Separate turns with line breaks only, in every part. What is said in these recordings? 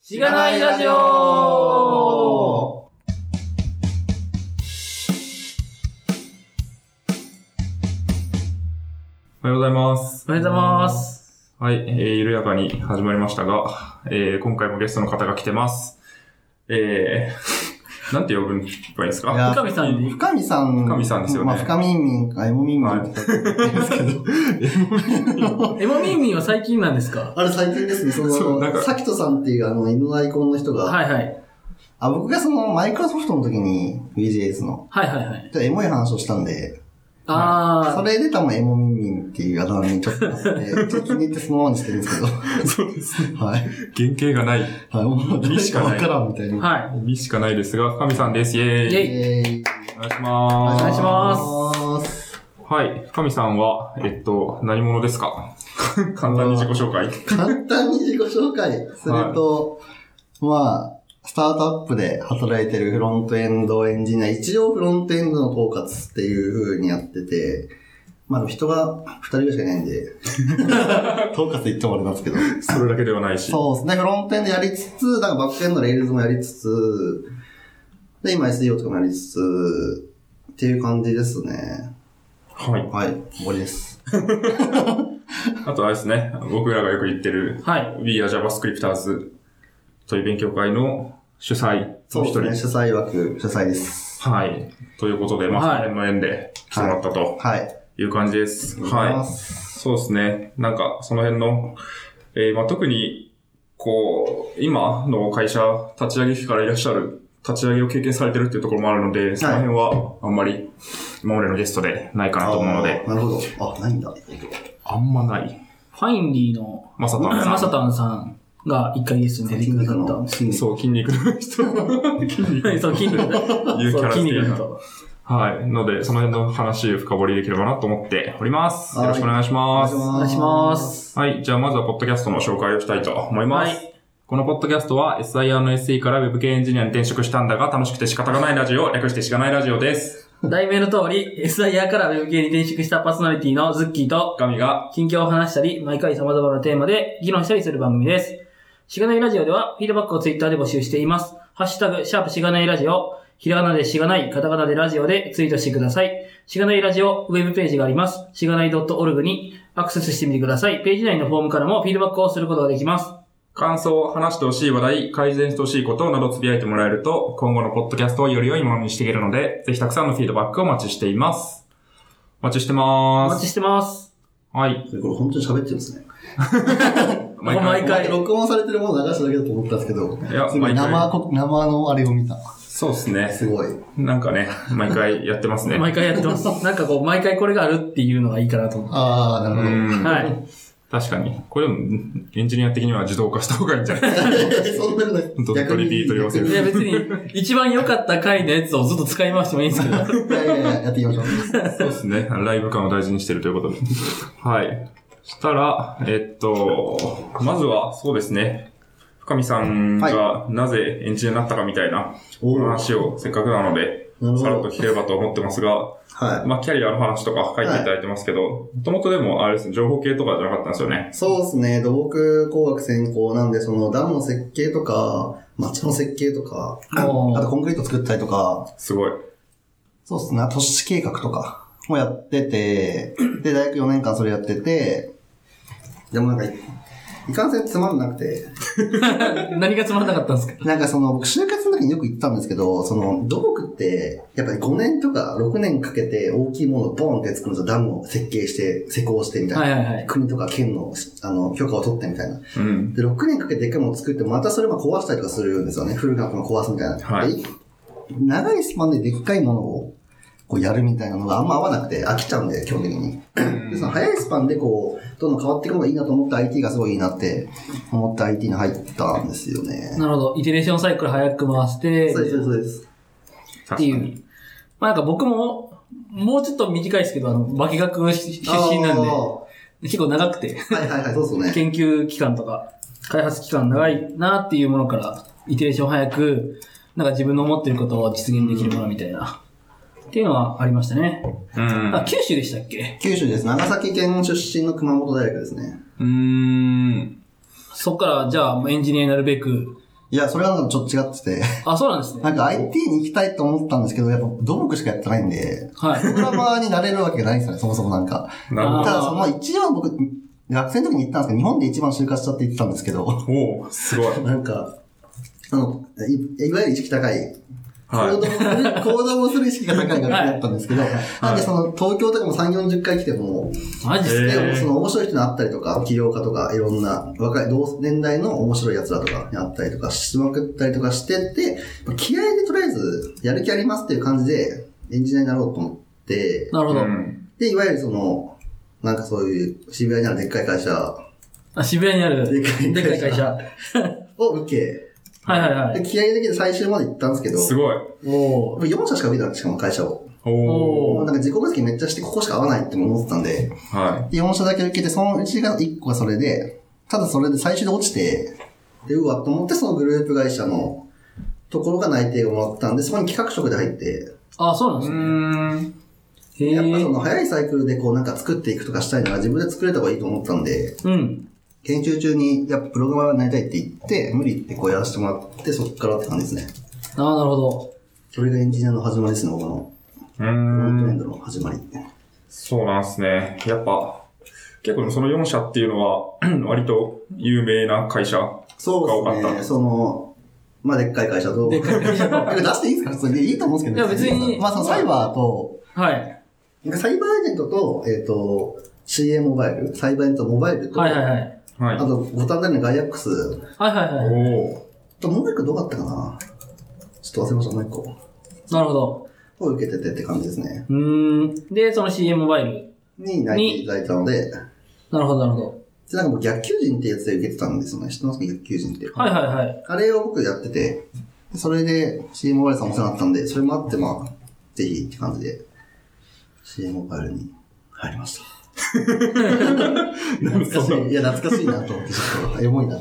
しがないラジオ
おはようございます。
おはようございます。
はい、えー、緩やかに始まりましたが、えー、今回もゲストの方が来てます。えー、 なんて呼ぶんばいいんです
い
か
や
深見さんに、
深見さん。
深見さんですよね
まあ、深見民か、エモ民民って言ってますけど。
エモミーミーは最近なんですか
あれ最近ですね、そ
そうなんか
の、さきとさんっていうあの、犬のアイコンの人が、
はいはい。
あ、僕がその、マイクロソフトの時に、VJS の、
はいはいはい。
ちょっとエモい話をしたんで、そ
あ
れで多分エモ民民っていうあだ名にちょっと なって、ちょっと気に入ってそのままにしてるんですけど、
そうですね。
はい。
原型がない、
はい、もう、
意味しかない
わからんみたい
ー、
な。
は
身しかないですが、深見さんです。イェー
イェ
イ
い
えー
お願いしま
お願いします
す。
す。はい、深見さんは、えっと、何者ですか 簡単に自己紹介。
簡単に自己紹介すると、まあ、スタートアップで働いてるフロントエンドエンジニア、一応フロントエンドの統括っていう風にやってて、まあでも人が二人ぐらいしかいないん で、統括言ってもあれなんですけど。
それだけではないし。
そうですね、フロントエンドやりつつ、なんかバックエンドレールズもやりつつ、で、今 SEO とかもやりつつ、っていう感じですね。
はい。
はい、終わりです。
あとあれですね、僕らがよく言ってる
い。、はい。
We are JavaScripters という勉強会の主催
そ
の
う
一
です
人
ね、主催枠、主催です。
はい。ということで、まあ、
はい
その辺の縁で来てもらったと
はい。
いう感じです。
ありがとうございま
は
す
い。そうですね。なんか、その辺の、えーまあ、特に、こう、今の会社、立ち上げ期からいらっしゃる、立ち上げを経験されてるっていうところもあるので、その辺は、あんまり、今までのゲストでないかなと思うので、
あーなるほど。あ、ないんだ。
あんまない。
ファインディの、
まさたんさん
まさたんさんが一回ゲストに出てくださった。
筋肉
そう、筋肉の人。筋肉
はい、 そう、筋肉だ。
いうキャ
そう
ラ
筋
付け
肉
な
だと。
はい。ので、その辺の話を深掘りできればなと思っております。
はい
よろしくお願いします。
お願いします。
はい。じゃあ、まずは、ポッドキャストの紹介をしたいと思います。
はい
このポッドキャストは、SIR の SE から Web 系エンジニアに転職したんだが、楽しくて仕方がないラジオ、略してしがないラジオです。
題名の通り、SIR から Web 系に転職したパーソナリティのズッキーと、
神が、
近況を話したり、毎回様々なテーマで議論したりする番組です。しがないラジオでは、フィードバックをツイッターで募集しています。ハッシュタグ、シャープしがないラジオ、ひらがなでしがない、カタカナでラジオでツイートしてください。しがないラジオ、ウェブページがあります。しがない .org にアクセスしてみてください。ページ内のフォームからもフィードバックをすることができます。
感想、話してほしい話題、改善してほしいことなどつぶやいてもらえると、今後のポッドキャストをより良いものにしていけるので、ぜひたくさんのフィードバックをお待ちしています。お待ちして
お
ま
待
す。
ちしてます。
はい。
これ本当に喋ってるんですね。
毎回
毎回録音されてるもの流しただけだと思ったんですけど、
いや
すごい
毎回
生こ、生のあれを見た。
そうですね。
すごい。
なんかね、毎回やってますね。
毎回やってます。なんかこう、毎回これがあるっていうのがいいかなと思って。
あー、な
う
る
ん
はい。
確かに。これも、うんエンジニア的には自動化した方がいいんじゃない
ほど。いやい やそんなことない
どっとリピート要請
逆
い
に
や別に、一番良かった回のやつをずっと使い回してもいいんですけど。
いやいやいや、やっていきましょう。
そうですね。ライブ感を大事にしてるということで。はい。そしたら、えっと、まずは、そうですね。深見さんがなぜエンジニアになったかみたいな
おー
話をせっかくなので、
なるほ
さらっ
ど。
と聞ければと思ってますが、
は
まあ、キャリアの話とか書いていただいてますけど、もともとでも、あれですね、情報系とかじゃなかったんですよね。
い。そうですね。土木工学専攻なんで、そのダムの設計とか、街の設計とか、あ
おー
とコンクリート作ったりとか、
すごい。
そうっすね。都市計画とかもやってて、で、大学4年間それやってて、でもなんかい、いかんせんつまんなくて、
何がつまんなかったんですか
なんかその、僕就活の時によく言ったんですけど、その、土木って、やっぱり5年とか6年かけて大きいものをボンって作るんですよ。ダムを設計して、施工してみたいな。
はいはいはい。
国とか県の、あの、許可を取ってみたいな。
うん。
で、6年かけてでっかいものを作って、またそれも壊したりとかするんですよね。フルガンとか壊すみたいな。
はい
で長いスパンででっかいものを、こうやるみたいなのがあんま合わなくて飽きちゃうんで、基本的に。で、その早いスパンでこう、どんどん変わっていくのがいいなと思って IT がすごいいいなって思って IT に入ったんですよね。
なるほど。イテレーションサイクル早く回して、
そう
っ
です、そうです。
確か
てい
に。
う。まあなんか僕も、もうちょっと短いですけど、あの、化学出身なん
あー
で、結構長くて、
はいはいはい、そうそう ね。
研究期間とか、開発期間長いなっていうものから、イテレーション早く、なんか自分の思ってることを実現できるものみたいな、っていうのはありましたね。
うん。
あ、九州でしたっけ
九州です。長崎県出身の熊本大学ですね。
うーん。
そっから、じゃあ、もうエンジニアになるべく、
いや、それはなんかちょっと違ってて、
あ、そうなんですね。
なんか IT に行きたいと思ったんですけど、やっぱ土木しかやってないんで、
はい
プ。ログラマーになれるわけがないんですよね、そもそもなんか。
なるほ
た
ど。
だ、その一番僕、学生の時に行ったんですけど、日本で一番就活したって言ってたんですけど、
おおすごい。
なんか、あの、いいわゆる意識高い、行動
は
もする、 行動もする意識が高い学生だったんですけど、なんでその東京とかも3、40回来ても、
マジっす
へ
か
え
で、その面白い人に会ったりとか、起業家とか、いろんな若い同年代の面白い奴らとかに会ったりとかしまくったりとかしてて、気合でとりあえずやる気ありますっていう感じでエンジニアになろうと思って、
なる
い。
ほど
う。ん。
で、いわゆるその、なんかそういう渋谷にあるでっかい会社
あ、渋谷にある、
でっかい
でっかい会 社。
を受け、
はいはいは
で
い。
気合だけで最終まで行ったんですけど、
すごい。
おー。
4社しか受けたんですしかも会社を。
お
お
お
ー
なんか自己分析めっちゃしてここしか合わないって思ってたんで、
は
で4社だけ受けて、そのうちが1個がそれで、ただそれで最終で落ちて、で、うわと思って、そのグループ会社のところが内定をもらったんで、そこに企画職で入って、
あ、そうなん
い。
です
うー
ね。へ
ん。
やっぱそ
ー。
の早いサイクルでこうなんか作っていくとかしたいなら自分で作れた方がいいと思ったんで、
うん。
研修中にやっぱプログラマーになりたいって言って、無理ってこうやらせてもらって、そっからって感じですね。
あー、なるほど。
それがエンジニアの始まりですね、僕の。
うー
フロントエ
ん
ン。ドの始まりって。
そうなんですね。やっぱ、結構でもその4社っていうのは、 割と有名な会社。は
そうで
が多
す
かっ
ね。
た
その、まあ、でっかい会社と、
でっかい会社
これ出していいんですか普通にいいと思うんですけど、
いや別に
まあ、そのサイバーと、
はい。
なんかサイバーエージェントと、えっ、と、CA モバイル、サイバーエージェントモバイルと、
はいはいはい。
い。
あと、五反田のガイアックス
はいはいはい。
お
と、もう一個どうだったかなちょっと忘れました、もう一個。
なるほど。
を受けててって感じですね。
うーん。で、その CM モバイル。
に内定いただいたので、で、
なるほどなるほ
なんかもう逆求人ってやつで受けてたんですよね。知ってますか逆求人って。
ど。はいは いはい。
あれを僕やってて、それで CM モバイルさんお世話になったんで、それもあって、まあ、ぜひって感じで、CM モバイルに入りま した。懐かしい。いや、懐かしいなと思って、ちょっと、エモいな。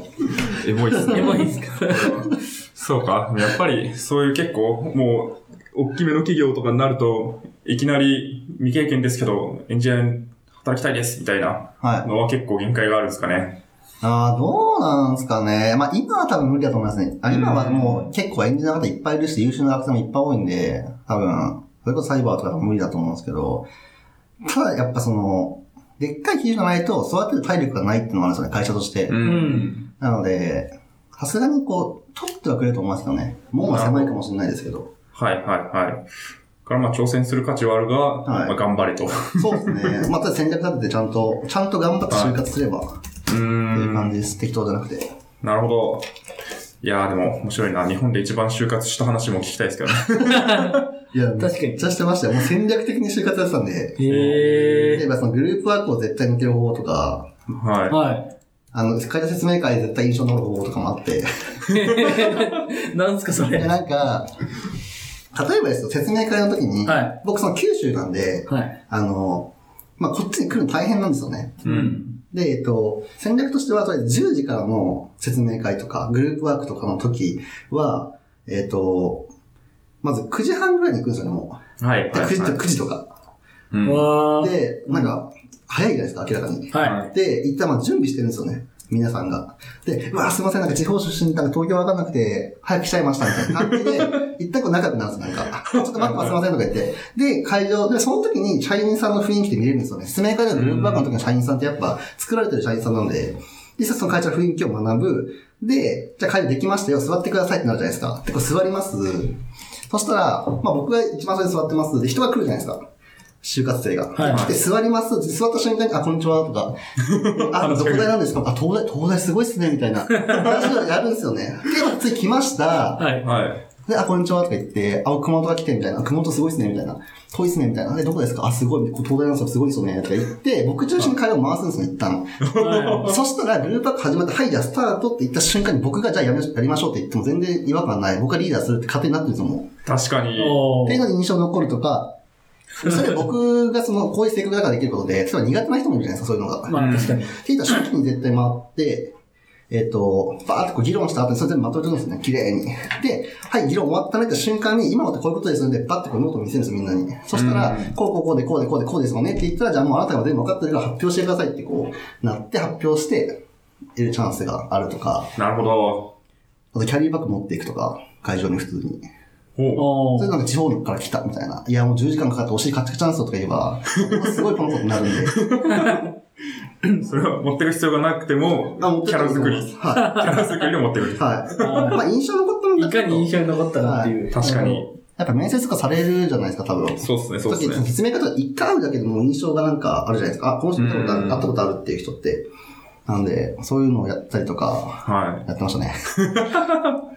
エモいっすね。
エモいっすか
そうか。やっぱり、そういう結構、もう、大きめの企業とかになると、いきなり未経験ですけど、エンジニアに働きたいです、みたいな
はい。
のは結構限界があるんですかね。
ああ、どうなんすかね。まあ、今は多分無理だと思いますね。あ今はもう結構エンジニアの方いっぱいいるし、優秀な学生もいっぱい多いんで、多分、それこそサイバーとかでも無理だと思うんですけど、ただやっぱその、でっかい企業じゃないと育てる体力がないっていうのもあるんですよね、会社として。
ん。
なので、さすがにこう、取ってはくれると思いますけどね。門は狭いかもしれないですけど。
はい、はい、はい。から、まあ、挑戦する価値はあるが、
はい
まあ、頑張れと。う
そうですね。まあただ戦略立ててちゃんと、ちゃんと頑張って就活すれば、って
ー
いう感
ん。
じです。適当じゃなくて。
なるほど。いやーでも面白いな。日本で一番就活した話も聞きたいですけどね。
いや、
確かに
めっちゃしてましたよ。もう戦略的に就活やってたんで。
へ
例えばそのグループワークを絶対抜ける方法とか、
ー。
は
は
あの、会社説明会で絶対印象に残る方法とかもあって、
い。なんすかそれ。
で
はい。
なんか、例えばですよ、説明会の時に、
はい
僕その九州なんで、
はい。
あの、まあ、こっちに来るの大変なんですよね。
い。うん。
で、えっと、戦略としては、とりあえず10時からの説明会とか、グループワークとかの時は、えっと、まず9時半ぐらいに行くんですよね、も
はい。
う。で
は
9時
い。
と
はい
9時とか。
うん
わー。
で、なんか、早いじゃないですか、明らかに。
は
で、一旦まあ準備してるんですよね。皆さんが。で、うわ、すいません、なんか地方出身、なんか東京わかんなくて、早く来ちゃいましたみたいな感じで、 一旦こう仲良くなるんですよ、なんか。ちょっと待ってます、すいませんとか言って。で、会場、で、その時に社員さんの雰囲気って見れるんですよね。説明会でのグループワークの時の社員さんってやっぱ作られてる社員さんなんで、実際その会社の雰囲気を学ぶ。で、じゃあ会場できましたよ、座ってくださいってなるじゃないですか。で、こう座ります。そしたら、まあ僕が一番最初に座ってます。で、人が来るじゃないですか。就活生が。
はいはい
来て座ります。座った瞬間に、あ、こんにちは、とか。あ、どこ大なんですかあ、東大、東大すごいっすね、みたいな。話をやるんですよ ね。で、つい来ました。
い。 はい。
はい。
で、あ、こんにちはとか言って、あ、熊本が来てみたいな、熊本すごいっすねみたいな、遠いっすねみたいな、で、どこですかあ、すごい、ここ東大なんですよ、すごいっすよねとか言って、僕中心に会話を回すんですよ、一旦。
は
そしたら、グループワーク始まって、はい、じゃあスタートって言った瞬間に僕がじゃあやめやりましょうって言っても全然違和感ない、僕がリーダーするって勝手になってるんですよ、もう。
確かに
い。。お
っていう
ー。
のに印象に残るとか、それで僕がその、こういう性格だからできることで、例えば苦手な人もいるじゃないですか、そういうのが。
まあ確かに。
っていうのは初期に絶対回って、えっ、と、バーってこう議論した後にそれ全部まとめてるんですよね、綺麗に。で、はい、議論終わったねって瞬間に、今までこういうことですよね、バッてこうノートを見せるんですよ、みんなに。そしたら
うん、
こうこうこうでこうでこうでこうですよねって言ったら、じゃあもうあなたが全部分かってるから発表してくださいってこう、なって発表して、得るチャンスがあるとか、
なるほど。
あとキャリーバッグ持っていくとか、会場に普通に。
ほう。
お
それ
ー
なんか地方から来たみたいな。いや、もう10時間かかってお尻カチカチなんですよとか言えば、すごいこのことになるんで。
それは持ってる必要がなくても、
あ持って
キ
っ
ャ
て
ラ
ると思
作
いま す
り。キ
は
ャラ作りで持ってくる
い。。はい。
あ
まあ印象残ったの
ー
だ
い
け
か
ど
に印象に残ったかっていう。
確かに。
やっぱ面接とかされるじゃないですか、多分。
そうっすね、そうっす
時
ね。
説明会とか一回あるだけでも印象がなんかあるじゃないですか。あ、この人見たことある、
うん
会ったことあるっていう人って。なんで、そういうのをやったりとか、
は
やってました ね。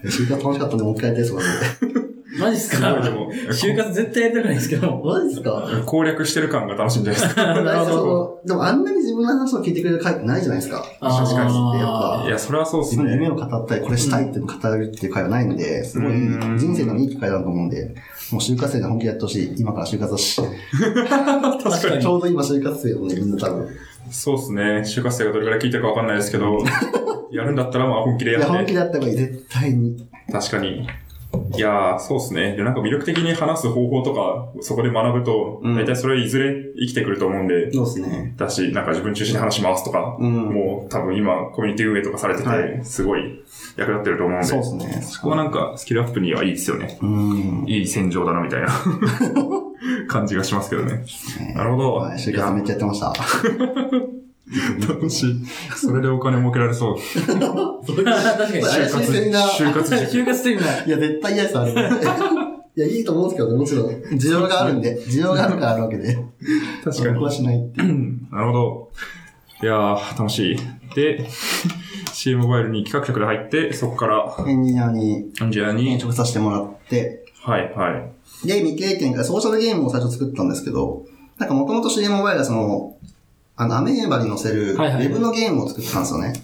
就活楽しかったんで、もう一回やりたいです、マジで。
マジっす
い。す
か
ごいで も、
就活絶対やりたくないですけど。
マジですか
攻略してる感が楽しいんじゃないですか。
なるほど。
でもあんなに自分の話を聞いてくれる会ってないじゃないですか。
あー
確か
にやっぱ
いや、それはそうっ
自
す
分の夢
ね。
を語ったり、これしたいって語るっていう会はないんで、すごい
うん
人生のいい機会だと思うんで、もう就活生で本気でやってほしい。今から就活だし。ち
確かに。
ょうど今就活生のね、みんな多分。
そうっすね。就活生がどれくらい聞いてるかわかんないです けど、やるんだったらまあ本気で
い
や
や、本
っ
気
て。
でやった方がいい、絶対に。
確かに。いやー、そうっすね。で、なんか魅力的に話す方法とか、そこで学ぶと、
うん
大体それいずれ生きてくると思うんで、
そうですね。
だし、なんか自分中心で話しますとか、
うん
もう多分今コミュニティ運営とかされて
は
て、すごい役立ってると思うんで、
そうですね。そ
そこはなんかスキルアップにはいいですよね。
うん。
いい戦場だなみたいな 感じがしますけどね。なるほど。
はい、就活めっちゃやってました。
楽しい。それでお金儲けら れそう。
確かに。
就活セミナー
就 活塾
就活セミナー。
いや、絶対嫌 です、あれ。いや、いいと思うんですけどね、もちろん。需要があるんで、需要があるからあるわけで。
確か
僕
に。
はしないっていう。
なるほど。いやー、楽しい。で、C モバイルに企画局で入って、そこから
エンジニアに
エンジニア
転
に、
職させてもらって、
はい、はい。
ゲーム未経験からソーシャルゲームを最初作ったんですけど、なんかもともと CM モバイルはその、あの、アメーバに載せる、ウ
はいはい
ェブのゲームを作ってたんですよね。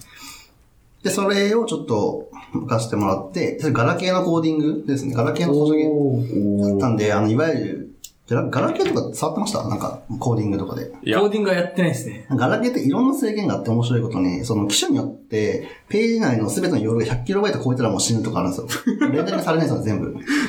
で、それをちょっと、浮かしてもらって、それガラケーのコーディングですね。ガラケーのソーシャルゲーム
おー
だった
お
んで、あの、いわゆる、ガラガラケーとか触ってましたなんか、コーディングとかで。
いや
コー、ディングはやってないですね。
ガラケーっていろんな制限があって面白いことに、その機種によって、ページ内の全ての容量が 100KB 超えたらもう死ぬとかあるんですよ。レンタルされないんですよ、全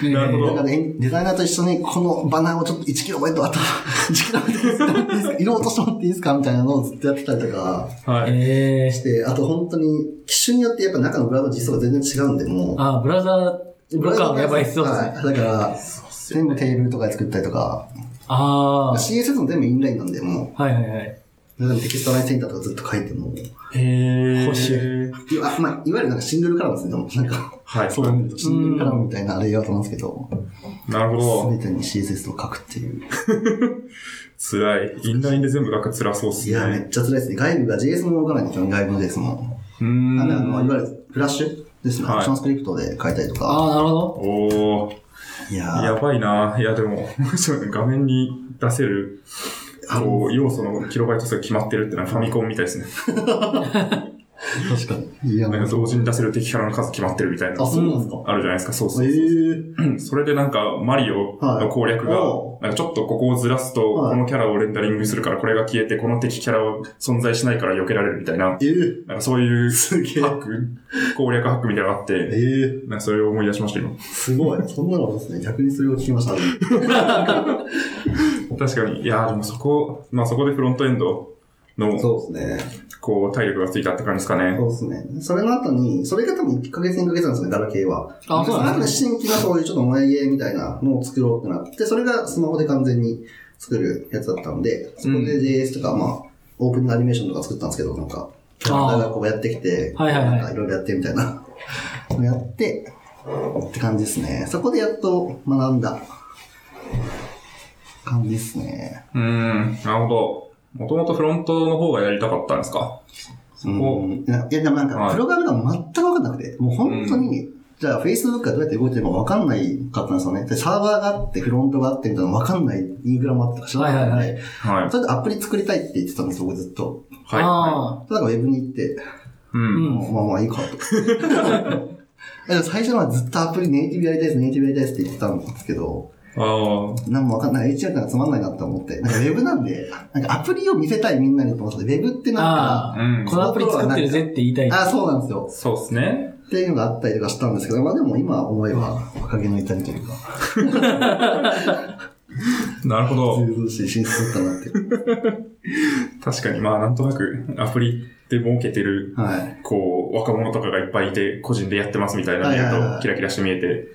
部。
なるほど
だからねデザイナーと一緒にこのバナーをちょっと 1kb あと 1kb 色落としてもらっていいですかみたいなのをずっとやってたりとか
はい。
えー。
して、あと本当に機種によってやっぱ中のブラウザ実装が全然違うんで、もう。
あー、ブラウザー、ブロッカーもやばいっすそうです
は
ね。
いだから、全部テーブルとかで作ったりとか、
あー。
CSS も全部インラインなんで、も
はいはいはい。
う、全部テキストラインセンターとかずっと書いても、い
へー。
欲しい
わまあ、いわゆるなんかシングルカラーですね、でもなんか、
はい。
そうなんですシングルカラーみたいなレイアウトなんですけど、
なるほ
すべ
ど。
てに CSS を書くっていう。
辛い。インラインで全部書く辛そうっす
い
ね。
や、めっちゃ辛いですね。外部が JS も動かないんですよね、外部の JS も。
うー
なんで、あの、い
ん。
わゆるフラッシュですね。
はい
トランスクリプトで書いたりとか。
あー、なるほど。
おー。
いや
や
ー
ばいな。いや、でも、 そうね画面に出せる、
あの
こう、要素のキロバイト数が決まってるってのはファミコンみたいですね。
確かに。いや、
なんか同時に出せる敵キャラの数決まってるみたいな。
あ、そうなんですか。
あるじゃないですか、そうそう
え
そう。
ー。
それでなんか、マリオの攻略が、
はいお
なんかちょっとここをずらすと、
はい
このキャラをレンダリングするから、これが消えて、この敵キャラは存在しないから避けられるみたいな、
えー。
なんかそういうハ
すげえ
ック、攻略ハックみたいなのがあっ
え
て、
ー、
なんかそれを思い出しました、今。
すごい。そんなのあるんですね。逆にそれを聞きましたね。
確かに。いやーでもそこ、まあそこでフロントエンドの、
そうですね。
こう、体力がついたって感じですかね。
そうですね。それの後に、それが多分1ヶ月、2ヶ月なんですね、ガラケーは。
あそうなん
で
です
新規のそういうちょっと萌えゲーみたいなのを作ろうってなって、それがスマホで完全に作るやつだったんで、そこで JS とか、まあ、オープニングアニメーションとか作ったんですけど、なんか、キャラクターがこうやってきて、
はいはいはい
なんかいろいろやってみたいな。 やって、って感じですね。そこでやっと学んだ感じですね。
うーん、なるほど。もともとフロントの方がやりたかったんですかそこ、
うんいや、いやでもなん
は
か、
い
プログラムが全く分かんなくて、もう本当に、じゃあ Facebook がどうやって動いてるか分かんないかったんですよね。で、サーバーがあって、フロントがあってみたいなの分かんないインフラもあってとか知らなかったん
はい
で、
はい。
それでアプリ作りたいって言ってたんですよ、僕ずっと。
あ
は
ただウェブに行って、
い。うん。
うん
まあまあ いいかと。 でも最初はずっとアプリネイティブやりたいです、ネイティブやりたいですって言ってたんですけど、
あ
なんもわかんない。HTML なんかつまんないなって思って。なんかウェブなんで、なんかアプリを見せたいみんなにと思ってて、ウェブって
ー。
なん
あ
あ、
あ
う
ー。
ん。
このアプリ作ってるぜって言いたい。
か、ああ、そうなんですよ。
そうですね。
っていうのがあったりとかしたんですけど、まあでも今思えば若気の至りというか、
なるほど。
ずうずうしい進出だったなって。
確かに、まあ、なんとなく、アプリで儲けてる、
はい。
こう、若者とかがいっぱいいて、個人でやってますみたいなの見
はいはい
る
はい
と、キラキラして見えて、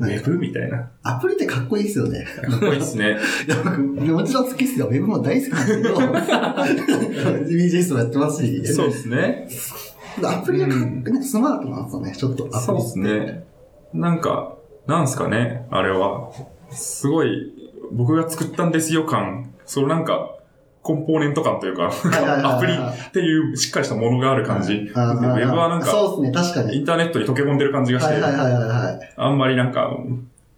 ウ
はい
ェブみたいな。
アプリってかっこいいですよね。
かっこいいっすね。
いや僕、もちろん好きっすよ。ウェブも大好きなんです けど、BGS もやってますし、
そうですね。
アプリがかっ
うん
なんかスマートなんですよね、ちょっと。
そうですね。なんか、なんすかね、あれは。すごい、僕が作ったんですよ感。そのなんか、コンポーネント感という
は
か、
いはいはいはい
アプリっていうしっかりしたものがある感じ。ウェブ
あー
はなんか、
そうですね、確か
イ
に。
ンターネットに溶け込んでる感じがし
はい
て
はい、はいはいはい。
あんまりなんか、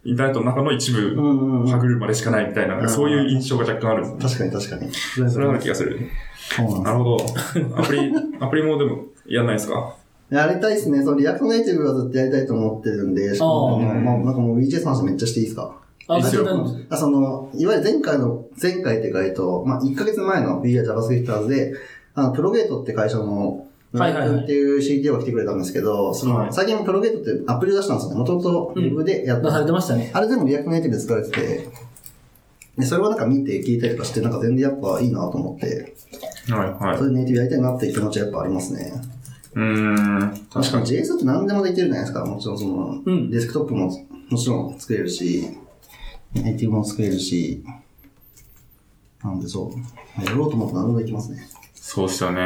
インターネットの中の一
うん
部、
うんうん
歯車でしかないみたいな、なんかそういう印象が若干ある。
確かに確かに。
それはある気がする。
そうなんで
なるほど。アプ リ、アプリもでもやんないですか
す。やりたいですね。そのリアクトネイティブはずっとやりたいと思ってるんで、しかも、
あー
まあ、なんかもう BJS の話めっちゃしていいですか
いいっすよ
大丈夫です
あその、いわゆる前回の、前回って回と、まあ、1ヶ月前の b i JavaScripters で、あの、プロゲートって会社の、
はいはいはい
っていう CTO が来てくれたんですけど、そ
は
の、
い
最近プロゲートってアプリを出したんですよね。もともと
うん
Web でやっ
出さ
た、
れてましたね。
あれ全部リアクトネイティブで作られてて、で、それをなんか見て聞いたりとかして、なんか全然やっぱいいなと思って、
はい、はい
そ。れでネイティブやりたいなっていう気持ちはやっぱありますね。
うーん、確かに。
JS って何でもできるじゃないですか。もちろんその、
うん
デスクトップももちろん作れるし、ネイティブも作れるし、なんでそう。やろうと思うと何でもできますね。
そうっすよね。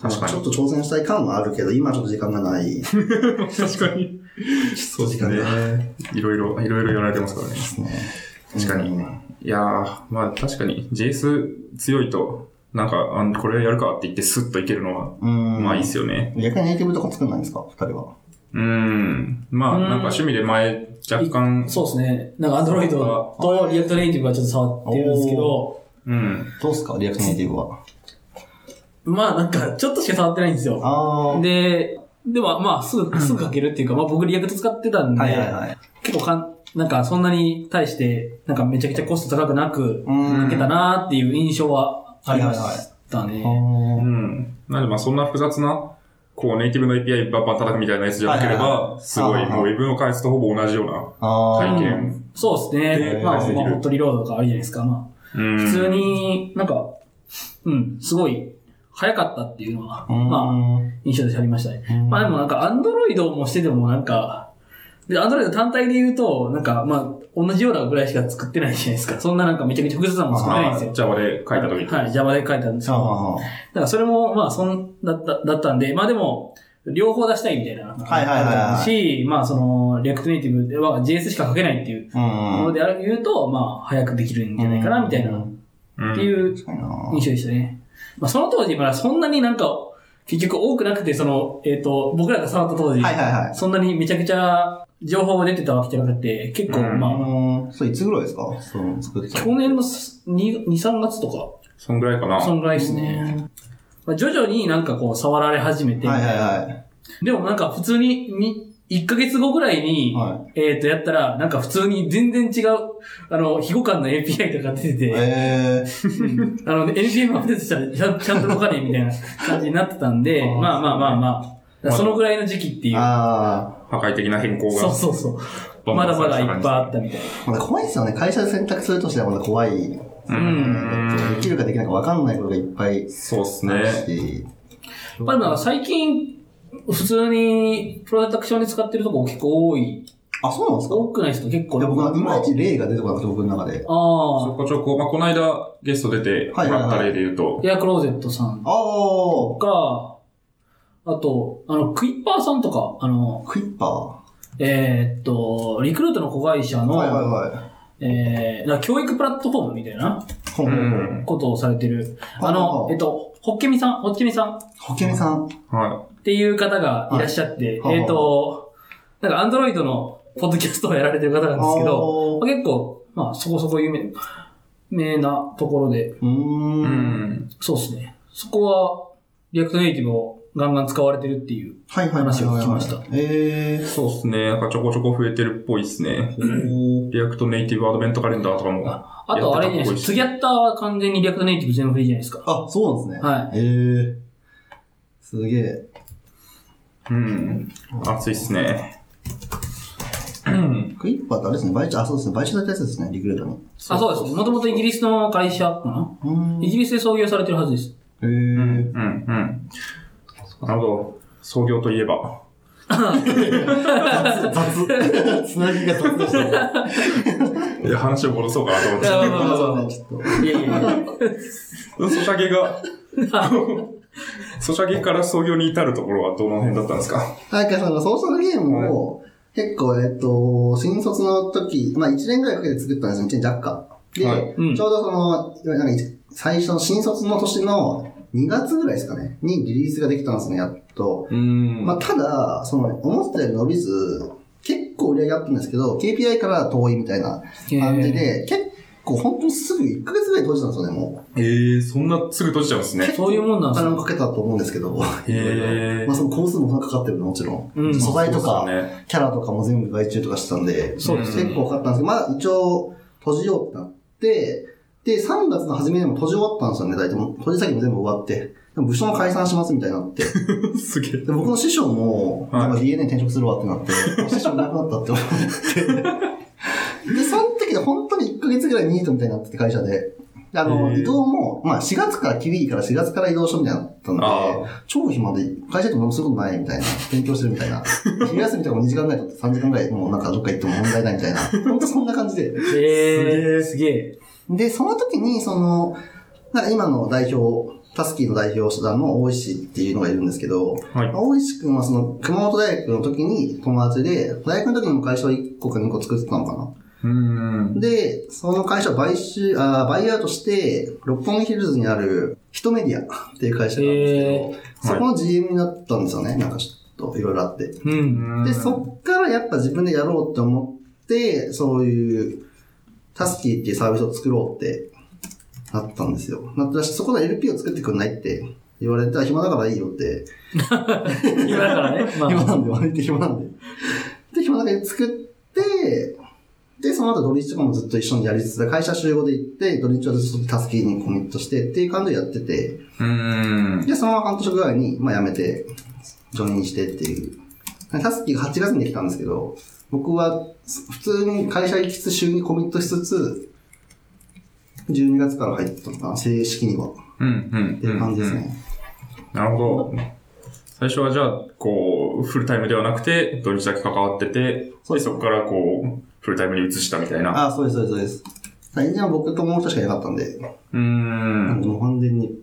確か
ちょっと
に。
挑戦したい感はあるけど、今はちょっと時間が ない。で
確かに。そうっす
時
ね。いろいろ、いろいろやられてますからね。
すね。
確かに
うん
いやー、まあ確かに JS 強いと、なんか、あのこれやるかって言ってスッといけるのは、
うん。
まあいいっすよね。
逆にネイティブとか作んないんですか二人は。
うーん。まあ
うん
なんか趣味で前、若干、
そうですね。なんか、アンドロイドとリアクトネイティブはちょっと触ってるんですけど、
うん。
どうっすかリアクトネイティブは。
まあなんか、ちょっとしか触ってないんですよ。
あー。
で、でも、まあ、すぐ、すぐ書けるっていうか、まあ僕リアクト使ってたんで、
はいはいはい。
結構かん、なんかそんなに対して、なんかめちゃくちゃコスト高くなく、
うん
書けたなーっていう印象はありました
あ
ね。
う
ー
ん。なんでまあそんな複雑な、こうネイティブの API バンバン叩くみたいなやつじゃなけ
は
れ
いはい
ば、すごい、
あー
もう Web の開発とほぼ同じような
あー。
体
う
験。
そうですね。
で返
まあ、まあ
せて
る
ホットリロードとかあるじゃないですか。まあ、
普
普通になんか、うん、すごい、早かったっていうのは、まあ、印象としてありましたね。
うん
まあでもなんか、アンドロイドもしててもなんか、で、アンドロイド単体で言うと、なんか、まあ、同じようなぐらいしか作ってないじゃないですか。そんななんかめちゃくちゃ複雑なもの作ってないんですよ。
Java で書いたときに。
はい、Java で書いたんですけど。
あー。
だからそれも、まあ、そん、だった、だったんで、まあでも、両方出したいみたいな。
いはいはいはい
し、まあその、リアクトネイティブでは JS しか書けないっていう
うん
も
う
の
ん。
である、言うと、まあ、早くできるんじゃないかな、みたいな、っ
うん
ていう
確かにな
印象でしたね。まあその当時、まだそんなになんか、結局多くなくて、その、えっ、と、僕らが触った当時、
はいはいはい。
そんなにめちゃくちゃ情報が出てたわけじゃなくて、結構、
うん
ま
あ
あ、
のー、それいつぐらいですかその作った
去年の2、3月と
そんぐらいかな。
か、そんぐらいですね。。まあ、徐々になんかこう、触られ始めて、
はいはいは
でもなんか普通に、に、1ヶ月後ぐらいに、
い。はい。
えっ、と、やったら、なんか普通に全然違う、あの、非互換の API とか出てて、
えー。
あの、NPM アップデートしたらちゃんちゃんと動かねえみたいな感じになってたん で、
あー
まあまあまあまあ、だからそのぐらいの時期っていう。
あ
破壊的な変更が。
そうそうそう。まだまだいっぱいあったみたい
ーまだ怖いですよね。会社で選択するとしてはまだ怖い。
たう
で
ん。
きるかできないか分かんないことがいっぱい
そうっす
ある
ね。
し。
な。まあなんか最近、普通にプロダクションで使ってるとこ結構多い。
あ、そうなんですか
多くない人結構
いや、僕は
あ
いまいち例が出てこなくて、僕の中で。
ち
あ
ょこちょこ、まあ、この間ゲスト出てもらった例で言うと
ー、、エアクローゼットさん
あ
と
ー。
か、あと、あの、クイッパーさんとか、あの、
クイッパー。は
えーっと、リクルートの子会社
い
の、
はいはい。
えー、なんか教育プラットフォームみたいな
ほ。
うんん。
ことをされてる、
ほうほう
あの
ほ、う
えっと、ホッケミさん、ホッケミさんっ
ホケミさん。
は
ていう方がいらっしゃって、
はい
えーっと、なんかアンドロイドのポッドキャストをやられてる方なんですけど、
ど。
結構、まあ、そこそこ有名、名なところで、
うー。
い。うんん。
そうですね。そこは、リアクトネイティブをガンガン使われてるっていう。
はいはいはいはいはい。
話を聞きました
えー。
そうっすね。なんかちょこちょこ増えてるっぽいっすね。リアクトネイティブアドベントカレンダーとかも。
あと、あれじゃないです
やっ
か。ツギャ
てたっぽいし
ッターは完全にリアクトネイティブ全部フリーじゃないですか。
あ、そうなんですね。。
はい
ええすげえ。
うん。熱いっすね。うん
クイッパーってあれですね、買収、あ、そうですね、買収されたやつですね、リクルートに。
あ、そうです。もともとイギリスの会社かな
うーん。
イギリスで創業されてるはずです。
へ
うん、う
ー。
ん、うん。なるほど。創業といえば。
雑。つなぎが雑でしたね。
いや、話を戻そうかなと思っ
いや
て。
まあまあまあまあ
ちょっと。
いやいやいや。
ソシャゲが、ソシャゲから創業に至るところはどの辺だったんですか
なんかそのソーシャルゲームを、結構、えっと、新卒の時、まあ1年ぐらいかけて作ったんですよ、1年弱か。で、
はい
うん
ちょうどその、いわゆるなんかい最初の新卒の年の2月ぐらいですかね、にリリースができたんですね、やっと。
うーん
まあただ、その、思ったより伸びず、結構売り上げあったんですけど、KPI から遠いみたいな感じで、結構本当にすぐ1ヶ月ぐらい閉じたんですよね、も
えー、そんなすぐ閉じちゃうんですね。
ーそういうもん
う。
な
お
んです
金
ね
もかけたと思うんですけど、
へ
まあその工数もかかってるのもちろん。
うん
素材と
そ
か
う、ですね
キャラとかも全部外注とかしてたんで、
そうです
ね
結構分かったんですけど、まあ一応閉じようってなって、で、3月の初めでも閉じ終わったんですよね、大体もう。閉じ先も全部終わって。でも部署も解散しますみたいになって。
すげえ。
で、僕の師匠も、
はい
なんか DNA 転職するわってなって、師匠なくなったって思って。で、その時で本当に1ヶ月ぐらいニートみたいになってて会社で。であ
へ
の、
ー
移動も、まあ4月からキリから4月から移動しようみたいになったんで
あ、
超暇で、会社でも何もすることないみたいな、勉強してるみたいな。 昼休みとかも2時間ぐらい経って3時間ぐらい、もうなんかどっか行っても問題ないみたいな。本当そんな感じで。
えー、すげえ。
で、その時に、その、なんか今の代表、タスキーの代表手段の大石っていうのがいるんですけど、
はい。
大石くんはその熊本大学の時に友達で、大学の時にも会社を1個か2個作ってたのか
うーん
な。。で、その会社を買収、あーバイアウトして、六本木ヒルズにあるヒトメディアっていう会社なんですけど、そ
へー
この GM になったんですよね。なんかちょっといろいろあって。
う。
うんーん
で、そっからやっぱ自分でやろうって思って、そういう、タスキーっていうサービスを作ろうってなったんですよ。なったらし、そこの LP を作ってくんないって言われて、あ暇だからいいよって、
今だ からね。ま
暇
あ、
なんで、割と暇なんで。で、暇だから作って、で、その後土日とかもずっと一緒にやりつつ、会社集合で行って、土日はずっとタスキーにコミットしてっていう感じでやってて、
うーん。
で、そのまま半年ぐらいに、まあ、辞めて、ジョインしてっていう。タスキーが8月にできたんですけど、僕は普通に会社行きつつ、週にコミットしつつ、12月から入ったのかな、正式には。
うん、うん。
っていう感じですね。
なるほど。最初はじゃあ、こう、フルタイムではなくて、土日だけ関わってて、
そうで
で
す
そこからこう、フルタイムに移したみたいな。
ああ、そうです、そうです、そうです。エンジニアは僕ともう一人しかいなかったんで、
うーん。
もう完全に、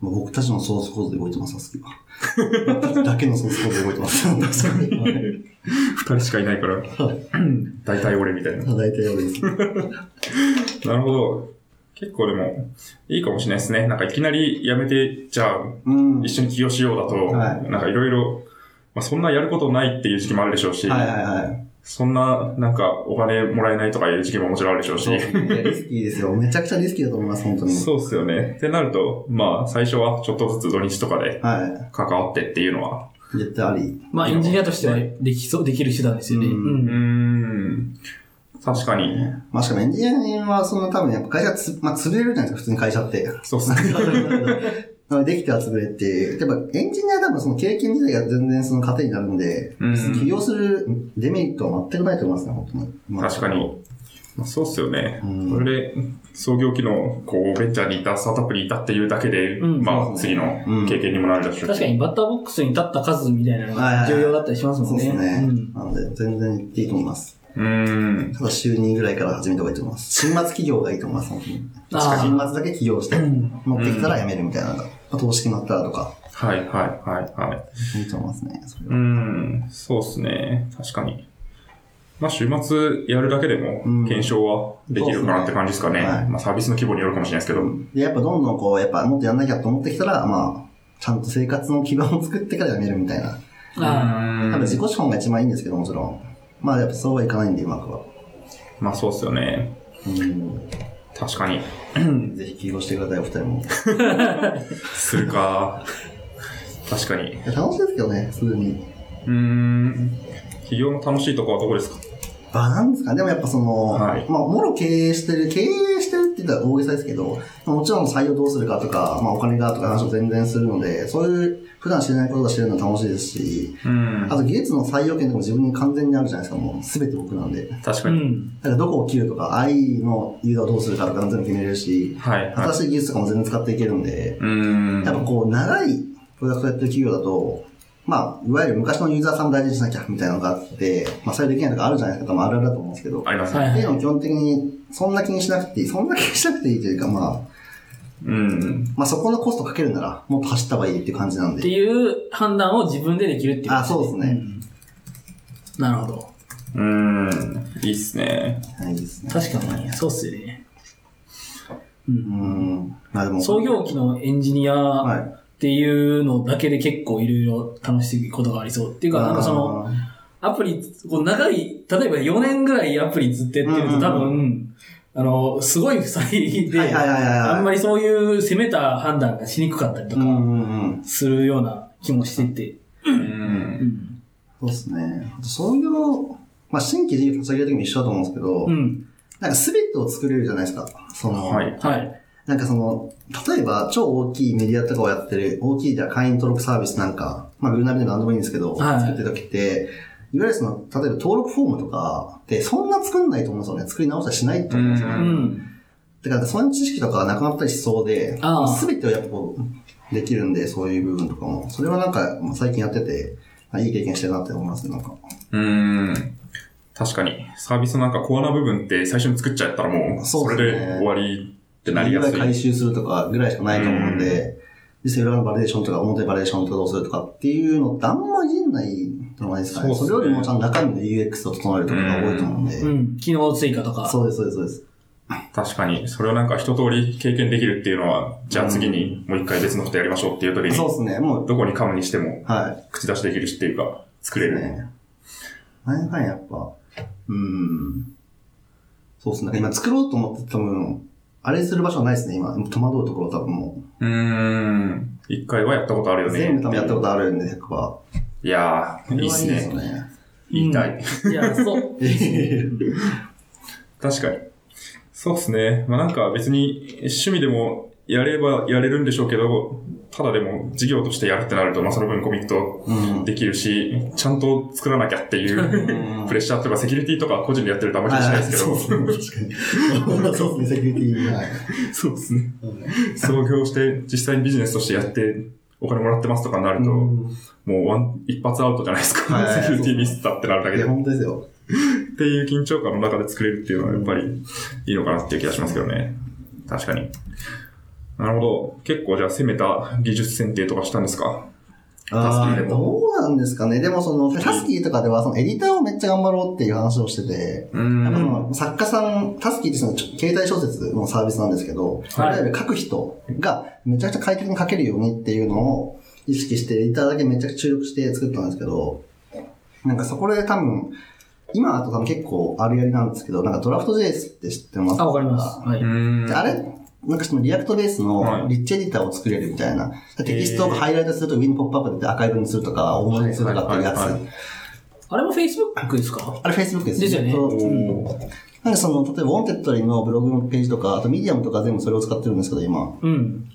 もう僕たちのソースコードで動いてます、タスキーは。僕たちだけのソースコードで動いて ます。確かに。
二人しかいないから、 大体俺みたいな。
大体俺です。
なるほど。結構でも、いいかもしれないですね。なんかいきなり辞めて、じゃあ、
うん。
一緒に起業しようだと、
はい
なんかいろいろ、まあ、そんなやることないっていう時期もあるでしょうし、
はいはいはい。
そんな、なんかお金もらえないとかいう時期ももちろんあるでしょうし、
そうですねリスキーですよ。めちゃくちゃリスキーだと思います、本当に。
そうっすよね。ってなると、まあ、最初はちょっとずつ土日とかで
は
関わってっていうのは、
い。絶対あり。
まあ、エンジニアとしてはできそう、できる手段ですよね。
う
うん。
うんーん、確かに。
まあ、しかもエンジニアは、その多分やっぱ会社つ、まあ、潰れるじゃないですか、普通に会社って。
そうっすね。
なのでできては潰れて、やっぱエンジニアは多分その経験自体が全然その糧になるんで、
うん
起業するデメリットは全くないと思いますね、本当に。まあ
確か。に。まあ、そうっすよね。
うん
それで、創業期の、こう、ベンチャーにいた、スタートアップにいたっていうだけで、
うん
ま
そう
あ、
です
次
ね
の
うん
経験にもなるでしょう
確かにバッターボックスに立った数みたいなのが重要だったりしますも
そ
ん
う
ね。
ですね。
うん
なので、全然言っていいと思います。
うーん。
ただ、週2ぐらいから始めた方がいいと思います。新末企業がいいと思います、本当に。
あー
確か新末だけ起業して、
うん
持ってきたら辞めるみたいなのが、まあ、投資決まったらとか、
はいはいはいはい。
いいと思いますね、それ
う
は。
ん、そうですね。確かに。まあ、週末やるだけでも
うん、
検証はできるかなって感じですかね。
そうっすねはい
まあ、サービスの規模によるかもしれないですけど。
で、やっぱどんどんこう、やっぱもっとやんなきゃと思ってきたら、まあ、ちゃんと生活の基盤を作ってからやめるみたいな。
あ
う
多
ん
分自己資本が一番いいんですけど、もちろん。まあ、やっぱそうはいかないんで、うまくは。
まあ、そうですよね。
うん。
確かに。
ぜひ起業してください、お二人も。
する か。確かに。
いや楽しいですけどね、すぐに。
うーん。企業の楽しいとこはどこですか
あ、なんですかねでもやっぱその、
はい
まあ、もろ経営してる、経営してるって言ったら大げさですけど、もちろん採用どうするかとか、まあ、お金がとか話を全然するので、そういう普段知らないことが知れるのは楽しいですし、
うん
あ。と技術の採用権とかも自分に完全にあるじゃないですか、もう全て僕なんで。だ
確
う
かに。
ん。
からどこを切るとか、愛の誘導をどうするかとか全部決めれるし、
はい。
新
はい。
しい技術とかも全然使っていけるんで、
うん。
やっぱこう、長いプロダクトやってる企業だと、まあ、いわゆる昔のユーザーさんも大事にしなきゃみたいなのがあって、まあ、それできないとかあるじゃないですか、多分あるあるだと思うんですけど、
ありますね。
はい
っていうのも基本的に、そんな気にしなくていい、そんな気にしなくていいというか、まあ、
うん。
まあ、そこのコストかけるなら、もっと走った方がいいっていう感じなん
って
で。
いう判断を自分でできるっていうこと。
あ、そうですね。
うんなるほど。
うん。いいっすね。
はい、いいですね。
確かに、そうっすよね。う。
うんん。まあでも、
創業期のエンジニア
は
っ
い。
ていうのだけで結構いろいろ楽しいことがありそう。っていうか、なんかその、
あー、
アプリ、こう長い、例えば4年ぐらいアプリずっとやってる
う
と
ん
多分、あの、すごい負債で、
はいはいはいはい。
あんま
り、
りそういう攻めた判断がしにくかったりと
う
か
んうんうん。
するような気もしてて。
うん。
うん。
そうですね。あと創業、まあ、新規事業立ち上げるときも一緒だと思うんですけど、
うん。
なんか全てを作れるじゃないですか。その、
はい。
はい。
なんかその、例えば超大きいメディアとかをやってる、大きいじゃあ会員登録サービスなんか、まあ、グルナビでも何でもいいんですけど、
はい
作ってるときって、いわゆるその、例えば登録フォームとかって、そんな作んないと思うんですよね。作り直したりしないと思うんですよね。
う。
うん
だから、そういう知識とかがなくなったりしそうで
ああ、
すべてをやっぱこう、できるんで、そういう部分とかも。それはなんか、まあ最近やってて、まあいい経験してるなって思いますね、なんか。
うん。確かに。サービスのなんかコアな部分って最初に作っちゃったらもう、
そ
そう
っすね
れで終わりってなりやすい。
回収するとかぐらいしかないと思うんで、実際裏のバリデーションとか表バリデーションとかどうするとかっていうのってあんまりいじんないじゃないですかね。
そ
そう
っ
れ
すね
よりもちゃんと中身の UX を整えるとかが多いと思うんで。
うん。機能追加とか。
そうです、そうです、そうです。
確かに、それをなんか一通り経験できるっていうのは、じゃあ次にもう一回別のことやりましょうっていう時に、
そうですね、もう、
どこに噛むにしても
はい。
口出しできるしっていうか、作れる。
ね。なんやかんややっぱ、うん。そうですね、今作ろうと思って多分、あれする場所はないですね、今。戸惑うところ多分も
うーん。一回はやったことある
う。
よね。
全部多分やったことあるんで、100%。こ
いやー、
れはい
いっすね。
よ ね。
言いたい。
いや、そう。
確かに。そうっすね。まあなんか別に趣味でもやればやれるんでしょうけど、ただでも事業としてやるってなると、まあその分コミット
うん。
できるし、ちゃんと作らなきゃっていううんプレッシャーとかセキュリティとか個人でやってるとあんまり気にしないですけど、
はいはいそうですね、確かに。そうですね、セキュリティ。はい。
そうですね。創業して、実際にビジネスとしてやって、お金もらってますとかになると、もうワン、一発アウトじゃないです
は
か。
い
セキュリティミスったってなるだ
い
けで。
や、
っ
本当ですよ。
ていう緊張感の中で作れるっていうのはやっぱりいいのかなっていう気がしますけどね。確かに。なるほど。結構じゃあ攻めた技術選定とかしたんですか
あ
タスキ
ー
で
ど
も
うなんですかね。でもその、タスキーとかでは、そのエディターをめっちゃ頑張ろうっていう話をしてて、
う
やっぱそ
ん。
の作家さん、タスキーってその、携帯小説のサービスなんですけど、いわゆる書く人がめちゃくちゃ快適に書けるようにっていうのを意識して、エディターだけめちゃくちゃ注力して作ったんですけど、なんかそこで多分、今だと多分結構あるやりなんですけど、なんかドラフト JS って知ってます
あ、わかります。はい。
うん
であれなんかそのリアクトベースのリッチエディターを作れるみたいな。テキストをハイライトすると上にポップアップ出てアーカイブにするとか、大盛りにするとかっていうやつ。
はいはいは
あれも Facebook ですか
あれ Facebook です
ですよね
そう
おー
なんかその、例えば w a n t e d のブログのページとか、あと Medium とか全部それを使ってるんですけど、今。
うん。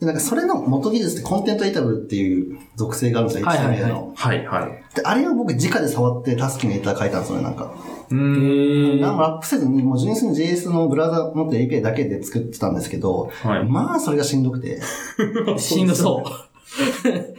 で、なんかそれの元技術ってコンテントエディタブルっていう属性があるんですよ、
はいはいはい
HTML の。
はい、はい。
で、あれを僕直で触ってタスキのエディター書いたんですよね、なんか。
う
へ
ん。
ー
なんもラップせずに、もう純粋に JS のブラウザ持って API だけで作ってたんですけど、
はい
まあそれがしんどくて。
しんどそう。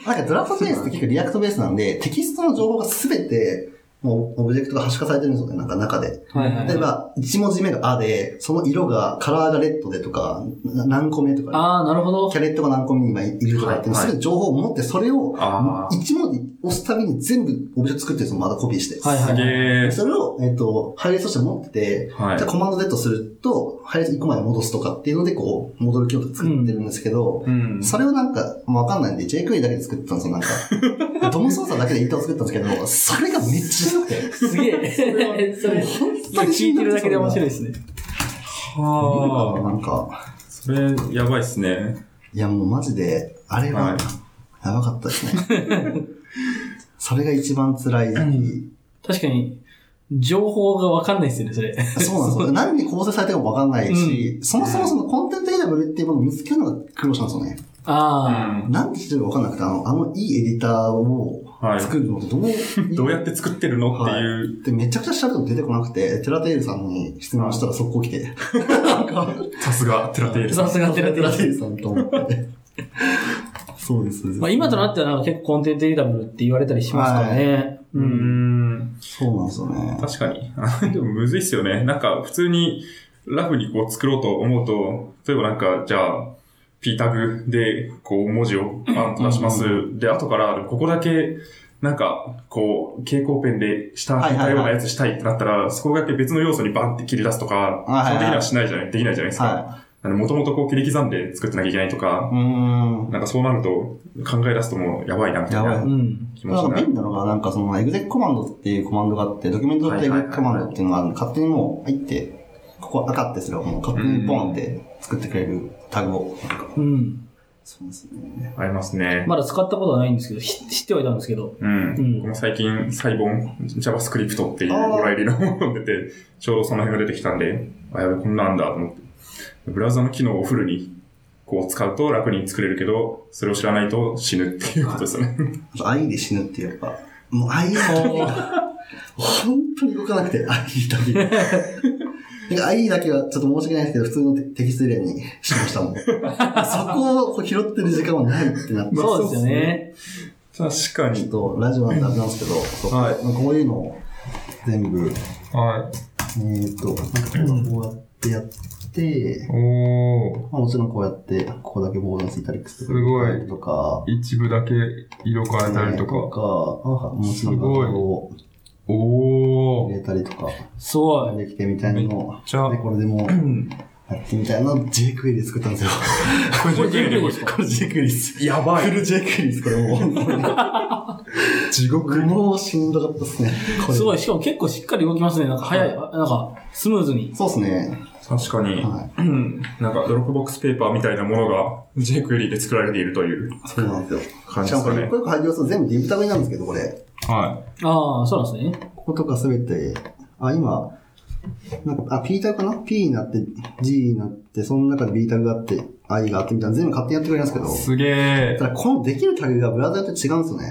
なんかドラフトベースって結構リアクトベースなんで、テキストの情報がすべて、もうオブジェクトが可視化されてるんですよね、なんか中で。
はいはいはい
例えば、1文字目があで、その色が、カラーがレッドでとか、な何個目とか、
ああ、なるほど
キ。ャレットが何個目に今いるとかっていうの、
は
す
いはい
べて情報を持って、それを、
あー
1文字押すたびに全部オブジェクト作ってるんですよ、まだコピーして。
はいはい
すげ
で
ー。
それを、えっ、と、配列として持ってて、
はい
じゃあコマンド Z とすると、配列1個まで戻すとかっていうので、こう、戻る機能とか作ってるんですけど、
うん。
それをなんか、まあわかんないんで、JQuery だけで作ってたんですよ、なん か。ドム操作だけでインターを作ったんですけど、それがめっちゃしんどくて。
すげえ。それ、
本当
今
に
聞
し
い
んど
て
く
るだけで面白い
い。
ですね。
はあ。
なんか、
それ、やばいっすね。
いやもうマジで、あれ
は、
はいやばかったですね。 それが一番辛い。
確かに、情報がわかんないですよね、それ。
そうなんですよ。何に構成されてるかもわかんないし、そもそもそのコンテンツエディタブルっていうものを見つけるのが苦労したんですよね。
う
あ
ん。
なんてしてるかわかんなくて、あの、あのいいエディターを
はい。
作るのってどう、
どうやって作ってるのっていう、
で、めちゃくちゃ調べても出てこなくて、テラテイルさんに質問したら速攻来て。
さすが、テラテイル
あ。
さん。
さすがテラテイル
テイルさんと思って。そうです。
まあ今となってはなんか結構コンテンツエディタブルって言われたりしますからね。
う
うん。
ん。
そうなんですよね。
確かに。 でもむずいっすよね。なんか普通にラフにこう作ろうと思うと、例えばなんか、じゃあ、P タグでこう文字をバンと出します。で、後から、ここだけ、なんか、こう、蛍光ペンで下
はい
似
は
た
いはい
ようなやつしたいってなったら、そこだけ別の要素にバンって切り出すとか、
はいはいはい
その的にはしないじゃない、できないじゃないですか。
は
もともとこう切り刻んで作ってなきゃいけないと
い。
か
う、ーん。
なんかそうなると考え出すともうやばいなみたい
や
な
ば
うん。
気持
なんか
ちにな
便
る
利。なのが、なんかその、エグゼクコマンドっていうコマンドがあって、ドキュメントってエグゼクコマンドっていうのがあるんで、勝手にもう入って、ここ赤ってすればもう勝手にポンって作ってくれるタグを。なんか
うん。
そうですね。
ありますね。
まだ使ったことはないんですけど、し知ってはいたんですけど。
うん。
うん
僕も最近、サイボン JavaScript っていうおラ入りのものが出て、ちょうどその辺が出てきたんで、あ、やべ、こんなんだと思って。ブラウザの機能をフルに、こう使うと楽に作れるけど、それを知らないと死ぬっていうことですよね。
あと、愛で死ぬってやっぱ、もう愛が、本当に動かなくて、愛だけ。なんか愛だけはちょっと申し訳ないですけど、普通のテテキスト例にしましたもん。そこをこう拾ってる時間はないってなって、
そうですよね。
ちょ
確か
っ
に。
とラジオなんであれなんですけど、そう
はい
こういうのを全部、
はい。
えー、と、なんかこうやってやって、
お
まあ、もちろんこうやって、ここだけボーナスイタリックスとか
すごい
とか、
一部だけ色変
とか、あもちろん
すごい
画像を
お
入れたりとか、
すごい。
できてみたいなのを、
ちゃ
で、これでもう、やってみたいなのを JQuery で作ったんですよ。
これ
これできるんですか
これ JQuery です。
やば
フ
い。
ル JQuery です、これもう。
地獄。
もうしんどかったっすね。これ
すごい。しかも結構しっかり動きますね。なんか早い。あなんか、スムーズに。
そうっすね。
確かに、
は
うんなんかドロップボックスペーパーみたいなものが JQuery で作られているという
そうなんですよ。
感
し
じ
かもこ
ですか
れ一
ね。
個一個配置すると全部ディブタグになるんですけど、これ。
は
ああ、そうなんですね。
こことかすべて、あ、今、なんか、あ、P タグかな ?P になって、G になって、その中で B タグがあって、I があってみたいな、全部勝手にやってくれるんですけ
い。
ど。
すげえ。
ただ、このできるタグがブラウザーと違うんですよね。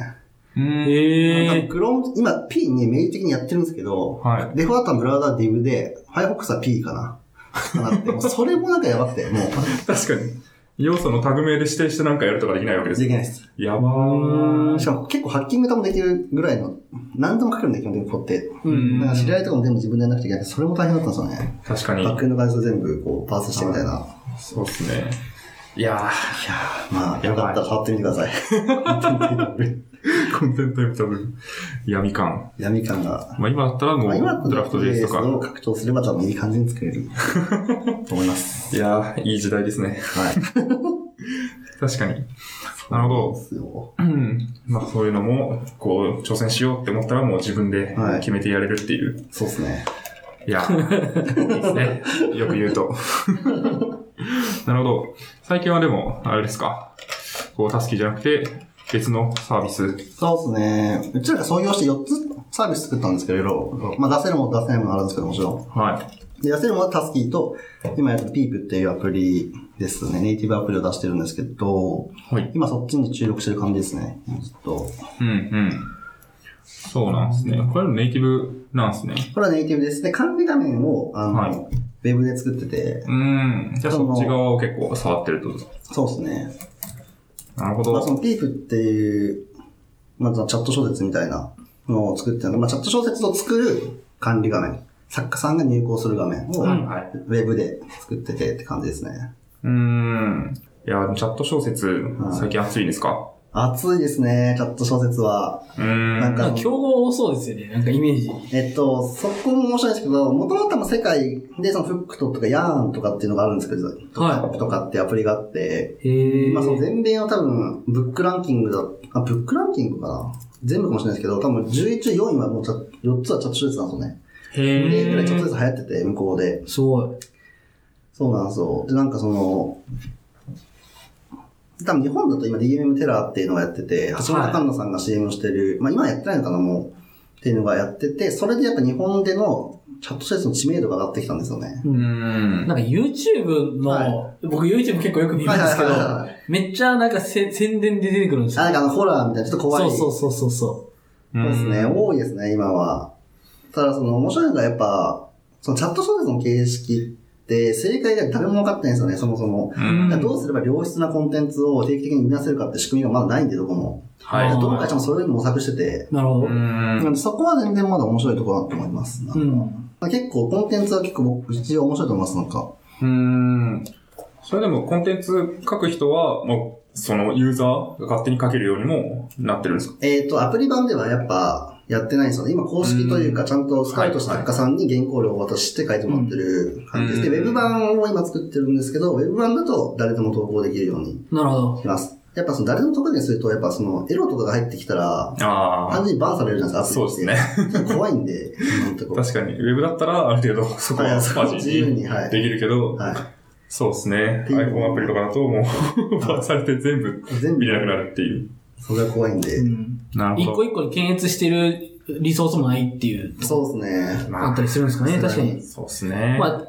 うん。
へ
なん
え
か。Chrome、今 P に明示的にやってるんですけど、
は
デフォルトはブラウザー DIV で、Firefox は P かな。かなって、もうそれもなんかやばくて、もう、
い。確かに。要素のタグ名で指定してなんかやるとかできないわけ
で
で
すき
よ。
ないです。
やばー
しかも結構ハッキングとかもできるぐらいの、何でも書けるんだけど、こうって。
う
うん
ん。
なんか知り合いとかも全部自分でやらなくちゃいけない。それも大変だったんですよね。
確か
バッ
に。
クエンドから全部こうパースしてみたいな。い
そうっすね。いや
やーまあ、
や
よ
ば
か
い
ったら触ってみてください。
ー、コンテンツエンタブル。闇感。
闇感が。
まあ今だったらも
まあ、今だ
うドラフト JS と
を
か。
拡張すれば多分いい感じに作れると思います。
いやー、いい時代ですね。
はい。
確かに。なるほど
そうですよ。
うんまあそういうのも、こう、挑戦しようって思ったらもう自分で
はい
決めてやれるっていう。
そうですね。
いや、いいですね。よく言うと。 なるほど。最近はでも、あれですか。こう、タスキじゃなくて、別のサービス。
そうですね。うちらが創業して4つサービス作ったんですけれど、まあ出せるもの出せないものあるんですけど、もちろん。
はい。
で出せるものはタスキーと、今やってるピープっていうアプリですね。ネイティブアプリを出してるんですけど、
はい。
今そっちに注力してる感じですね。ちょっと。
うんうん。そうなんですね。これもネイティブなんですね。
これはネイティブです。で、管理画面を、あの、
はい
ウェブで作ってて、
うん。じゃあ
そ
そ
の
っち側を結構触ってるってこと
そうですね。
なるほ
まあ、そ
ど。
の Peep っていう、まあ、チャット小説みたいなのを作ってるので、まあ、チャット小説を作る管理画面。作家さんが入稿する画面を、
うん
はい。
ウェブで作っててって感じですね。
うん。いや、チャット小説
は、い
最近熱いんですか
熱いですね、チャット小説は。
うん。
なんか
なんか競合多そうですよね。なんかイメージ。
えっと、そこも面白いんですけど、もともとも世界でそのフックトとかヤーンとかっていうのがあるんですけど、
はい
トップとかってアプリがあって、
へえ。
まあその全米の多分、ブックランキングだ、あ、ブックランキングかな全部かもしれないですけど、多分11、4位はもうチャ4つはチャット小説なんですよね。
へ
で、ぐらい
ー
ちょっとずつ流行ってて、向こうで。
すごい。
そうなんですよ。で、なんかその、多分日本だと今 DMM テラーっていうのをやってて、橋本環奈さんが CM をしてる、まあ今やってないのかな、もう。っていうのがやってて、それでやっぱ日本でのチャット施設の知名度が上がってきたんですよね。
うん
なんか YouTube の、
は
僕 YouTube 結構よく見るんですけど、
はいはいはいはい
めっちゃなんかせ宣伝で出てくるんです
あ
よ。
なんかあのホラーみたいなちょっと怖い。
そうそうそうそうそ
そうですね、
うん
多いですね、今は。ただ、その、面白いのがやっぱ、そのチャット小説の形式って、正解が誰も分かってないんですよね、そもそも。
うん
うん
どうすれば良質なコンテンツを定期的に生み出せるかって仕組みがまだないんで、どこも。
はい。
あ
どの
う
会社もそれで模索してて、
う。なるほど。
な
うんん
でそこは全然まだ面白いところだと思います。
うん。
まあ結構、コンテンツは結構僕、一応面白いと思います、なんか。
うん。それでもコンテンツ書く人は、もう、そのユーザーが勝手に書けるようにもなってるんですか
えっ、と、アプリ版ではやっぱ、やってないんですよね。今、公式というか、ちゃんとスカウトした作家さんに原稿料を渡して書いてもらってる感じです。
うん
で、ウェブ版を今作ってるんですけど、ウェブ版だと誰でも投稿できるように
なるほど。
します。やっぱその誰でも投稿にすると、やっぱそのエロとかが入ってきたら、
あ
完全にバンされるじゃない
あ。
ですか、ア
そうで
プ
す
リって。
ね。
怖いんで、今のところ。
確かに。ウェブだったら、ある程度、そこ
は
はいスパジ
自由
に
に、はい。
できるけど、
は
そうですね。
ていう
iPhone アプリとかだと、もう、バーされて全部
い。全部
見、れなくなるっていう。
それが怖いんで
う。ん。
な
一個一個に検閲してるリソースもないっていう、
そうですね。
あったりするんですかね、
まあ
確かに。
そうですね。
まあ、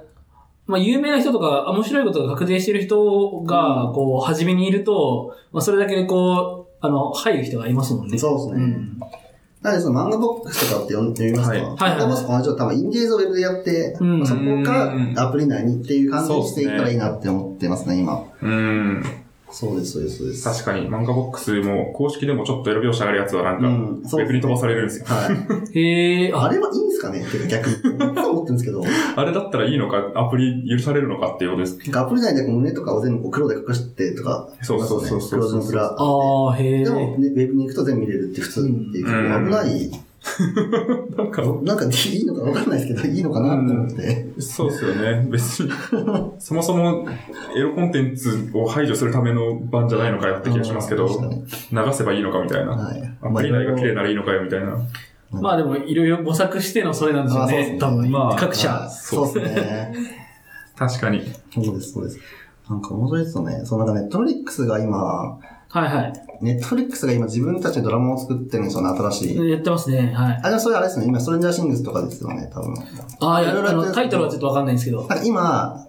まあ、有名な人とか、あ面白いことが確定してる人が、こう、初めにいると、まあ、それだけでこう、あの、入る人がいますもんね。
そうです
う
ね。
ん。
なんでその漫画ボックスとかって読んでみますか
はい
漫
はい
画ボックスと同じように多分インディーズをウェブでやって、
うん
まあそこからアプリ内にっていう感じにしていった
そうっ
ら
すね
いいなって思ってますね、今。
うん。
そうです、そうです、そうです。
確かに、漫画ボックスも、公式でもちょっと0秒下がるやつはなんか、
うんそう
ウェブに飛ばされるんですよ。
はい。
へえ、
あ
あ、
れはいいんですかねっていうか逆に。僕は思ってるんですけど、
あれだったらいいのか、アプリ許されるのかっていうことです。
なんかアプリ内でこの胸とかを全部こう黒で隠してとか、
そうそうそうそう
黒字のプラ。
ああ、へえ
で。も、ね、ウェブに行くと全部見れるって普通っていう
う
か、
ん
危ない。
なんか、
なんかいいのかわかんないですけど、いいのかなって思って。
そうですよ ね。別に、そもそも、エロコンテンツを排除するための版じゃないのかよって気がしますけど、
確かに
流せばいいのかみたいな。
はい。
アプリ内が綺麗
な。
ならいいのかよみたいな。
まあでも、いろいろ模索してのそれなんですよ
あそうです
ね
ね。
多分、
まあ
各
まあ
社。
そうですね。
確かに。
そうです、そうです。なんか面白いですよね。そう、なんかネットフリックスが今、
はいはい。
ネットフリックスが今自分たちでドラマを作ってるんですよね、新しい。
やってますね。はい。
あ、でもそれあれですね、今、ストレンジャーシングスとかですよね、多分。
ああ、い
いろいろやって
やあ
る
の、タイトルはちょっとわかんないんですけど。
なんか今、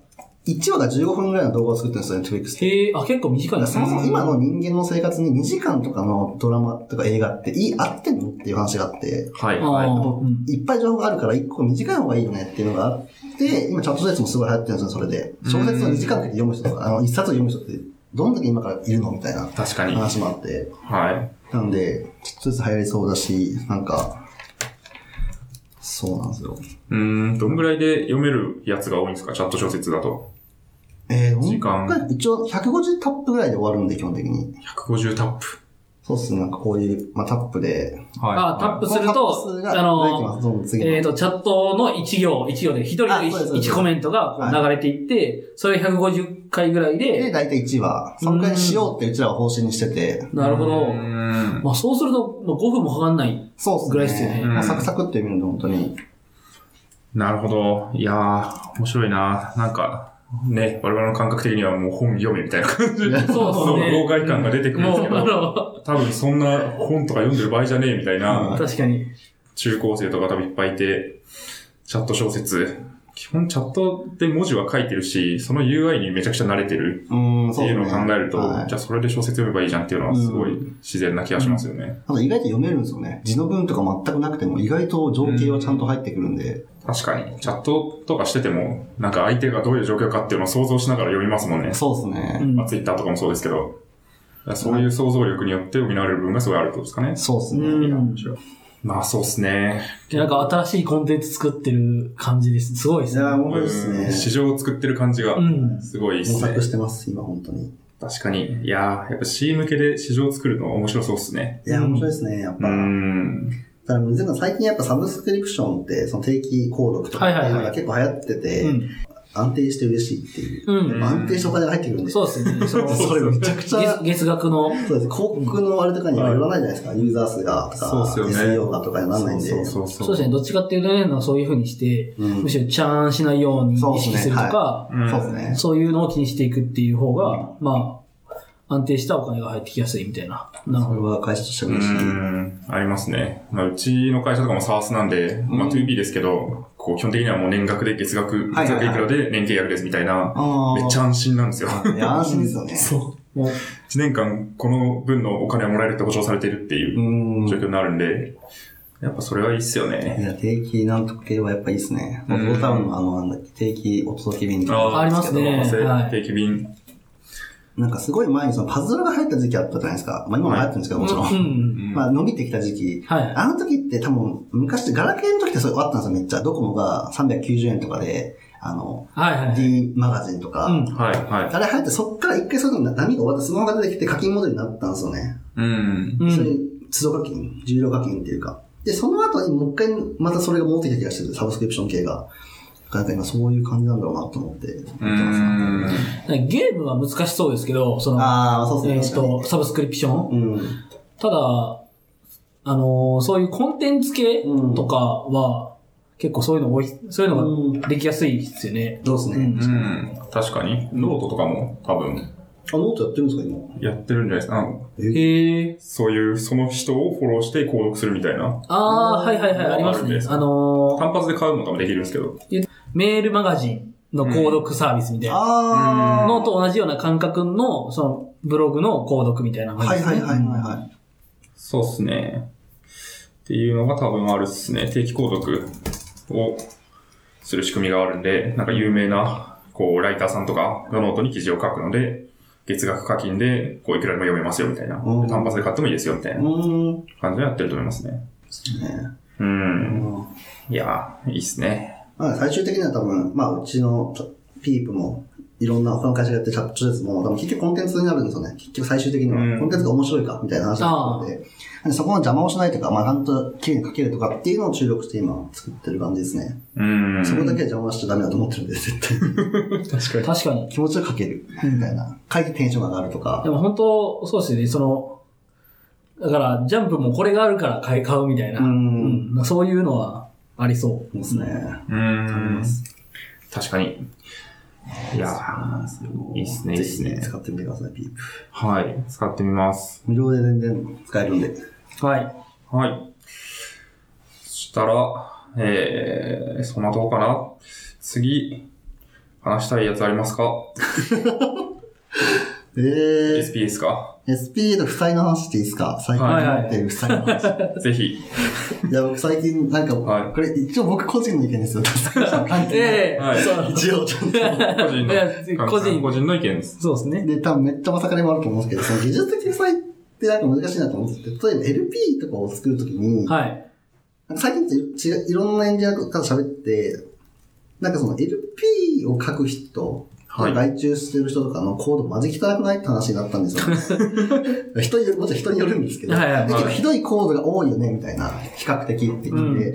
1話が15分ぐらいの動画を作ってるんですよね、ネットフリックスって。
へえ、あ、結構短いです
そもそも今の人間の生活に2時間とかのドラマとか映画っていい、合ってんのっていう話があって、
はい。
ああ
はい。
うん
いっぱい情報があるから1個短い方がいいよねっていうのがあって、今チャット小説もすごい流行ってるんですよ、それで。小説の2時間かけて読む人とか、あの、1冊を読む人って、どんだけ今からいるのみたいな
確かに。は
話もあって。
い。
なんで、ちょっとずつ流行りそうだし、なんか、そうなんですよ。
うーん、どんぐらいで読めるやつが多いんですかチャット小説だと。
えー、
時間
本当に一応150タップぐらいで終わるんで、基本的に。
150タップ。
そうっすね、なんかこういう、まあ、タップで。
はい。
あタップする
この
と
タップ数が
あのー
出てきますどんどん次の。
えっと、チャットの1行、1行で、一人
あそうですそう
の
です
1コメントがこう流れていって、それ150回ぐらい
で、
で、
大体1話。そのくらいにしようってうちらは方針にしてて。
なるほ
う
ど
ー。ん。
まあそうすると、まあ、5分もかかんない。
そうっすね。
ぐらいっすよね
ま
う
あ、
ん
サクサクって見ると本当 に。
なるほど。いやー、面白いな。なんか、ね、我々の感覚的にはもう本読めみたいな 感じ。そう
そうですね
老害感が出てくるんです
も
け
う、あ
ど、
の、
多分そんな本とか読んでる場合じゃねえみたいな、
確かに。
中高生とか多分いっぱいいて、チャット小説。基本チャットで文字は書いてるし、その UI にめちゃくちゃ慣れてる
うーん、
って
そうっ
い
す
う
ね。
のを考えると、
はい
じゃあそれで小説読めばいいじゃんっていうのはすごい自然な気がしますよね。
あと意外と読めるんですよね。字の文とか全くなくても、意外と情景はちゃんと入ってくるんで。
確かに、チャットとかしてても、なんか相手がどういう状況かっていうのを想像しながら読みますもんね。
そうっすね。
うん
まあ、ツイッターとかもそうですけど、そういう想像力によって補われる部分がすごいあるってことですかね。
そうっす
う
ね。
ん
いや面白いまあそうですね。
でなんか新しいコンテンツ作ってる感じです。すごいで
い
すね。
やー、面白いっす
うん
ね。
市場を作ってる感じが
うん。
すごいです
模
ね
索。してます、今本当に。
確かに。いやー、やっぱ C 向けで市場を作るのは面白そうですね。
いや、面白いですね、やっ
う
ぱ。
ん。
だから全部最近やっぱサブスクリプションって、その定期購読とかっていうのが結構流行ってて、
うん。
安定して嬉しいっていう。
う
うん
ん。
まあ安定してお金が入ってくるんで。
そうです ね。その
それめちゃくちゃ、
月月額の。
そうです。広告のあれとかにはよらないじゃないですか。ユーザー数がと
そうっ
か、
すよね
SEO がとかにならないんで。
そうそうそう。
そうですね。どっちかっていうとね、なんかそういう風にして、
うん
むしろチャーンしないように意
そうです
識
ね
するとか、
うん
そうですね。
そういうのを気にしていくっていう方が、まあ、安定したお金が入ってきやすいみたいな。なる
そ
ほ
れ
ど。
は会社として
う
もいいし。
ん、ありますね。まあ、うちの会社とかも SARS なんで、まあ、
うん
2B ですけど、こう、基本的にはもう年額で月額、
はい
月
はいはい
額いくらで年契約ですみたいな、
あ
めっち
ゃ。
ゃ安心なんですよ。
いや、安心ですよね。。
そう。
もう
1年間、この分のお金はもらえるって保証されてるっていううん
い
状況になるんで、やっぱそれはいいっすよね。
や、定期なんとか系はやっぱいいですね。
う
ト
ん
ータウンのあの、なんだっけ、定期お届け便っていうの
ー
がるんですけど
ありますねはい
定期便。
なんかすごい前にそのパズルが入った時期あったじゃないですか。まあ今も流行ってるんですけど、もちろ。
うんん。
うん
まあ伸びてきた時期。
はい。
あの時って多分、昔、ガラケーの時ってそういうのあったんですよ、めっちゃ。ドコモが390円とかで、あの、
はいはい。
D マガジンとか。
うん。
はい、はい。
あれ入って、そっから一回そういうの波が終わって、スマホが出てきて課金モデルになったんですよね。
うん。
う
それ
ん。、
都度課金、重量課金っていうか。で、その後にもう一回、またそれが戻ってきた気がしてる、サブスクリプション系が。なんか今そういう感じなんだろうなと思って見て
う
ますね。
ん。
ゲームは難しそうですけど、その、
ああ、そう
え
で
っ、
すね。
と、サブスクリプション
確かにうん。
ただ、あのーそういうコンテンツ系とかは、結構そういうの多い、そういうの
うん
ができやすいですよね。
どうですね。
うん
うん。確かに。ノートとかも多分
あ、ノートやってるんですか、今。
やってるんじゃないですか。あの
え
へえ。
そういう、その人をフォローして購読するみたいな。
ああ、はいはいはい、あります
あるん
ね
で。す
あのー
単発で買うのとかもできるんですけど。
メールマガジンの購読サービスみたいな
ああ。
のと同じような感覚の、その、ブログの購読みたいな感じ
は
で
い
す
はいはい
ね。
はいはい。
そうっすね。っていうのが多分あるっすね。定期購読をする仕組みがあるんで、なんか有名な、こう、ライターさんとかがノートに記事を書くので、月額課金で、こう、いくらでも読めますよ、みたいな。
うん
単発で買ってもいいですよ、みたいうな
ーん。ね
感じでやってると思いますね。う。
うんん
いやー、いいっすね。
まあ、最終的には多分、まあ、うちのピープも、いろんな他の会社がやってるチャットですも、多分結局コンテンツになるんですよね。結局最終的には、
うん
コンテンツが面白いか、みたいな話なので、でそこの邪魔をしないとか、まあ、ちゃんと綺麗に書けるとかっていうのを注力して今作ってる感じですね。
うん。
そこだけは邪魔しちゃダメだと思ってるんで、絶対。
確か。
確かに。
気持ちを書ける、みたいな。書いてテンションが上がると
で
か。
も本当、そうですよね、その、だから、ジャンプもこれがあるから買い買うみたいな。
うん
うんそういうのはありそう。
そうですね。
うん。確かに。いやーいいっすねいいっすね
ぜひ使ってみてください、ピープ。
はい。使ってみます。
無料で全然使えるんで。
はい。
はい。そしたら、えー、そんなとこかな次、話したいやつありますか
えー、
?SP ですか
SP と負債の話していいですか最近
はい
はい
思ってる負債の話。
ぜひ。
いや、僕最近、なんか、
はい
これ一応僕個人の意見ですよ。 関係ない
ええ
はい
そう
一応ちゃんと。
個人
いや
の、
個人
個人の意見です。
そうですね。
で、多分めっちゃまさかりもあると思うんですけど、その技術的負債ってなんか難しいなと思ってて、例えば LP とかを作るときに、
はい。
なんか最近って違ういろんなエンジニアの方と喋って、なんかその LP を書く人、
はい
外注してる人とかのコードマジ汚くないって話になったんですよ。人による、もちろん人によるんですけど、
はいはいはい
で結構ひどいコードが多いよね、みたいな、比較的って言ってて、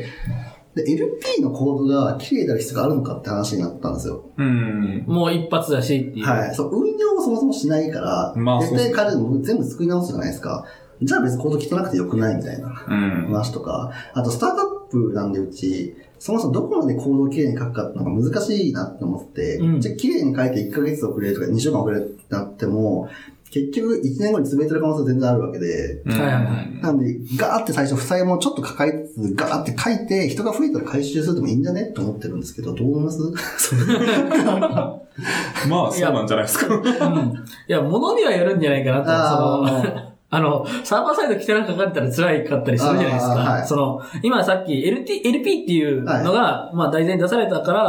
で、LP のコードが綺麗である必要があるのかって話になったんですよ。
うん。
もう一発だしっていう。
はい。そう、運用をそもそもしないから、
まあ
絶対彼も全部作り直すじゃないですか。じゃあ別にコード汚くてよくないみたいな。
うん。
話とか、あとスタートアップなんでうち、そもそもどこまで行動をきれいに書くかってのが難しいなって思って、
うん
じゃあきれいに書いて1ヶ月遅れるとか2週間遅れるってなっても、結局1年後に潰れてる可能性全然あるわけで、
うん
はいはいは
なんで、ガーって最初、負債もちょっと抱えつつ、ガーって書いて、人が増えたら回収するでもいいんじゃねと思ってるんですけど、どう思いますそれ
まあ、そうなんじゃないですか。
うん。いや、物にはよるんじゃないかなと。その、
あ
あの、サーバーサイド汚く書かれたら辛かったりするじゃないですか。
あーはい
その、今さっき LT、LP っていうのが、まあ題材に出されたから、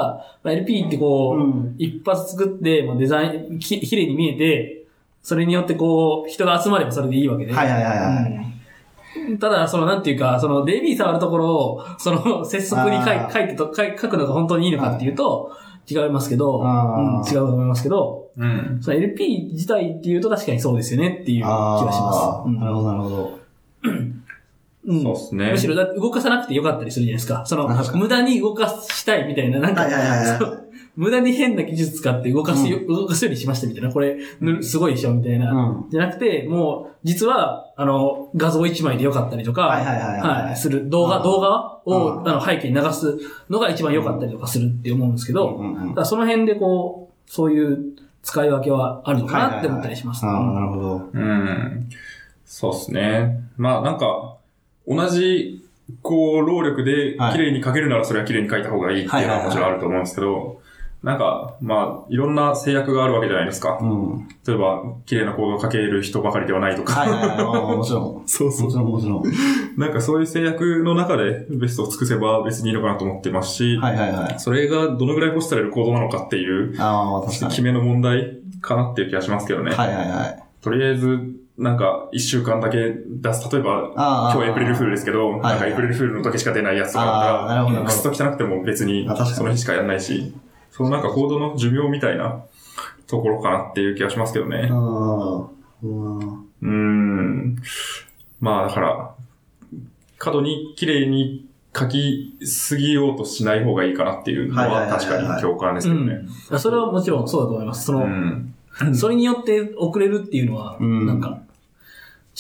まあ、LP ってこ
ー
う、
うん。
一発作って、もうデザイン、き綺麗に見えて、それによってこう、人が集まればそれでいいわけで。
はいはいはいはい。
うんただ、その、なんていうか、その、DB 触るところを、その、拙速に書
あ
い
ー
書いてと書い書くのが本当にいいのかっていうと、違いますけど、うん
あー
違うと思いますけど、
うん。
その LP 自体っていうと確かにそうですよねっていう気がしま
あ
す。
ー
うん
なるほどなるほど。
うん
そうっすね。
むしろだって動かさなくてよかったりするじゃないですか。その
あ確か、に
無駄に動かしたいみたいな、なんか
はい、はいはいはい。
無駄に変な技術使って動かすよ、動かすようにしましたみたいな、これ、ぬすごいでしょみたいな。
うん
じゃなくて、もう、実は、あの、画像一枚で良かったりとか、
はいはいはいはい
する。動
う
画、
ん
動画
う
を、
ん
あの、背景に流すのが一番良かったりとかするって思うんですけど、
うんうん
だからその辺でこう、そういう使い分けはあるのかなって思ったりしました。
ああ、なるほど。
うん。そうですね。まあなんか、同じ、こう、労力で
はい
綺麗に書けるならそれは綺麗に書いた方がいいっていうの
はいはいはい
はもちろんあると思うんですけど、なんか、まあ、いろんな制約があるわけじゃないですか
う。ん。
例えば、綺麗なコードを書ける人ばかりではないとか。
はいはいはいうん。もちろん。も
そう
ちろんもちろん。
う。なんかそういう制約の中でベストを尽くせば別にいいのかなと思ってますし、
はいはいはい。
それがどのぐらい保持される行動なのかっていう、
ああ、確かに。
決めの問題かなっていう気がしますけどね。
はいはいはい。
とりあえず、なんか、一週間だけ出す。例えば、
ああ。
今日エイプリルフール
で
ですけど、
はい
なんかエイプリルフールの時しか出ないやつとか
ああ、なる
だっ
ほど
たら、
なる
くっ
ほど。
そ汚くても別に
あ確かに
その日しかやんないし、そのなんか行動の寿命みたいなところかなっていう気がしますけどね。
うんうん。
うーん。まあだから、過度に綺麗に書きすぎようとしない方がいいかなっていうの
はいは
は
は
い
いはい
確かに共感ですけどね。
いやそれはもちろんそうだと思います。そうの、
ん。
それによって遅れるっていうのは、
うん
なんか、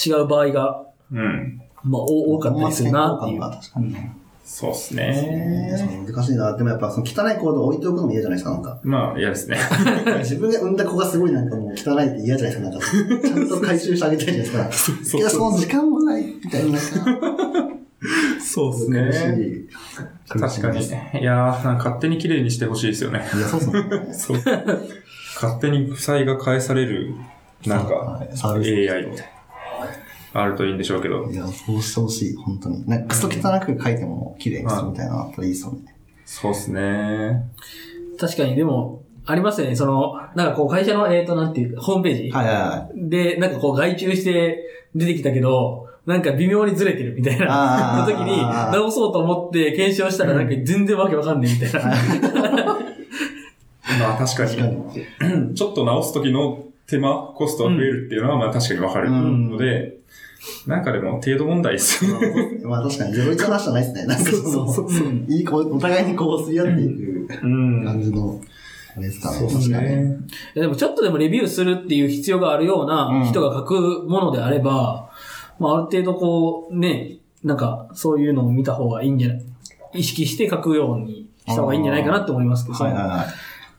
違う場合が、
うん。
まあ、お多かったりするなっていう。
まあ確かにね。
そうっす
え
ね。
ー難しいな。でもやっぱその汚いコードを置いておくのも嫌じゃないですか、なんか。
まあ嫌ですね。
自分で産んだ子がすごいなんかもう汚いって嫌じゃないですか、なんか。ちゃんと回収してあげたいじゃないですか。
そう
いや、
そ
その時間もない、みたいな。
うそうです
苦し
ね。
い。
確かに。
い
いやー、なんか勝手に綺麗にしてほしいですよね。
や、そうそう、ね。
そう。勝手に負債が返される、なんか、
はいサービス。
AI みたいな。あるといいんでしょうけど。
いや、そうしてほしい、本当に。なんか、クソ汚く書いても綺麗にするみたいなのあったらいいですよね。
そうっすね。
確かに、でも、ありますよね。その、なんかこう、会社の、えっ、と、なんていう、ホームページ。
はいはいはい。
で、なんかこう外注して出てきたけど、なんか微妙にずれてるみたい
あ、
なの
ー
時に直そうと思って検証したらなんか全然わけわかんねえみたいな。
まあ確か
確か
に、
に。
ちょっと直す時の手間、コストが増えるっていうのは、まあ確かにわかる
うん
ので、なんかでも程度問題ですよね。
まあ確かに、ゼロイチの話じゃないですね。なんかその、
うん
いい子、お互いにこう、すり合っていく
うん
感じの、あれですかね。
そうっすね。
いやでもちょっとでもレビューするっていう必要があるような人が書くものであれば、まあある程度こう、ね、なんかそういうのを見た方がいいんじゃない意識して書くようにした方がいいんじゃないかなと思いますけど、そ
は
の
いはいはい。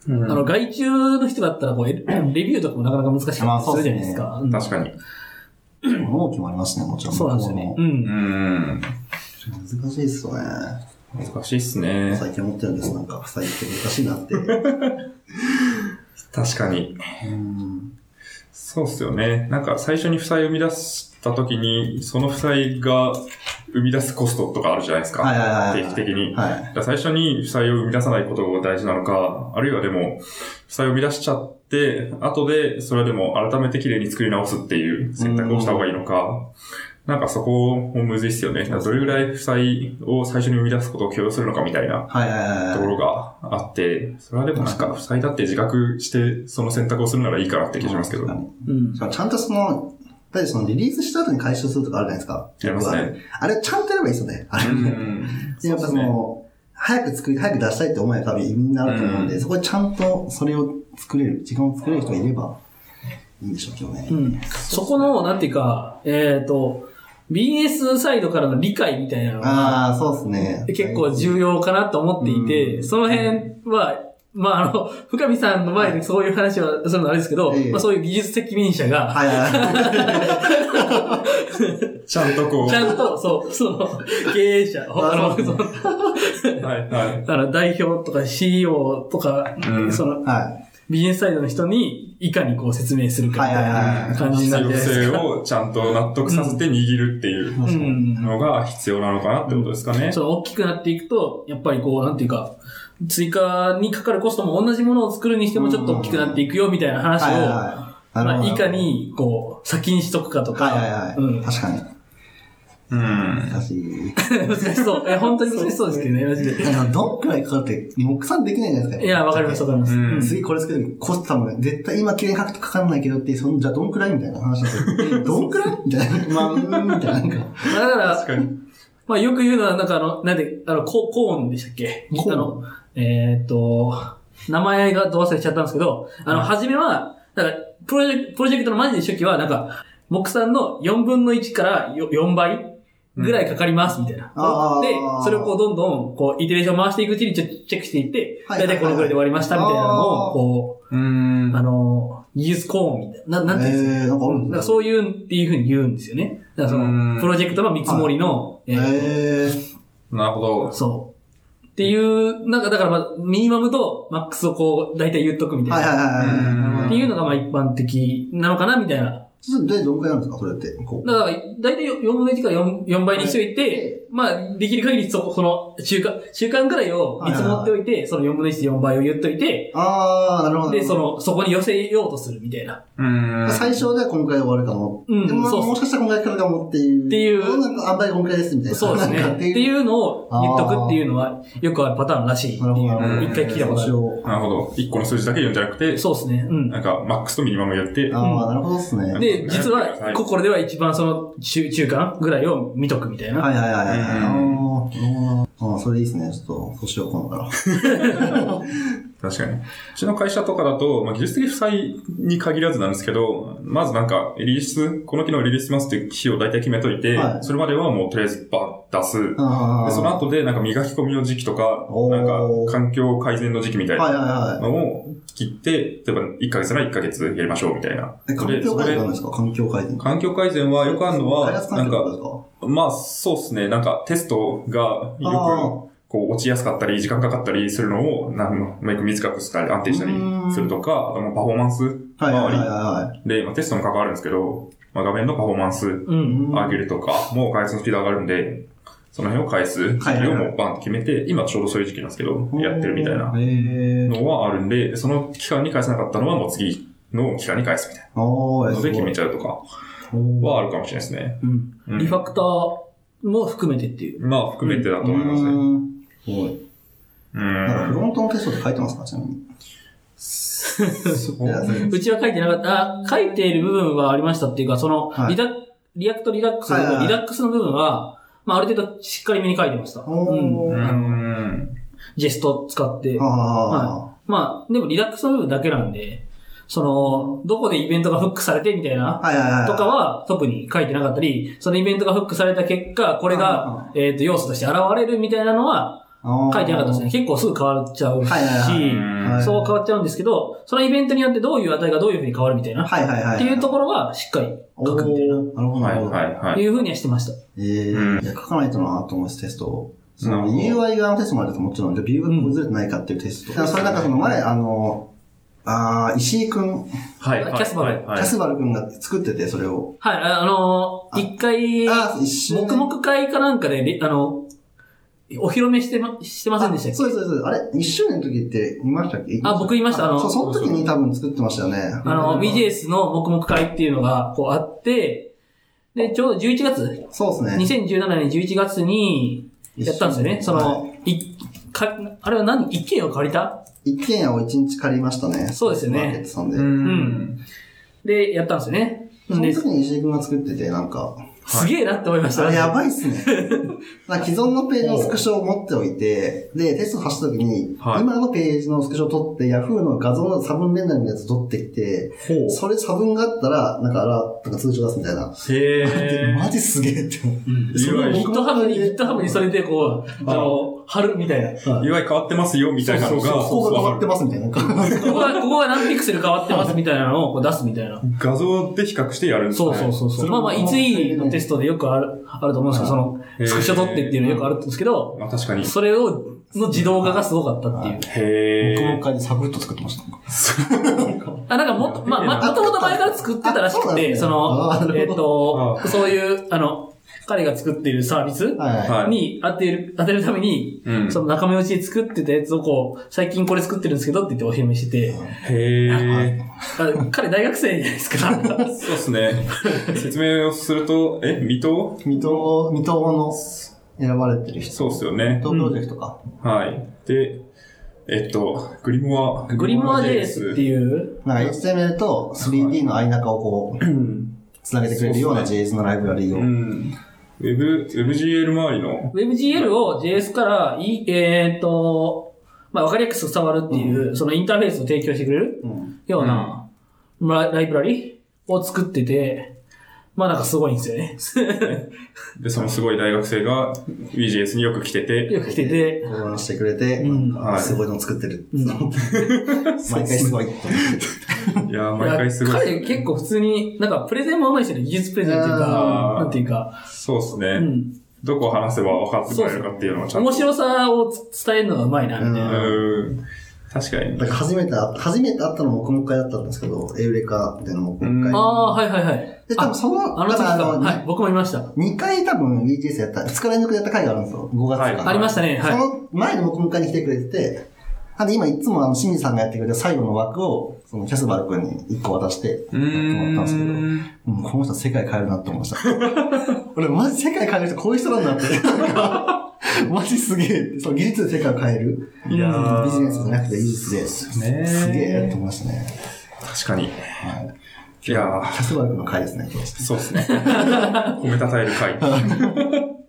うん
あの、外注の人だったらこう、 レレビューとかもなかなか難しかった
まあ
りするじゃないです
そ
か。
確かに。
納期もありますね、もち
う
ろ
ん
ん。
そうなんですよね。う。
うんん。
難しいっすよね。
難しいっすね。
最近思ってるんです、なんか、最近難しいなって。
確かに。
うん。
そうっすよね。なんか最初に負債を生み出したときに、その負債が生み出すコストとかあるじゃないですか。
はいはいはいはい
定期的
は
に。
い。
だから最初に負債を生み出さないことが大事なのか、あるいはでも、負債を生み出しちゃって、後でそれでも改めて綺麗に作り直すっていう選択をした方がいいのか、なんかそこもむずいっすよね。だからどれぐらい負債を最初に生み出すことを許容するのかみたいな
はいはいはいはい。
ところがあって、それはでもなんか負債だって自覚してその選択をするならいいかなって気がしますけど。
確
や
かに
うん
し。かもちゃんとその、だってそのリリースした後に回収するとかあるじゃないですか。
りますね。
あれ、ちゃんとやればいいですよね。あれ。
うん
やっぱその、早く作り、早く出したいって思いは多分みんなあると思うんで、
うん
そこでちゃんとそれを作れる、時間を作れる人がいればいいんでしょうけどね。
うん。そこの、なんていうか、えっ、と、BS サイドからの理解みたいなのが
ああ、そうですね。
結構重要かなと思っていて、
うん
その辺は、まあ、あの、深見さんの前でそういう話をするのはあれですけど、
ええ
まあ、そういう技術責任者が、
はいはいはい。
ちゃんとこう。
ちゃんと、そう、その、経営者、あの、
あそう
その
はいはい。
あの代表とか CEO とか、
うん
その、
は
ビジネスサイドの人に、いかにこう説明するか
は
み
いはい
たい
は
ない感じになって
必
るじゃないで
要
す
性
か。
をちゃんと納得させて握るっていう
い。
うん。
のが必要なのかなってことですかね。
その大きくなっていくと、やっぱりこう、なんていうか、追加にかかるコストも同じものを作るにしてもちょっと大きくなっていくよみたいな話
はいはいは
を、
い。なる
ま
ほ
あ、
ど
いか、に、こう、先にしとくかとか、
はいはいはい。
うん
確かに。
うん。
難し い。
難しそう。え、本当に難しそうですけどね、マジで。
なんかどんくらいかかるって、目算できないじゃないですか。
いや、わかります、わかります。
う
うんん
次これ作る時コスト多分、絶対今綺麗に書くとかかんないけどって、そんじゃあどんくらいみたいな話なん ですよ。どんくらいみたいな。まあ、うーん、みたいな。なんか。
まあだから
確、かに。
まあ、よく言うのは、なんかあの、なんで、あの、ココーンでしたっけ
コーン
あの、えーっと、名前がどう忘れしちゃったんですけど、あの、
はい
初めは、だから、プロジェクト、プロジェクトのマジで初期は、なんか、木さんの4分の1からよ4倍ぐらいかかります、みたいな。
あー
で、それをこうどんどん、こう、イテレーション回していくうちにチェチェックしていって、
はい
だいたいこのぐらいで終わりました、みたいなの
あー
を、こ
う
う、
ん。
あの、技術コーンみたいな。ななんていうんですか
えー、なんかあるん
なん
で
か
すね。
そういうっていうふうに言うんですよね。だからそうの、
ん
プロジェクトの見積もりの、えー
え
なるほど。
そう。っていう、なんかだから、まあ、ミニマムとマックスをこう、だいたい言っとくみ
ー、
たい
はい
な。
はいはいはい。
うん
っていうのがまあ一般的なのかな、みたいな。
それでどんくらいなんですかそれって。こう。
だから、だいたい4分の1から 4, 4倍にしておいて、まあ、できる限りそ、その、中間、中間ぐらいを見積もっておいて、その4分の1と4倍を言っといて、
あー、なるほど。
で、その、そこに寄せようとするみたいな。
うん。
最初ではこのくらいで終わるかも。
うん
でも
そうそう
もしかしたらこのくらいかかるかもっていう。
っていう
あなんかあんまりこのくらいですみたいな。
そうですね。
なんか
っていうのを言っとくっていうのは、よくあるパターンらしいってい
なる
う
ほどな
の
るほ
を
ど。
一回聞いたことある。
る。
なるほど。一個の数字だけ言うんじゃなくて、
そうですね。うん。
なんか、マックスとミニマムやって、
ああ、なるほどですね。はい
で、実は、ここれでは一番その中、中間ぐらいを見とくみたいな。
はいはいはい。
うん
あーあー、それいいですね。ちょっと、そうしよう、今度から。
確かに。うちの会社とかだと、まあ、技術的負債に限らずなんですけど、まずなんか、リリース、この機能リリースしますっていう費用を大体決めといて、
はい
それまではもうとりあえずバッ出す。で
あー
その後で、なんか磨き込みの時期とか、
おー
なんか、環境改善の時期みたい
はい
な
はいは
のを切って、例えば1ヶ月なら1ヶ月やりましょうみたいな。
い。え、環
で
境
そこ
改善
で
なんですか環境改善。
環境改善はよくあるのは、
開発
な
環
ん
境
か、
ですか
まあそうですね、なんかテストがよく
あ
こう落ちやすかったり、時間かかったりするのを、なんかうまく短くしたり、安定したりするとか、あとまあパフォーマンス
あー、はいはいはい
周
はい。
りで、まあ、テストも関わるんですけど、まあ、画面のパフォーマンス
うん。
上げるとか、もう開発のスピード上がるんで、その辺を返す時期をもうバンと決めて、今ちょうどそういう時期なんですけど、やってるみたいな
へえ。
のはあるんで、でその期間に返せなかったのはもう次の期間に返すみたい
あー
な
え
の
すご
で
い
決めちゃうとかはあるかもしれないですね。
うん。
うん
リファクターも含めてっていう。
まあ含めてだと思います
う
ね。
ーんすごい。
う
なんかフ
ん。
ロントのテストって書いてますかちなみに。
そう
いやそれ
うちは書いてなかった。あ書いている部分はありましたっていうか、その
はい
リダ、リアクトリラックスの
はいはいはい
リラックスの部分は、まあ、ある程度しっかりめに書いてました。うん。
お
う
ー
ん。
ジェスト使って。
あ
まあ、でもリラックスの部分だけなんで、その、どこでイベントがフックされてみたいな
あ。はいはいはい。
とかは特に書いてなかったり、そのイベントがフックされた結果、これが、えっ、と、要素として現れるみたいなのは
あー
書いてなかったですね。。結構すぐ変わっちゃうし、
はいはいはいはい
そう変わっちゃうんですけど、そのイベントによってどういう値がどういうふうに変わるみたいな、
はいはいはい。
っていうところはしっかり
おー
書くみたいな、
なるほど、な
は
る
い
ほど。
はいはい。
いうふうにはしてました。
えー
うん
いや、書かないとなと思ってテストを。そ
なる
の
ほど
UI 側のテストもあるともちろん、ビューがずれてないかっていうテスト。だからそれなんかその前、あの、あー石井くん、キ
はい
キャスバル
はい
ャスバルくんが作ってて、それを。
はい、ああのー
あ
一回、
あー、一瞬。
黙々会かなんかで、りあの、お披露目してま、してませんでしたっけ
そうです、そうです。あれ、一周年の時っていましたっけ
あ僕いましたあの
そう、その時に多分作ってましたよね。
あの、
うん
BJS の黙々会っていうのが、こうあって、で、ちょうど11月、
そうですね。
2017年11月にやったんですよね。そ
はい、
の、い、か、あれは何一軒家を借りた
一軒家を一日借りましたね。
そうですよね
マーケットさんで。
うん。
で、やったんですよね。
その
で、
時に石井くんが作ってて、なんか、
すげえなって思いまし
あ
た。
れやばいっすね。なんか既存のページのスクショを持っておいて、で、テスト発した時に、
はい
今のページのスクショを取って、Yahoo の画像の差分連打のやつ取ってきて、
ほ
それ差分があったら、なんかアラートが通常出すみたいな。
う。へ
で
え。
マジすげえって思う。
うん
それは
UI
僕の
GitHub に、GitHub にそれでこう、あ
あ
の、貼るみたいな。
UI 変わってますよ、みたいなのが、
ここが変わってますみたいな。なんか
ここが、ここが何ピクセル変わってますみたいなのをこう出すみたいな。
画像で比較してやるんです
そ
ね。
うそうそうそう。まあまあ、いついのテストでよくある、あると思うんですけど、その、
へー
スクショ取ってっていうのよくあるんですけど、
まあ確かに。
それを、の自動化がすごかったっていう。
へ
僕も
え。
会でサクッと作ってました。
あ、なんかもっと、まあ、まあ、もともと前から作ってたら
あ
し
そ
く
うなん
て、
ですね
そ
あーな
の、え
る
っ
ほ
と、
あ
そういう、あの、彼が作っているサービス
はい。
はい
に当てる、当てるために、
うん
その仲間内で作ってたやつをこう、最近これ作ってるんですけどって言ってお披露目してて、
へえ。
あ彼大学生じゃないですか。
そうですね。 説明をすると、え、水戸
水戸、水戸の選ばれてる人。
そうっすよ
水。
ね
戸プロジェクトか。
はい。で、えっと、グリモア。
グリモア JS って
う。
いう、
なんか HTML と 3D の間中をこう、つなげてくれるような JS のライブラリー
う
を。
ん。Web、WebGL 周りの、
WebGL を JS からい、えーっと、まあ、わかりやすく伝わるっていう、そのインターフェースを提供してくれる
うん
ような、まあライブラリを作ってて、まあなんかすごいんですよね。
で、そのすごい大学生が VGS によく来てて、
よく来てて、
考案してくれて、
うん
あすごいの作ってる。
うん
毎回すごいって
いやー、毎回すごい。
彼結構普通に、なんかプレゼンもうまいですよね。技術プレゼンっていうか
あ、ー
なんていうか。
そうですね、
うん。
どこを話せば分かってくれるかっていうのをちゃんと。
面白さをつ伝えるのがうまいな、みたいな。
うん。確かに
だ。から初めて、初めて会ったのも今回だったんですけど、エウレカみたいなのも今
うん
回。
ああ、はいはいはい。
で、多分
あ、
その、
あの時
だら
か。
の
はい、僕もいました。
2回多分 BTS やった、2日連続でやった回があるんですよ。5月か
は
ら
い
ありましたね。
そ
は
の前の今回に来てくれてて、あで今いつもあの清水さんがやってくれた最後の枠を、そのキャスバル君に1個渡して、やって
う
もらったんですけど、うん
ん。
この人世界変えるなって思いました。 俺マジ世界変える人こういう人なんだって。なんかマジすげえって。その技術で世界を変える。
いやー
ビジネスじゃなくて技術で。す
ねー
げえって思いましたね。
確かに。
はい。
いやー
キャスバル君の回ですね、今日
そうですね。褒めたたえる 回。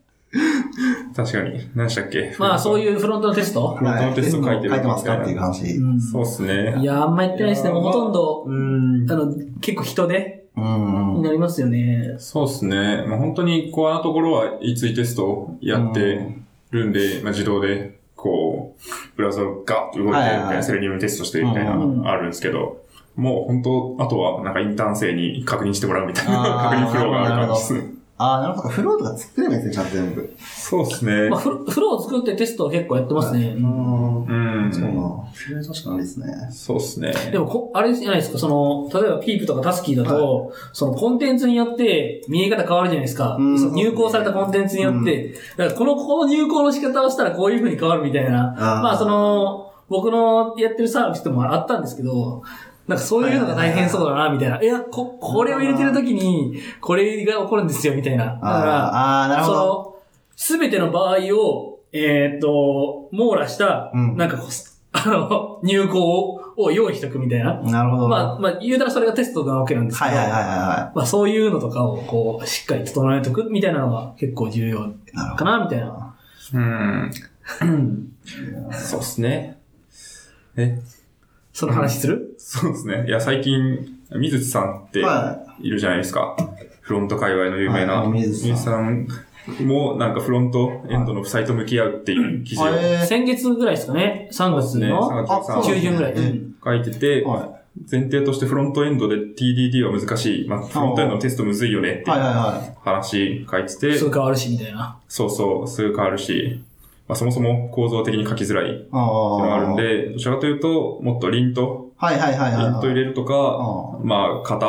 確かに。何でしたっけ
い。まあそう
う。
いうフロントのテスト
フロントのテスト書いてる
書いてますかっていう話。
う。
うん
そうですね。
いや、あんまやってないですね。
いや
も
ー
うほとんど、
うん
あ。の、結構人手
ん
になりますよね。
そうですね。まあ、本当にコアなところは E2 テストをやってるんで、まあ、自動で、こう、ブラウザがガッと動いてみ
は
た
いは
い
いはい
な、セレニウムテストしてみたいな、
うん
あるんですけど、もう本当、あとはなんかインターン生に確認してもらうみたいな
あ、ー
確認フローがある感じですね。
ああ、なるほど。フローとか作ればいいですね、ちゃんと全部。
そうですね
まあ。フロフローを作ってテストを結構やってますね。
うん。
うん。
そうな。それ確かにですね。
そうですね。
でもこ、あれじゃないですか、その、例えばピープとかタスキーだと、そのコンテンツによって見え方変わるじゃないですか。
うん
その入稿されたコンテンツによって、だからこの、この入稿の仕方をしたらこういう風に変わるみたいな。
あー
まあ、その、僕のやってるサービスでもあったんですけど、なんかそういうのが大変そうだな、みたいな。いや、こ、これを入れてるときに、これが起こるんですよ、みたいな。だか
あーあー、な
ら、
る
そ
ほど。
の、すべての場合を、えーっと、網羅した、
うん
なんかこう、あの、入稿をを用意しとくみたいな。
なるほど。
まあ、まあ、言うたらそれがテストなわけなんですけ
はい
ど、
はいはいは
まあ、そういうのとかを、こう、しっかり整えておくみたいなのが結構重要
い。なるほ
か
ど。
な、みたいな。
うん。 そうですね。え、
その話する、
そうですね。いや、最近、水津さんって
はい
るじゃないですか。フロント界隈の有名な。
はい水津
さんも、なんかフロントエンドのサイト向き合うっていう記事を、
はいえー
先月ぐらいですかね、3月
ね、
の
3月
あそう
中
13
旬ぐらい。
そうですね
うん
書いてて、
い。は
前提としてフロントエンドで TDD は難しい。まあ、フロントエンドのテストむずいよねっ
い
て
はい
いう
は
話書いてて、
すぐ変わるし、みたいな。
そうそう、すぐ変わるし、まあ、そもそも構造的に書きづらいっていう
い。あ
のがあるん
で。
で、どちらかというと、もっとリント、
はいはいはいはい。
リント入れるとか、
あ
まあ、型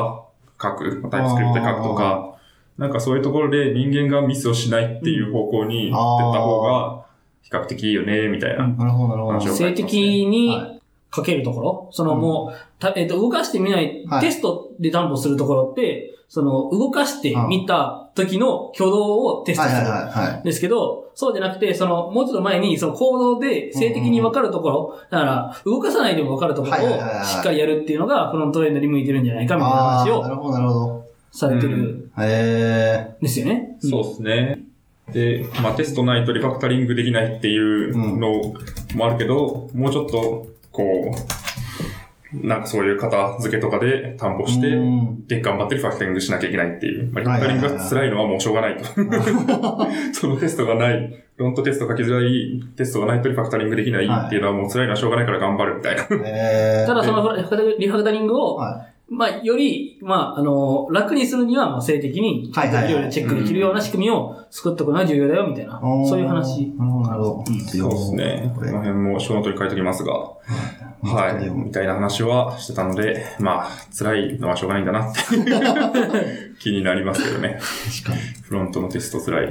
書く、タイプスクリプトで書くとか、なんかそういうところで人間がミスをしないっていう方向に
うん
行ってった方が比較的いいよね、みたいな。
ーなるほどなるほ
話
ど
を。
性的に
は
かけるところ、その
うん
もう、たえっ、と、動かしてみない、
はい
テストで担保するところって、その、動かしてみた時の挙動をテスト
はい
す
は
る
い。はいはい。
ですけど、そうじゃなくて、その、もうちょっと前に、その行動で性的に分かるところ、だから、動かさないでも分かるところを
はいはいはいはい
しっかりやるっていうのが、フロントエンドに向いてるんじゃないかみたいな
あ
話
あ、な
を
るほどなるほど。
されてるん
へえ。
ですよね。
そうですね。で、まあ、テストないとリファクタリングできないっていうのもあるけど、もうちょっと、こう、なんかそういう型付けとかで担保して、
うん
で、頑張ってリファクタリングしなきゃいけないっていう。まあ、リファクタリングが辛いのはもうしょうがないと。そのテストがない、フロントテスト書きづらい、テストがないとリファクタリングできないっていうのはもう辛いのはしょうがないから頑張るみたいな。
へえ。
ただ、そのリファクタリングリファクタリングを、
は
まあ、より、まあ、あの、楽にするには、まあ、性的に、ちゃんと
はいはいはい
いろいろチェックできるような仕組みを作っておくのが重要だよ、みたいな。
い。
そういう話。
なるほどなるほど。
そうですね。
こ
こ
れ
の辺も小ノートに書いておきますが、は
後で
い。
読む
みたいな話はしてたので、まあ、辛いのはしょうがないんだなっていう 気になりますけどね。
確かに。
フロントのテスト辛い。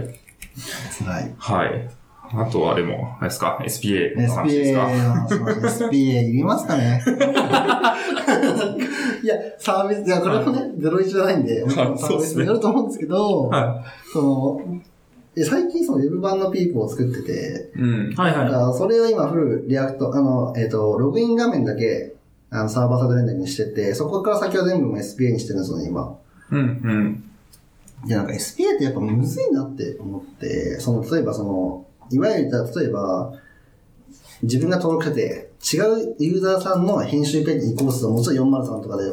辛い。
はい。あとはでも、あれですか、SPA の話で
SPA
すか。
の話 SPA いります かねいや、サービス、いや、これもね、ゼロ一じゃないんで、
はい
サービスによると思うんですけど、
は
その、え最近その Web 版のピープを作ってて、
い。うん。
はい
だか
は
らそれを今フルリアクト、あの、えっ、と、ログイン画面だけ、あの、サーバーサイド連絡にしてて、そこから先は全部もう SPA にしてるんですよね、今。
うん、うん。
で、なんか SPA ってやっぱむずいなって思って、その、例えばその、いわゆる、例えば、自分が登録してて、違うユーザーさんの編集ページに移行すると、もちろん403とかで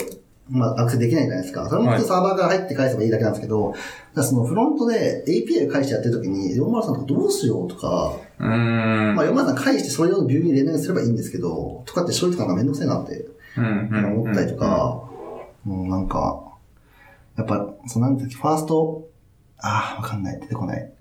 まあ、アクセスできないじゃないですか。それも普通サーバーから入って返せばいいだけなんですけど、だからそのフロントで API 返してやってる時に、40さんとかどうしようとか、
うーん。
まあ、40さん返してそれ用のビューに連絡すればいいんですけど、とかって処理とかがめんどくさいなって
うんうんうん
思ったりと。か、もうなんか、やっぱ、そうなんだっけ、ファースト、ああ、わかんない、出てこない。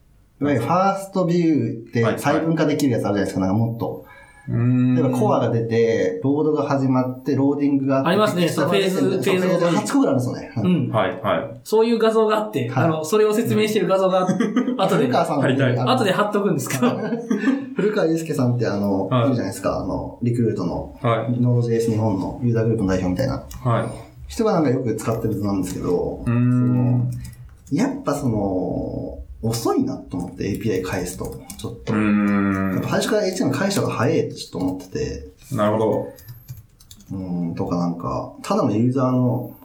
いわゆるファーストビューって
はいはい
細分化できるやつあるじゃないですか、なんかもっと。
うーん。
例えばコアが出て、ロードが始まって、ローディングがって
ありますね
下が出て
そのフェーズ
そう
フェーズごとに
8個ぐらいあるんですよ
う
ね。
ん。
はい、はい。
そういう画像があって、
はい
あの、それを説明してる画像が、 後で
古、川さん
貼りたい
あの
後で貼っとくんですけど。
古川祐介さんってあの、
はい
いるじゃないですか、あの、リクルートの、
はい、
ノード JS 日本のユーザーグループの代表みたいな
は
人がなんかよく使ってる図なんですけど
い。、うーん。
やっぱその、遅いなと思って API 返すと、ちょっ
う
と。
ー
や
ん
っぱ。最初から HTML 返した方が早いってちょっと思ってて、
なるほど。
うん、とかなんか、ただのユーザーの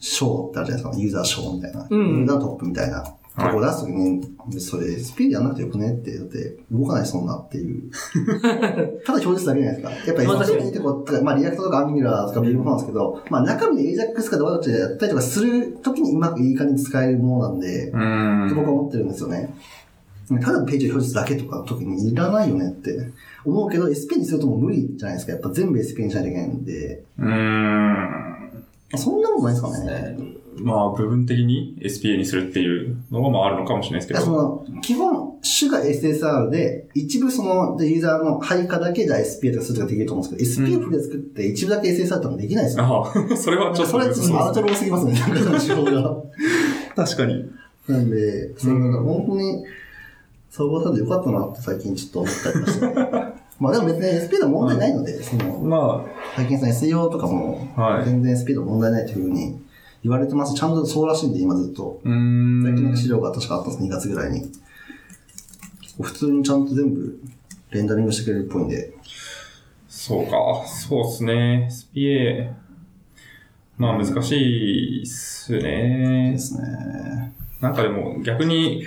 賞ってあるじゃないですか、ユーザー賞みたいな、
うん
ユーザートップみたいな。とこ出すときに、別にそれ、スピードやんなくてよくねって、だって、動かないそんなって いう。ただ表示するだけじゃないですか。や
ま
っ
あ
ぱ
確
SPD
かに
ってことか、まあリアクトとかアンギュラーとかビルもそうなんですけど、まあ中身で AJAX とかでワードでやったりとかするときにうまくいい感じに使えるものなんで、
うーん。
僕は思ってるんですよね。ただページを表示だけとかの時にいらないよねって思うけど、SP にするともう無理じゃないですか。やっぱ全部 SP にしないといけないんで。
うーん。
そんなことないですかね。
まあ、部分的に SPA にするっていうのが、まあ、あるのかもしれないですけ
いやそ
ど。
の基本、主が SSR で、一部そのユーザーの配下だけじゃ SPA とかするとかできると思うんですけど、
うん
SPA フルで作って一部だけ SSR とかできないですよ。
ああ、それはちょっと
それはちょっとアウトローすぎ ますね、なんかその手法が。
確かに。
なんで、そのなんか本当に、サーバーさんでよかったなって最近ちょっと思ったりまして。 まあでも別に SPA は問題ないので、その、
ま
最近さ、SEO とかも
あ、はい。
全然スピード問題ないというふうに言われてます。ちゃんとそうらしいんで、今ずっと。
うーん。
最近なんか資料が確かあったんです、2月ぐらいに。普通にちゃんと全部レンダリングしてくれるっぽいんで。
そうか、そうっすね。SPA。まあ難しいっす
で
ね。
すね。
なんかでも逆に、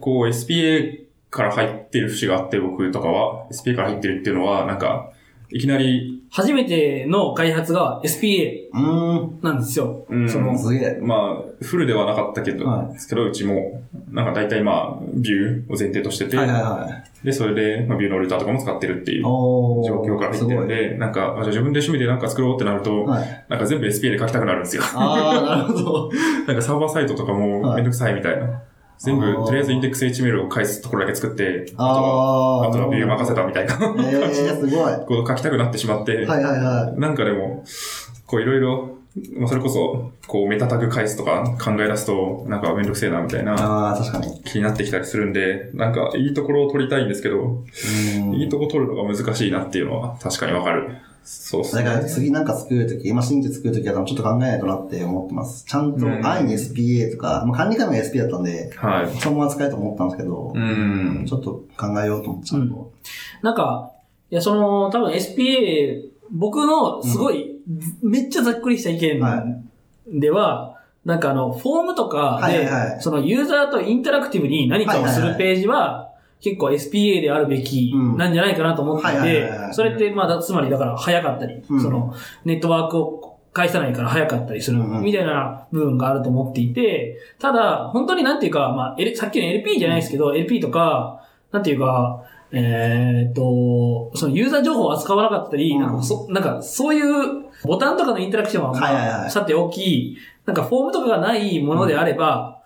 こう SPA から入ってる節があって僕とかは、SPA から入ってるっていうのは、なんか、いきなり、
初めての開発が SPA
うーん。
なんですよ。
うん
その、
すげえ。
まあ、フルではなかったけど、
はい
ですけど、うちも、なんか大体まあ、ビューを前提としてて、
はいはいはい。
で、それで、まあ、ビューのルーターとかも使ってるっていう
おー。
状況から入ってるんで、なんか、あじゃあ自分で趣味でなんか作ろうってなる
す
と、
ごい。はい。
なんか全部 SPA で書きたくなるんですよ。
あー、なるほど。
なんかサーバーサイトとかも
はい
めんどくさいみたいな。全部
あー、
とりあえずインデックス HML を返すところだけ作って、 あとは、
あー。
あとはビュー任せたみたいな こ
えー、すごい。は
とを書きたくなってしまって、
いはいはい。
なんかでも、こういろいろ、まあ、それこそ、こうメタタグ返すとか考え出すと、なんかめんどくせえなみたいな
あー、確かに。
気になってきたりするんで、なんかいいところを取りたいんですけど、
うーん
いいとこ取るのが難しいなっていうのは確かにわかる。そうっす
だか
ね。
ら次なんか作るとき、今新規作るときは多分ちょっと考えないとなって思ってます。ちゃんと
うん
安易に SPA とか、まあ管理官が SPA だったんで、
はい。
そのまま使えると思ったんですけど
う、ん
ち。ょっと考えようと思っちゃうと。
なんか、いや、その、多分 SPA、僕のすごい、めっちゃざっくりした意
は
見では、なんかあの、フォームとかで、
はいはいはい
そのユーザーとインタラクティブに何かをするページは、結構 SPA であるべき
うん
なんじゃないかなと思って
はいはい
て
はいは、い
それって、まあだ、つまりだから早かったり、
うん
その、ネットワークを返さないから早かったりする、
うんうん
みたいな部分があると思っていて、ただ、本当になんていうか、まあ、L- さっきの LP じゃないですけど、LP とか、なんていうか、えーっと、そのユーザー情報を扱わなかったり、
うん
なんかそ、なんかそういうボタンとかのインタラクションは、ま
は
あ
いはいはい
さておき、なんかフォームとかがないものであれば、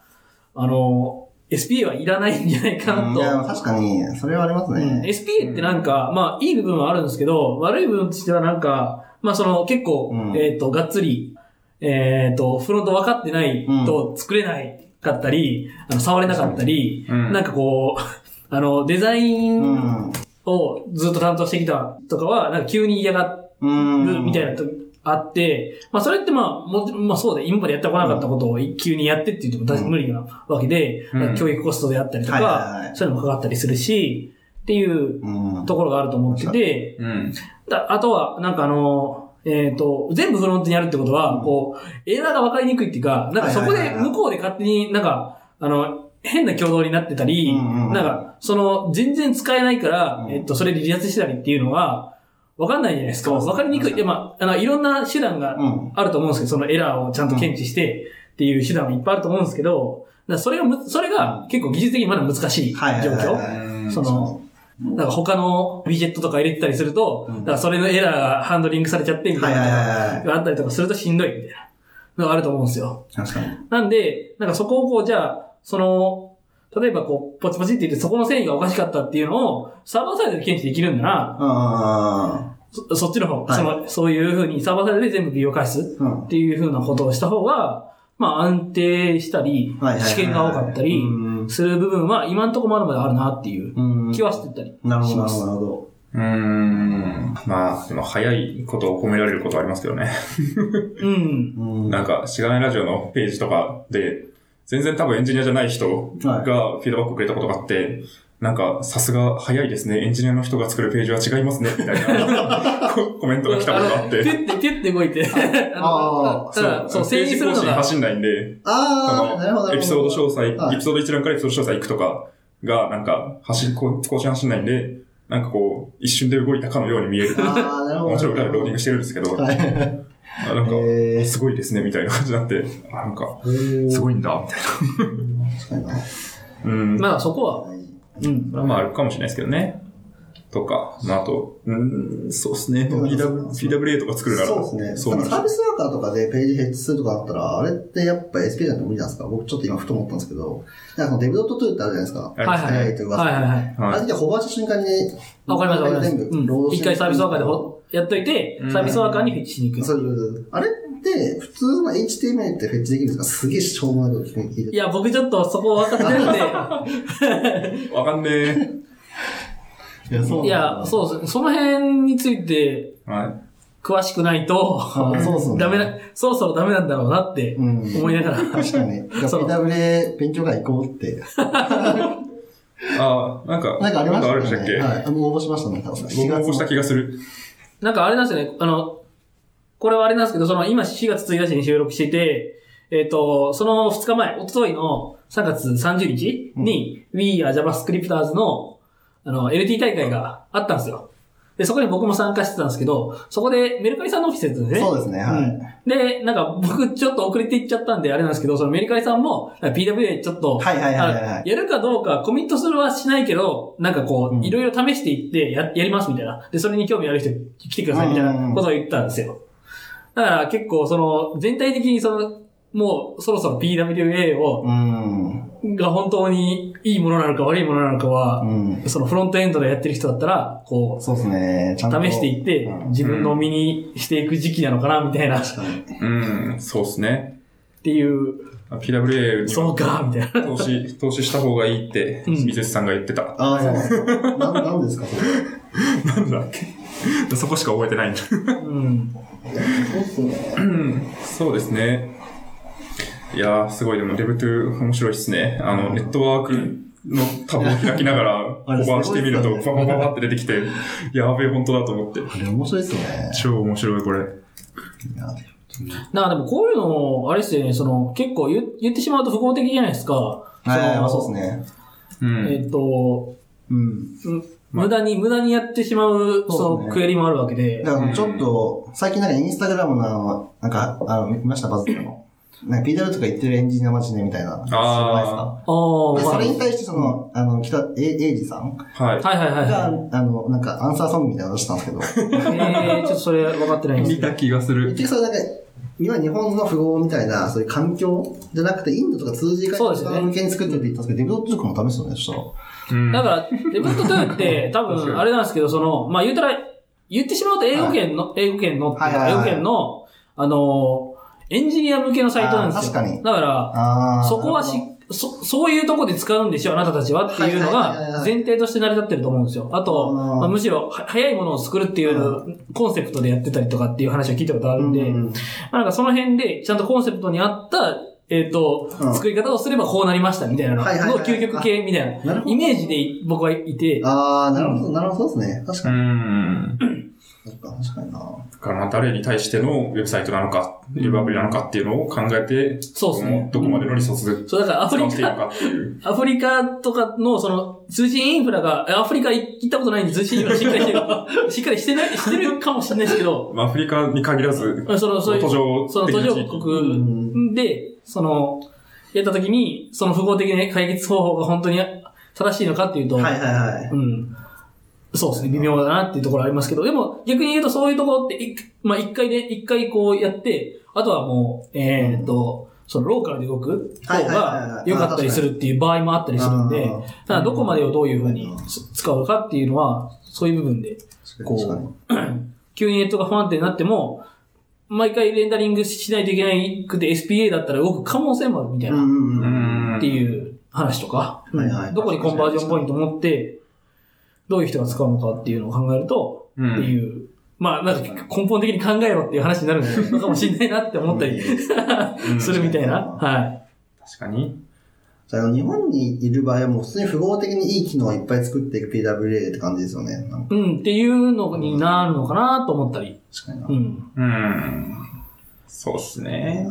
あの、SPA はいらないんじゃないかな
うんい
と。
や、確かに、それはあります
うん
ね。
SPA ってなんか、まあ、いい部分はあるんですけど、悪い部分としてはなんか、まあ、その、結構、
うん
えっ、と、がっつり、えっ、と、フロント分かってないと作れないかったり、あの触れなかったり、
うん
なんかこう、あの、デザイ
う
ン
ん。
をずっと担当してきたとかは、なんか急に嫌がる
うん。
みたいなと、あって、まあそれってまあ、もちまあそうだ、今までやってこなかったことを急にやってって言っても確かに無理なわけで、
うん
なんか教育コストであったりと
はいはい
か
は、い
そういうのもかかったりするし、っていう
うん。
ところがあると思ってて、
うん。
だあとは、なんかあの、えっ、と、全部フロントにやるってことは、
うん
こう、エラーが分かりにくいっていうか、なんかそこ
はい
で、
はいはいはい
向こうで勝手になんか、あの、変な挙動になってたり、
うんうんうん
なんか、その、全然使えないから、
うん
えっと、それで離脱してたりっていうのは、わかんないじゃないですか。
そうそう
わかりにくい。で、まあ、あの、いろんな手段が
うん。
あると思うんですけど、そのエラーをちゃんと検知してっていう手段はいっぱいあると思うんですけど、だからそれがむ、それが結構技術的にまだ難しい状
はいはいはい
況。
はい
その、だから他のビジェットとか入れてたりすると、
うん
だからそれのエラーがハンドリングされちゃってみた
はいい
な
はい
の
はいはい。
があったりとかするとしんどいみたいなのがあると思うんですよ。
確かに。
なんで、なんかそこをこう、じゃあ、その、例えばこう、ポチポチって言ってそこの繊維がおかしかったっていうのを、サーバーサイドで検知できるんなら、
あ
そそっちの方、
はい
その、そういう風にサーバーサイドで全部美容加湿
ーうん。
っていう風なことをした方が、まあ安定したり
はいはいはい、はい
試験が多かったり
うん
する部分は今のところまだまだあるなっていう
うん。
気はしてたり。
なるほど、
し
な
ま
る
す
ほど。
うーん。まあ、でも早いことを褒められることありますけどね。
うん。
うん。
なん
か、
か、しがないラジオのページとかで、全然多分エンジニアじゃない人が
は
フィードバックくれたことがあって、なんか、さすが早いですね。エンジニアの人が作るページは違いますね。みたいな ココメントが来たことがあ
ピ
っ
ュ
て。
ッて、ピュッて動いて。
あー
ただ、そう、整理するの
ページ更
が、
新走んないんで、
ああ、なるほど。
エピソード詳細、
はい
エピソード一覧からエピソード詳細行くとかが、なんか、走、更新走んないんで、なんかこう、一瞬で動いたかのように見える。
ああ、なるほど。
もちろん裏でローディングしてるんですけど、
はい。
あなんか、
え
すごいですね、みたいな感じになって、あなんか、
ー
すごいんだ、みたい
確かにな
な。うん。ま
まあそこは、うん。
あ、まあ、あるかもしれないですけどね。とか、まあ、あと、うん、そうですね。
うん
PW PWA とか作るなら、
そうです
そ
ね。
う
な
な
か
んるし
サービスワーカーとかでページヘッジするとかあったら、あれってやっぱ SP じゃなくて無理なんですか僕ちょっと今ふと思ったんですけど、なんかそのデブドットトゥーってあるじゃないですか。
はい
はいは
早
い。
いという噂。
はいはいはい。
は
あ
い
れでホバーした瞬間に、
あわかりました、わかりま
全
した。
部
うん
ロード
一回サービスワーカーでほやっといて
う、ん
サービスワーカーにフィッチしに行く。
そういう、あれって普通の HTML ってフェッチできるんですかすげえしょうもないこと聞いて
い
る。
や、僕ちょっとそこ分かってるんで、
わかんねえ。
いや、 そう
いや、
う。
そうです。その辺について
はい。
詳しくないと、
あそうそう。
ダメな、そろそろダメなんだろうなって
うん。
思いながら。
確かに。
そう
PWA 勉強会行こうって。
あなんか、
なんかありましたね。
なんかあるんでしたっけ、
はい。あもう応募しましたね、多分。
僕も応募した
の
気がする。
なんかあれなんですよね、あの、これはあれなんですけど、その今4月1日に収録していて、えっ、と、その2日前、おとといの3月30日に、We are JavaScripters の、あの、LT 大会があったんですよ。で、そこに僕も参加してたんですけど、そこでメルカリさんのオフィスですね。
そうですね、はい。
で、なんか僕ちょっと遅れていっちゃったんであれなんですけど、そのメルカリさんも、PWA ちょっと、
はいはいはいはいはい。
やるかどうか、コミットするはしないけど、なんかこ
う
う、
ん
いろいろ試していってや、やりますみたいな。で、それに興味ある人来てくださいみたいなことを言ったんですよ。だから結構その、全体的にその、もうそろそろ PWA を、
うん。
が本当にいいものなのか悪いものなのかは、
うん。
そのフロントエンドでやってる人だったら、こう、
そうですね。ちゃんと。
試していって
うん、
自分の身にしていく時期なのかな、みたいな、っ
確かに。
うん、そうですね。
ていう、
PWA に
そう
は
か、みたいな。
投資、投資した方がいいって、
うん
水瀬さんが言ってた。
ああ、そうなんですか。なんなんですか、それ。
なんだっけそこしか覚えてないんだ。
うん。
そうっすね。
うんそうですね。いやー、すごい、でも、デブトゥ面白いですね。あの、ネットワークのタブを開きながら、オー
あれ
バーしてみる
す
と、
ごいっす
バ
よ
バ
ね
ババって出てきて、やべえ、本当だと思って。
あれ面白いっすよね。
超面白い、これ。
いや
だからでもこういうの、あれですよね、その、結構言言ってしまうと不合的じゃないですか。
はい、まあ
そ
そ
の
うですね。
う
え
ん。
っと、
うん。
無駄に、無駄にやってしまう、
そう
そ
です
の
ね
クエリもあるわけで。
だからちょっと、最近なんかインスタグラムのあの、なんか、あの、見ました、バズったの。なんか PW とか言ってるエンジニアマジねみたいな。
あ
ああ、
知
は
らないですか。でそれ
い
に対してその、あの、北、え、エイジさん
はい。
はいはい
が、
は
あの、なんかアンサーソングみたいなの出したんですけど、
い。えー、ちょっとそれ分かってないんです
見
けど。
た気がする。
結局それなんか、今日本の富豪みたいな、そういう環境じゃなくて、インドとか通じ
そう
外
です
と
ね
か向けに作ってるって言ったんですけど、デブドットとかも試すよね、そしたら。
うん
だから、デブットトゥーって多
確か
分、
に
あれなんですけど、その、まあ言うたら、言ってしまうと英語圏の、英語圏のっていうか、
はいはいはい
英語圏の、あの、エンジニア向けのサイトなんですよ。
あー確かに
だから、
あー
そこはし
なる、
そ、そういうとこで使うんでしょ、あなたたちはっていうの
はいはいはい
が
はい
前提として成り立ってると思うんですよ。あと、
うん
まあむしろは早いものを作るっていうコンセプトでやってたりとかっていう話を聞いたことあ
ほ
る
ど
んで、
うん
まあなんかその辺でちゃんとコンセプトに合った、えっ、と、
うん
作り方をすればこうなりましたみたいなのの
はいはいはいはい
究極系みたい
なる
な
ほど
イメージで僕はいて、
ああ、なるほど、なるほど、そうですね。確
う
かに。
ん。
そっか確かにな。
かな、誰に対してのウェブサイトなのか、ウェブアプリなのかっていうのを考えて、
そうですね
どこまでのリソースで
そう、だからアフ
使
リ
っていいの
カ、
かっていう。
アフリカとかの、その、通信インフラが、えアフリカ行ったことないんで通信インフラしっかりして る、しっかりしてない、してるかもしれないですけど、
まあアフリカに限らず、
その、そういう
途、上
その
的
途
な地
上
域
国で、その、やったときに、その複合的な解決方法が本当に正しいのかっていうと、
はいはいはい。
うん。そうですね、微妙だなっていうところありますけど、でも逆に言うとそういうところって、いまあ一回で、一回こうやって、あとはもう、えーっと、そのローカルで動く方
はいはいはいは
が
い
良かったりするっていう場合もあったりするんで
あー、
ただどこまでをどういうふうに使うかっていうのは、そういう部分で、こ
確かに
う、急にネットが不安定になっても、毎回レンダリングしないといけないくて SPA だったら動く可能性もあるみたいな、
ん
う
うん。
ん。
っていう話とか、
はいはい
どこにコンバージョンポイントを持って、どういう人が使うのかっていうのを考えると、
うん。
っていう、まあ、なんか根本的に考えろっていう話になるのかもしれないなって思ったり
うん
するみたいな。
うん
は
確かに。
じゃあ日本にいる場合はもう普通に符号的にいい機能をいっぱい作っていく PWA って感じですよね。なんか
い。うん、っていうのになるのかなと思ったり。
確かにな
う。ん。
うん。そうですね。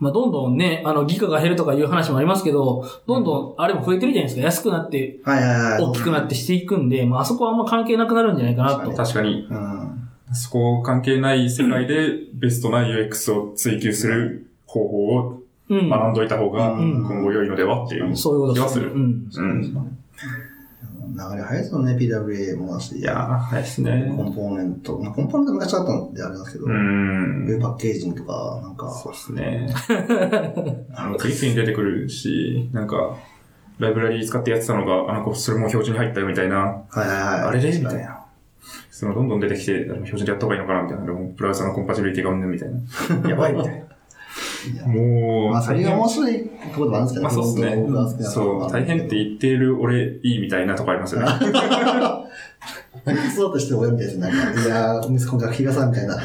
まあ、どんどんね、あの、ギガが減るとかいう話もありますけど、どんどんあれも増えてるじゃないですか。安くなって、
はいはいはい。
大きくなってしていくんで、まあ、あそこはあんま関係なくなるんじゃないかなと。
確かに、
うん。
そこ関係ない世 界でベストな UX を追求する方法を
うん。
学んどいた方が
うん
今後良いのではっていう。
そういうこと
気がする
うん。
うん。
流れ早いですよね、PWA もだし。
いやー、早いですね。
コンポーネント。まあ、コンポーネント昔あったんであれなんですけど、
う
ウェ
ん
ブ。パッケージングとか、なんか、
そうですね。 あの、クイックに出てくるし、なんか、ライブラリー使ってやってたのが、あの子、それも標準に入ったよみたいな、
はいはいはい。
あれでみたいな。その、どんどん出てきて、あの標準でやった方がいいのかなみたいな。でもブラウザのコンパチビリティがうんぬんみたいな。やばいみたい
いや
な。もう、
まあ、それが
大変
面白いところでもあるんですけど
まあそうですね
僕が好き。なところ
そ
は
う、大変って言っている俺いいみたいなとこありますよね。
なんかそうとして親みたいですね。なんか、いや ー、息子が比嘉さんみたいな。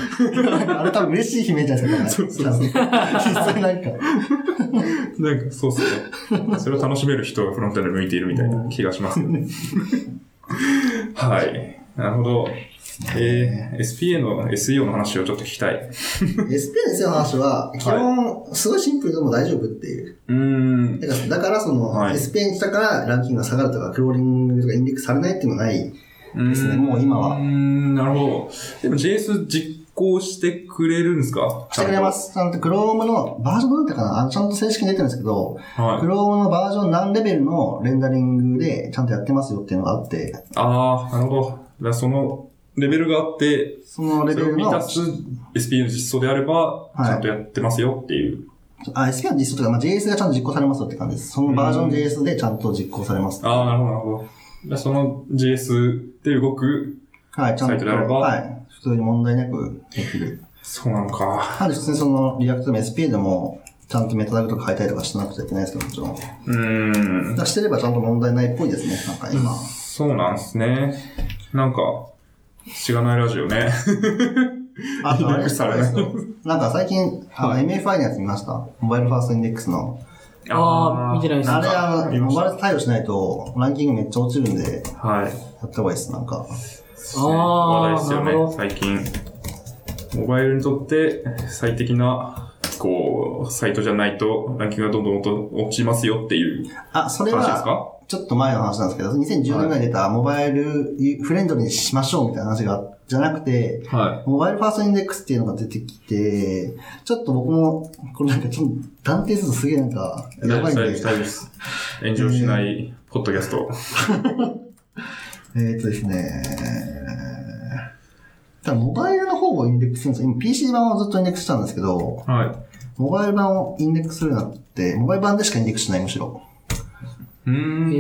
なん かあれ多分嬉しい悲鳴じゃないですか、ね。そうそうそう。 実際なん か。
なんか、そうっす ね。それを楽しめる人がフロントエンドに向いているみたいな気がしますよね。はい。なるほど。えー、SPA の SEO の話をちょっと聞きたい。
SPNS の話は、基本、すごいシンプルでも大丈夫っていう。
うーん。
だから、だからその、
はい
SPN したからランキングが下がるとか、クローリングとかインデックスされないっていうのはない。ですねもう今は
ーん、なるほど。でも JS 実行してくれるんですか。
してくれますす。ちゃんと Chrome のバージョンどうだったかなあのちゃんと正式に出てるんですけど、
はい。
Chrome のバージョン何レベルのレンダリングでちゃんとやってますよっていうのがあって、
ああ、なるほど。だからその、レベルがあって、
そのレ
そ
ベ
れを
ル
満
の
たす SPA の実装であれば、
い
ちゃんとやってますよっていう。
あ、SPN 実装とか、まあ、JS がちゃんと実行されますよって感じです。そのバージョン JS でちゃんと実行されます。
ああ、なるほど、なるほど。でその JS で動く、
はい、ちゃ
サイ
ん
ト
と。
であれば
はい。普通に問題なくできる。
そうなのか。
なんで普通にそのリアクトでも SPA でも、ちゃんとメタダグとか変えたりとかしてなくちゃいけないですけど、もちろん。だか
うーん。
らしてればちゃんと問題ないっぽいですね、なんか今。
そうなんですね。なんか、しがないラジオね。
あとあれ
リンクされない
なんか最近、あの、MFI のやつ見ました。モバイルファーストインデックスの。
ああ、見てないです。
あれ、あ
見
の、
まし
モ
た
バイル対応しないと、ランキングめっちゃ落ちるんで、
はい。
やった方がいいです、なんか。
話題
あ
です
ー
よ
なるほ
ね、
ど
最近。モバイルにとって最適な、こう、サイトじゃないと、ランキングがどんどん落と落ちますよっていう
あ、それ
話です
は、
か
ちょっと前の話なんですけど、2010年ぐらいに出たモバイルフレンドリーにしましょうみたいな話が、じゃなくて、
は
モバイルファーストインデックスっていうのが出てきて、ちょっと僕も、これなんかちょっと断定するとすげえなんか、
い。
やばいん
大丈夫
で
です、大丈夫です。炎上しない、ポッドキャスト。
えーっとですね。ただモバイルの方をインデックスするんですよ。今 PC 版をずっとインデックスしてたんですけど、
は
モバイル版をインデックスするようになって、モバイル版でしかインデックスしないむしろ。
い。うーん。
へ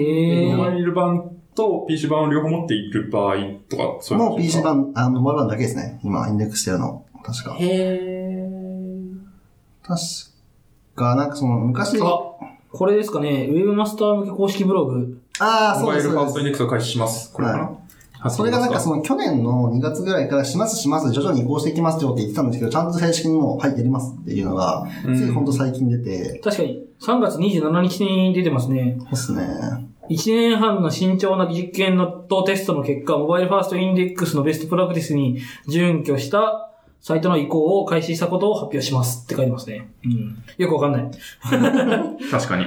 ー
モバイル版と PC 版を両方持っている場合とか、そういう
も
こ
う
とです
PC
か。
版、あの、モバイル版だけですね。今、インデックスしてるの。確か。
へ
確か、なんかその、昔
ー。、あ、これですかね。ウェブマスター向け公式ブログ。
ああ、
モ
そう
バ
で
イ
す
ルファースト
そ
イ
う
ン
で
デックスを開始します。これかな、
は
は
す。それがなんかその去年の2月ぐらいからしますします徐々にこうしていきますよって言ってたんですけど、ちゃんと正式にもう、はい、やりますっていうのが、
うん
ついほんと最近出て、
確かに、3月27日に出てますね。
ですね。
1年半の慎重な実験のとテストの結果、モバイルファーストインデックスのベストプラクティスに準拠したサイトの移行を開始したことを発表しますって書いてますね。うん。よくわかんない。
確かに。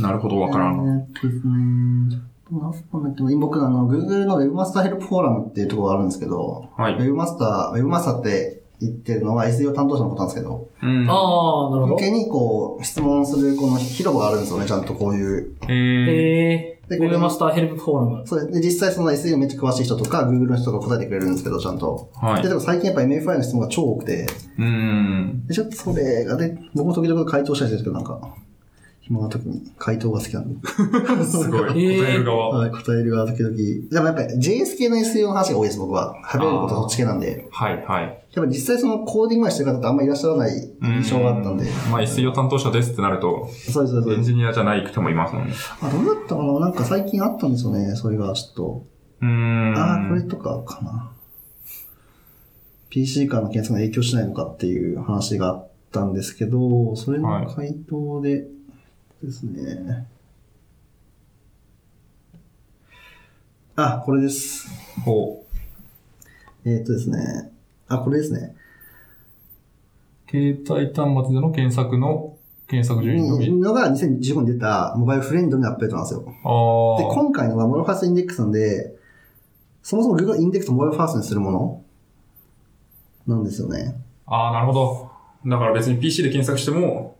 なるほど、わからん。
えーっとですね。なんすかねでも僕、あの、Google の Webmaster Help Forum っていうところがあるんですけど、
はい。
Webmaster、Webmaster って言ってるのは SEO 担当者のことなんですけど、
うん。
ああ、なるほ
向
ど。
けにこう、質問するこの広場があるんですよね、ちゃんとこういう。
えー、
えー、
で
Google マスターヘルプフォーラム。
それで、実際その SEO めっちゃ詳しい人とか、Google の人が答えてくれるんですけど、ちゃんと。
は
で、
い。
でも最近やっぱ MFI の質問が超多くて、
うん。
でちょっとそれがね、僕も時々回答したりするんですけど、なんか、暇な時に回答が好きなんで。
すごい。答
ー
える側。
はい、答えるが時々。でもやっぱり JS 系の SEO の話が多いです、僕は。食べることそっち系なんで。
はい、はい。
やっぱ実際そのコーディングはしてる方ってあんまりいらっしゃらない印象があったんで。
まあ、SEO 担当者ですってなると、
そうです、そう
エン
です。
ジニアじゃない人もいますもんね。
あ、どうだったかななんか最近あったんですよね、それがちょっと。
うーん。
ああ、これとかかな。PC からの検索が影響しないのかっていう話があったんですけど、それの回答でですね。あ、これです。
ほう。
えーっとですね。あ、これですね。
携帯端末での検索の検索順位伸び。
のが2015に出たモバイルフレンドリーのアップデートなんですよ。
あ
で、
ー。
今回のがモバイルファーストインデックスなんで、そもそも Google インデックスをモバイルファーストにするものなんですよね。
ああ、なるほど。だから別に PC で検索しても、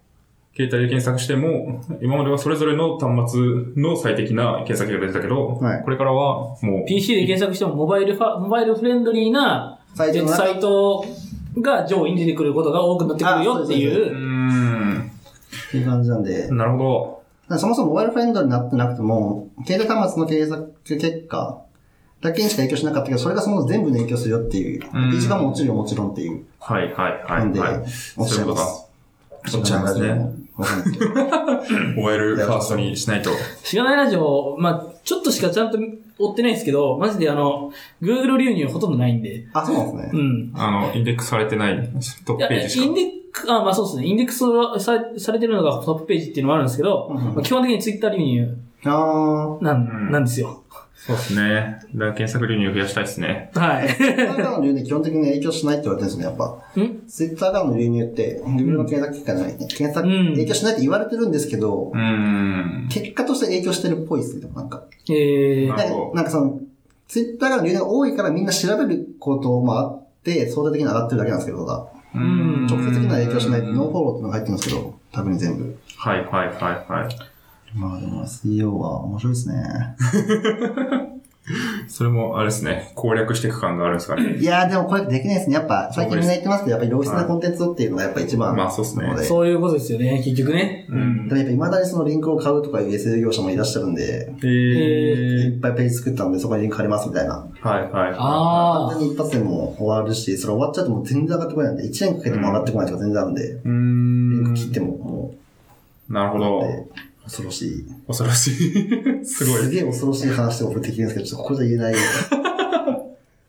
携帯で検索しても、今まではそれぞれの端末の最適な検索結果が出てたけど、
はい
これからはもう、
PC で検索してもモバイルファ、モバイルフレンドリーな
サイトの中
サイトが上位に出てくることが多くなってくるよって
あそうで
うー
いう。
ん、
っていう感じなんで、だか
なるほ
らそもそもモバイルフレンドリーになってなくても、携帯端末の検索結果だけにしか影響しなかったけど、それがそもそも全部に影響するよっていう
う、ん
一番もちろんもちろんっていう、
ど。はいはいは
なん
い、
で、
はい。
おっしゃいます。
そそういうことかおっしゃいますね
わかんないですけど。
終えるファーストにしないと。
しがないラジオ、まあちょっとしかちゃんと追ってないですけど、マジであの、Google 流入ほとんどないんで。
あ、そうなんです
う
ね。
ん。
あの、インデックスされてないトッ
い
プ
や、
ペー
イ
ジし
ン
か。
デックス、あ、まあそうですね。インデックスはさされてるのがトップページっていうのもあるんですけど、
うんうんうん
まあ基本的にツイッター流入
あ
なん,、
うん
なんですよ。
そうですね。だから検索流入増やしたいですね。
はい。
ー。ツイッターからの流入基本的に影響しないって言われてるんですね、やっぱ。
ん
ツイッターからの流入って、Google の検索結果じゃないね。検索、
うん
影響しないって言われてるんですけど
う、ーん。
結果として影響してるっぽいですね、でもなんか。
えー
は、
な
なんる
か
ほど
なんかその、ツイッターからの流入が多いからみんな調べることもあって、相対的に上がってるだけなんですけど、ただ
うー
うん
ん
直接的な影響しない、ノーフォローっていうのが入ってるんですけど、多分全部。
はいはいはいはい。
まあでも SEO は面白いですね。
それも、あれですね。攻略していく感があるんですかね。
いやーでもこれできないですね。やっぱ、最近みんな言ってますけど、やっぱり良質なコンテンツをっていうのがやっぱ一番
ま
な
あそうっすね
ので。
そういうことですよね、結局ね。
うん
でもやっぱ未だにそのリンクを買うとかいう SEO 業者もいらっしゃるんで、
え
い
ー
っぱいページ作ったんでそこにリンク貼りますみたいな。
はいはい。
あ
完
あ、
全に一発でも終わるし、それ終わっちゃうともう全然上がってこないんで、1年かけても上がってこないとか全然あるんで、
うー
リン
ん
ク切ってもも
なるほ
う、
ど。
で恐ろしい。
恐ろし い。すご
す
い。
げえ恐ろしい話を送ってきてるんですけど、ちょっとここじゃ言えない。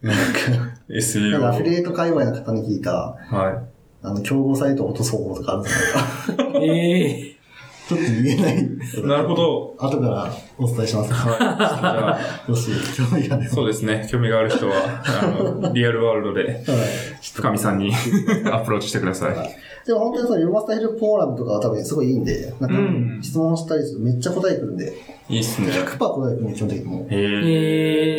なんか、なん
SEO。
かアフィリ
は
エイト界隈の方に聞いた、
い。
あの、競合サイトを落とす方法とかあるんですか
え
ちょっと言えない。
なるほ。ど。
後からお伝えします。
はい。じゃあ、
もし、興味があれば。
そうで すね。興味がある人は、あの、リアルワールドで、
はい
深見さん にアプローチしてください。
でも本当にその、ヨマスタヒルフォーラムとかは多分すごいいいんで、なん
うん
か質問したりするとめっちゃ答えくるんで、
いいっすね。
100%答えくるんで、基本的にも
え
ー、
ー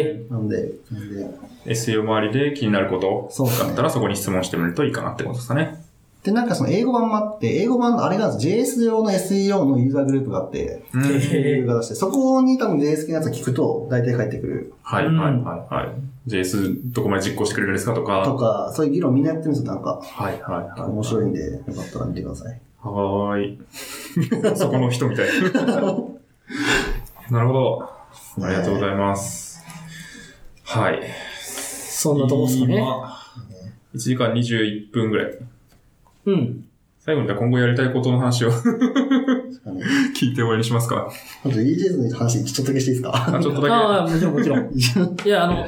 えー、
なんで、なんで。
SEO 周りで気になるこ
そ
と
うですね
があったらそこに質問してみるといいかなってことですかね。
で、なんかその英語版もあって、英語版のあれが JS 用の SEO のユーザーグループがあって、
うん
えー
いう形でそこに多分 JS 系のやつを聞くと大体返ってくる
はいはいはいはい。JS どこまで実行してくれるんですかとか。
とか、そういう議論みんなやってるんですよ、なんか。
はいはいはい。
面白いんで、よかったら見てください。
はーい。そこの人みたい。なるほど。ありがとうございます。はい。
そんなとこですかね。
今、1時間21分ぐらい。
うん。
最後にじゃあ今後やりたいことの話を
す。あの
聞いて終わりにしますか。
あと EJS の話 ちょっとだけしていいですか
あちょっとだけ。
ああ、もちろんもちろん。いや、あの、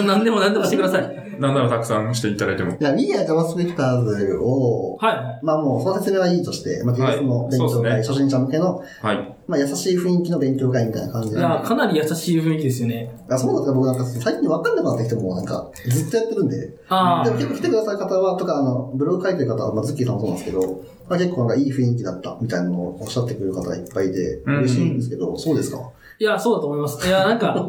な、なんでもなんでもしてください。
なんならたくさんしていただいても。
いや、ミーア・ジャマスクリプターズを、
はい。
まあもう、その説明はいいとして、まあ、
はい
JS の勉
そ
強
うで
会、
すね
初心者向けの、
はい。
まあ、優しい雰囲気の勉強会みたいな感じ
い
で。
や、
あ、
かなり優しい雰囲気ですよね。
そうだったら僕なんか、最近分かんなくなってきても、なんか、ずっとやってるんで。
あ
でも
あ。
結構来てくださる方は、とか、あの、ブログ書いてる方は、まあ、ズッキーさんもそうなんですけど、まあ、結構なんかいい雰囲気だったみたいなのをおっしゃってくれる方がいっぱいで、
うん
嬉しいんですけど、そうですか
いや、そうだと思います。いや、なんか、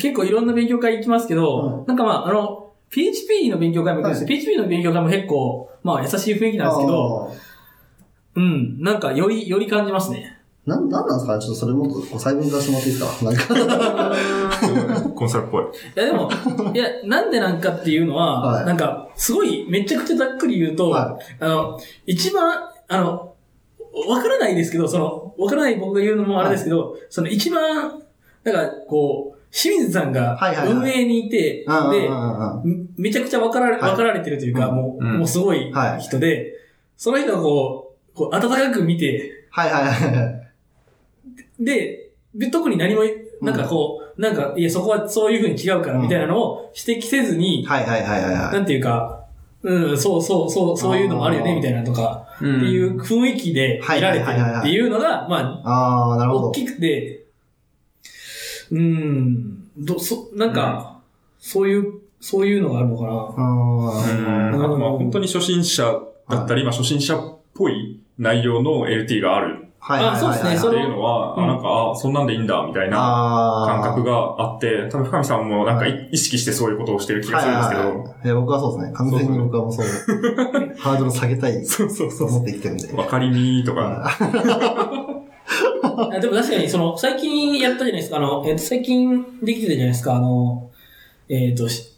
結構いろんな勉強会行きますけど、
う
なんかまあ、あの、PHP の勉強会も行くんですよ、PHP の勉強会も結構、まあ、優しい雰囲気なんですけど、
あー
うん、なんかより、より感じます ね。
なん、なんなんですかねちょっとそれもっとこう細分化してもらっていいですか なんか。
コンサルっぽい。
いや、でも、いや、なんでなんかっていうのは、
はい
なんか、すごい、めちゃくちゃざっくり言うと、
は
あの、一番、あの、わからないですけど、その、わからない僕が言うのもあれですけど、その一番、なんか、こう、清水さんが
はいはいはい
運営にいて、
うんうんうんう
で、
ん
めめちゃくちゃ分かられ、
はい
分かられてるというか、
うん
もう、
うん
もうすごい
はい
人で、その人がこう、こう、温かく見て、
はいはいはいはい。
で、で特に何も、なんかこう、なんか、いや、そこはそういう風に違うから、
うん
みたいなのを指摘せずに、
はいはいはいはいはい。
なんていうか、うん、そうそうそう、そういうのもあるよ
あ
ね、
ー
みたいなとか、
って
っていう。雰囲気で
はい
見られて
は
る
いはいはいはい
っていうのが、ま
ああ、な
あ、
るほ
大
ど。
きくて、うん、ど、そ、なんか、そういう、そういうのがあるのかな。
あ
う
ー
ん。あとまあ本当に初心者だったり、まあ初心者っぽい内容の LT がある
はいはいはいはい。
あそうですね
って
それ
いうのは、
うん
あなんか、あ、そんなんでいいんだ、みたいな
あ
感覚
が
があって、多分深見さんもなんかい意識してそういうことをしてる気がするんですけど、
いや、僕はそうですね。完全に僕はもうそう。ハードル下げたい
そうそう
と
そうそ
思って生きてるんで
う。。わかりみーとか、
あ
あでも確かに、その、最近やったじゃないですか、あの、えっと、最近できてたじゃないですか、あの、えっ、と、し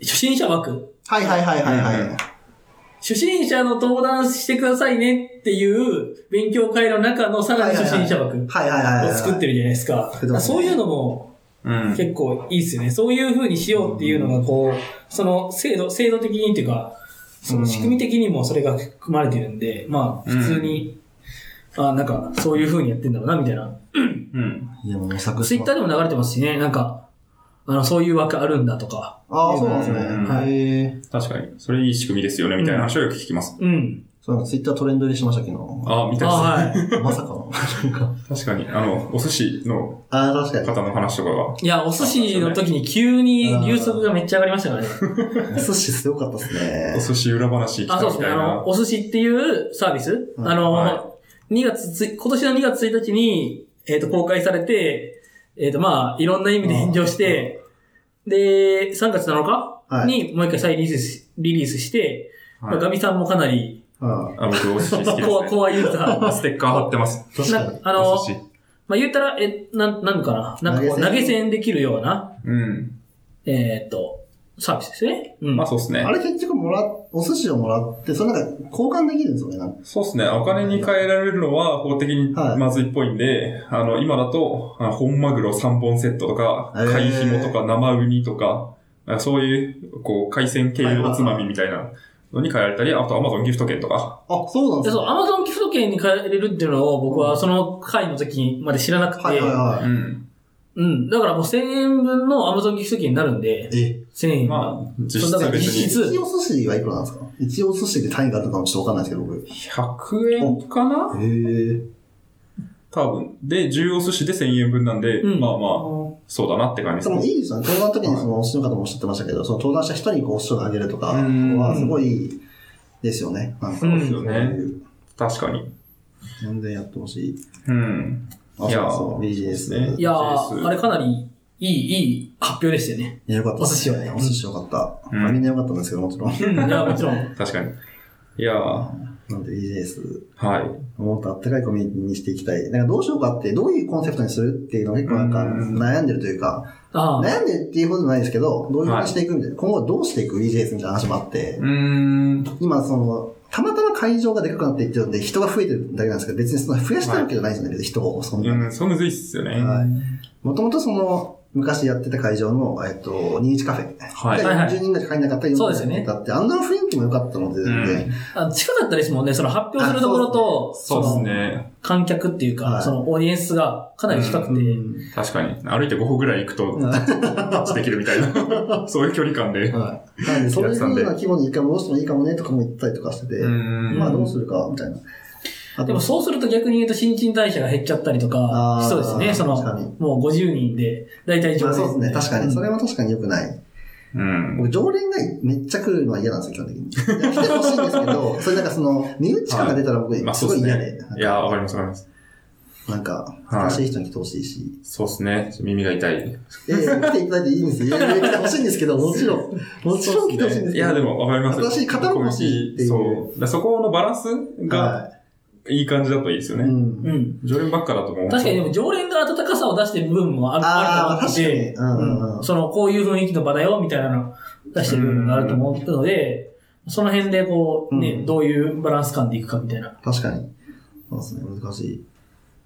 初心者枠。
はいはいはいはいは
うん
い。
初心者の登壇してくださいねっていう勉強会の中のさらに初心者枠を
はいはいはいはい。
作ってるじゃないですか。だ
作って
から
ますね
そういうのも
うん。
結構いいですよね。そういう風にしようっていうのが、こう、その制度、制度的にっていうか、その仕組み的にもそれが含まれてるんで、まあ、普通に、あなんか、そういう風にやってんだろうな、みたいな。
うん。
いや、もう模索
ツイッター
ー
でも流れてますしね、なんか、あの、そういう枠あるんだとか。
ああ、そうなんですね。
うん
はい
へえ。
確かに。それいい仕組みですよね、みたいな話をよく聞きます。
うん。
そうなんかツイッタートレンド入りしましたけ ど。
あ、みた
あ
いです
はい。
まさかの。
確かに、あの、お寿司の
ああ、確かに。
方の話とかが。
いや、お寿司の時に急に流速がめっちゃ上がりましたからね。
お寿司すごかったです
お
ね。
寿司裏話聞き
あ、そう
た
です
み
ね。
たい
あ
な
の、。お寿司っていうサービス、
うん
あの、
は
2月つい、今年の2月1日に、えっ、と、公開されて、えっ、と、まあ、いろんな意味で炎上して、で、3月7日、
はい
にもう一回再リリースし、リリースして、まあ
はい
ガミさんもかなり、
うん
あ、僕お 寿司好きです、ね。
コア、コアユーザー。
ステッカー貼ってます。
確かに。
あの、
お寿司。
まあ、言ったら、え、なん、なんかな、なんかこう、投
投
げ
げ銭
銭できるような、
うん。
えーっと、サービスですね。うん。
まあそうですね
あ。れ結局もら、お寿司をもらって、それなんか交換できるんですよね。なんか
そうですね。お金に換えられるのは法的に
はい
まずいっぽいんで、あの、今だと、あ本マグロ3本セットとか、
へー
貝ひもとか生ウニとか、あそういう、こう、海鮮系おつまみみたいなのに変えられたり、あと Amazon ギフト券とか。
あ、そうなん
で
です
そう、
ね。
アマゾンギフト券に変えれるっていうのを僕はその回の時まで知らなくて、
はいはいは
うん。
うん。だからもう1000円分のアマゾンギフト券になるんで、
い。え、
1000円。
まあ、実
そ
質
うだから
別
実
に
質
一お寿司はいくらなんですか一お寿司で単位があったのかもちょっとわかんないですけど、僕。
100円かな
へえ。
多分。で、10お寿司で1000円分なんで、
うん
まあまあ、そうだなって感じ
で
で
も
すね。
いいですよね。登壇の時にそのお寿司の方もおっしゃってましたけど、その登壇した人にこうお寿司をあげるとか
うん
はすごいいいですよね。なんか
うん
そうですよね。確かに。
全然やってほしい。
うん。
あ、
いやー
そうそう、BGS
そうです
ね
ね。
いや
そう
ー、
です
あれかなりいい、いい発表でしたよね。
いやよかったっす。
お寿司はね
お寿司よかった。
うん
まあみんなよかったんですけど、もちろん。
うん。いや、もち ろん。
確かに。いやー
なんで BGS、
はい。
もっとあったかいコミュニティにしていきたい。なんかどうしようかって、どういうコンセプトにするっていうのが結構なんか
うん
悩んでるというか、
ああ。
悩んでるっていうほどじゃないですけど、どういうふうにしていくみたいな。今後どうしていく BGS みたいな話もあって
う、ーん。
今その、たまたま会場がでかくなっていってるんで、人が増えてるだけなんですけど、別にその増やしてるわけじゃないんですよね、人を。そんな
うん、そうむずいっすよね。
はいもともとその、昔やってた会場の、えっと、21カフェ。
はい
で
はいはい
40人ぐらいしか入んなかったら
そう
40
ですよ
人
ね
だって、あんな雰囲気も良かったので、全然。
あ地下だったりですもんね、その発表するところと、
そうですね。
の観客っていうか、
はい
そのオーディエンスがかなり近くて、
確かに。歩いて5歩ぐらい行くと、タッチできるみたいな。 そういう距離感で。
はい。なんで、そういう風な規模に一回戻してもいいかもね、とかも言ったりとかしてて、
うん
まあ、どうするか、みたいな。あと
でもそうすると逆に言うと新陳代謝が減っちゃったりとか
あ、ー
そうですね。その
確かに、
もう50人で、だいたい
まあそうですね。確かに。それ
は。
は確かに良くない。
うん。
僕、常連がめっちゃ来るのは嫌なんですよ、基本的に。来てほしいんですけど、それなんかその、身内感が出たら僕、
まあ
す
そう
ご
で
い
す
嫌
ね
で。。
いや、わかりますわかります。
なんか、新しい人に来てほしいし。
そうですね。耳が痛い。
いやいや、来ていただいていいんですよ。いやいや来てほしいんですけど、もちろん。もちろん来てほしいんですけど。
いや、でもわかります。
私片方欲しいっていう
そう。だからそこのバランスが
はい
い感じだといいですよ
い。う
ね。
ん
う。ん。
常連ばっかだと思う。
確かにでも常連が温かさを出してる部分もある
あー
あると思ってて、
確かにうんうんうん
その、こういう雰囲気の場だよ、みたいなの出してる部分があると思うので、その辺でこう、ね、
うん
どういうバランス感でいくかみたいな。
確かに。そうですね、難しい。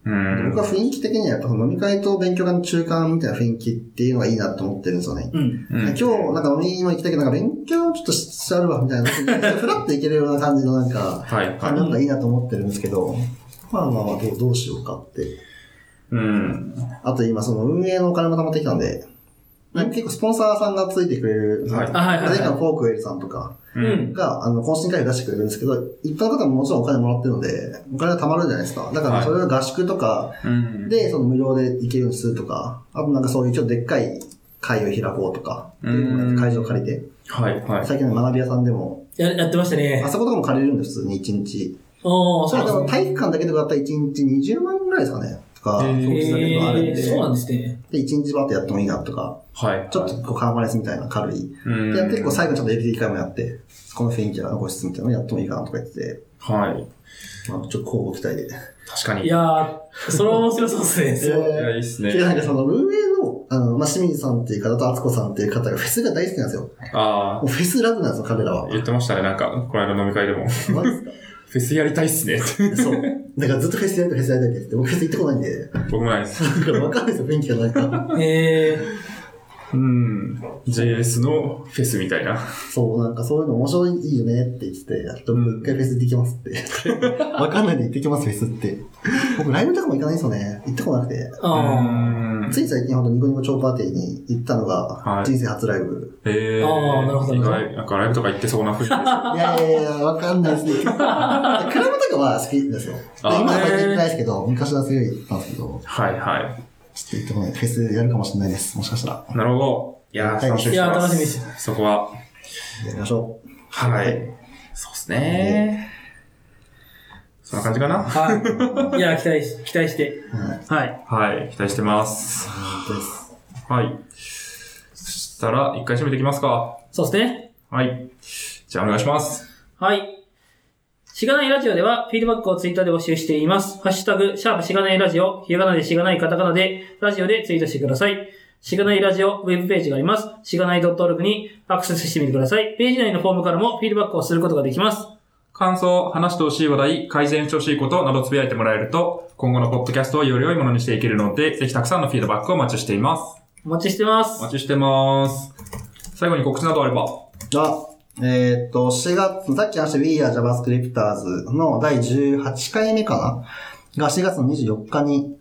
うん。
僕は雰囲気的にはやっぱその飲み会と勉強会の中間みたいな雰囲気っていうのがいいなと思ってるんですよね。
うん。
うん
今日、なんか飲みにも行きたいけど、なんか勉強ちょっとしちゃうわ、みたいな。ふらっといけるような感じのなんか、
はい、
あ
は
なんかいいなと思ってるんですけど、まあまあまあどう、どうしようかって。
い。うん。
あと今、その運営のお金も貯まってきたんで、なんか結構スポンサーさんがついてくれる、
はい
あ、はいはい
前回の
は
フォークウェルさんとか
い。うん。
が、あの、懇親会を出してくれるんですけど、一般の方ももちろんお金もらってるので、お金が貯まるじゃないですか。だか
は
ら
い
それを合宿とか、
うん。
で、その無料で行けるようにするとか、あとなんかそういうちょっとでっかい会を開こうとか、っていうのをやって会場借りて、
はい、はい。
最近の学び屋さんでも、
ややってましたね
あ。そことかも借りれるんで、普通に1日。
おー、そう
あで
なん
も
ですね。
体育館だけでだったら1日20万ぐらいですかね、とか、
へー
そういうのがあるんで、
えーそうなんですね。
で、1日バッとやってもいいなとか、
はい。
ちょっとこうカンファレンスみたいな軽い。
うん、
で、やって結構最後にちょっと LT 会もやって、この雰囲気のご質みたいなのやってもいいかなとか言ってて、
はい。
まあ、ちょっと交互期待で。
確かに。
いやー、それは面白そうですね。
えー
いやいいっすね
で、。なんかその運営の、あの、まあ、清水さんっていう方と敦子さんっていう方がフェスが大好きなんですよ。も
あ
うフェスラブなんですよ、彼ら
あ、
は。
言ってましたね。なんか、この間飲み会でも。
マジで
フェスやりたいっすね って。
すかそう。だからずっとフェスやりたい、フェスやりたいって言って、僕フェス行った ことないんで、
僕もないです。
だからわかんないですよ、雰囲気がないから。
え
うん。JS のフェスみたいな。
そう、なんかそういうの面白いいいよねって言ってて、やっともう一回フェス行ってきます って。わかんないで行ってきます、フェスって。僕、ライブとかも行かないんですよね。行ったことなくて。
ー、あ
うん
つい最近、ほんとニコニコ超パーティーに行ったの
は
が
い、
人生初ライブ。
えー、
あーなるほど
意外、なんかライブとか行ってそうな雰囲気です。
い、やいやいや、わかんないですね。 クラブとかは好きですよ。で今
あー
は最近行ってないですけど、昔はすごい行ったんですけど、
はい、は
ちょっと行ってこない。フェスやるかもしれないです。もしかしたら。
い。なるほど。いや
は
ー、
い
楽しみにし
い
て
やー
ま
楽し
す。
みで
そこは。
やりましょう。
は
はいい。
そうっすね。そんな感じかな。
はい。いや、期待し、期待して。
はい。
はい。
はい、期待してます。
本当です。
はい。そしたら、一回締めていきますか。
そうですね。
はい。じゃあ、お願いします。
はい。しがないラジオでは、フィードバックをツイッターで募集しています。ハッシュタグ、シャープしがないラジオ、ひらがなでしがないカタカナで、ラジオでツイートしてください。しがないラジオ、ウェブページがあります。しがない .org にアクセスしてみてください。ページ内のフォームからもフィードバックをすることができます。
感想、話してほしい話題、改善してほしいことなどつぶやいてもらえると、今後のポッドキャストをより良いものにしていけるので、ぜひたくさんのフィードバックをお待ちしています。
お待ちしてま
お
す。
待ちしてます。最後に告知などあれば。
あ、えーっと、4月、さっき話した We Are JavaScripters の第18回目かなが4月の24日に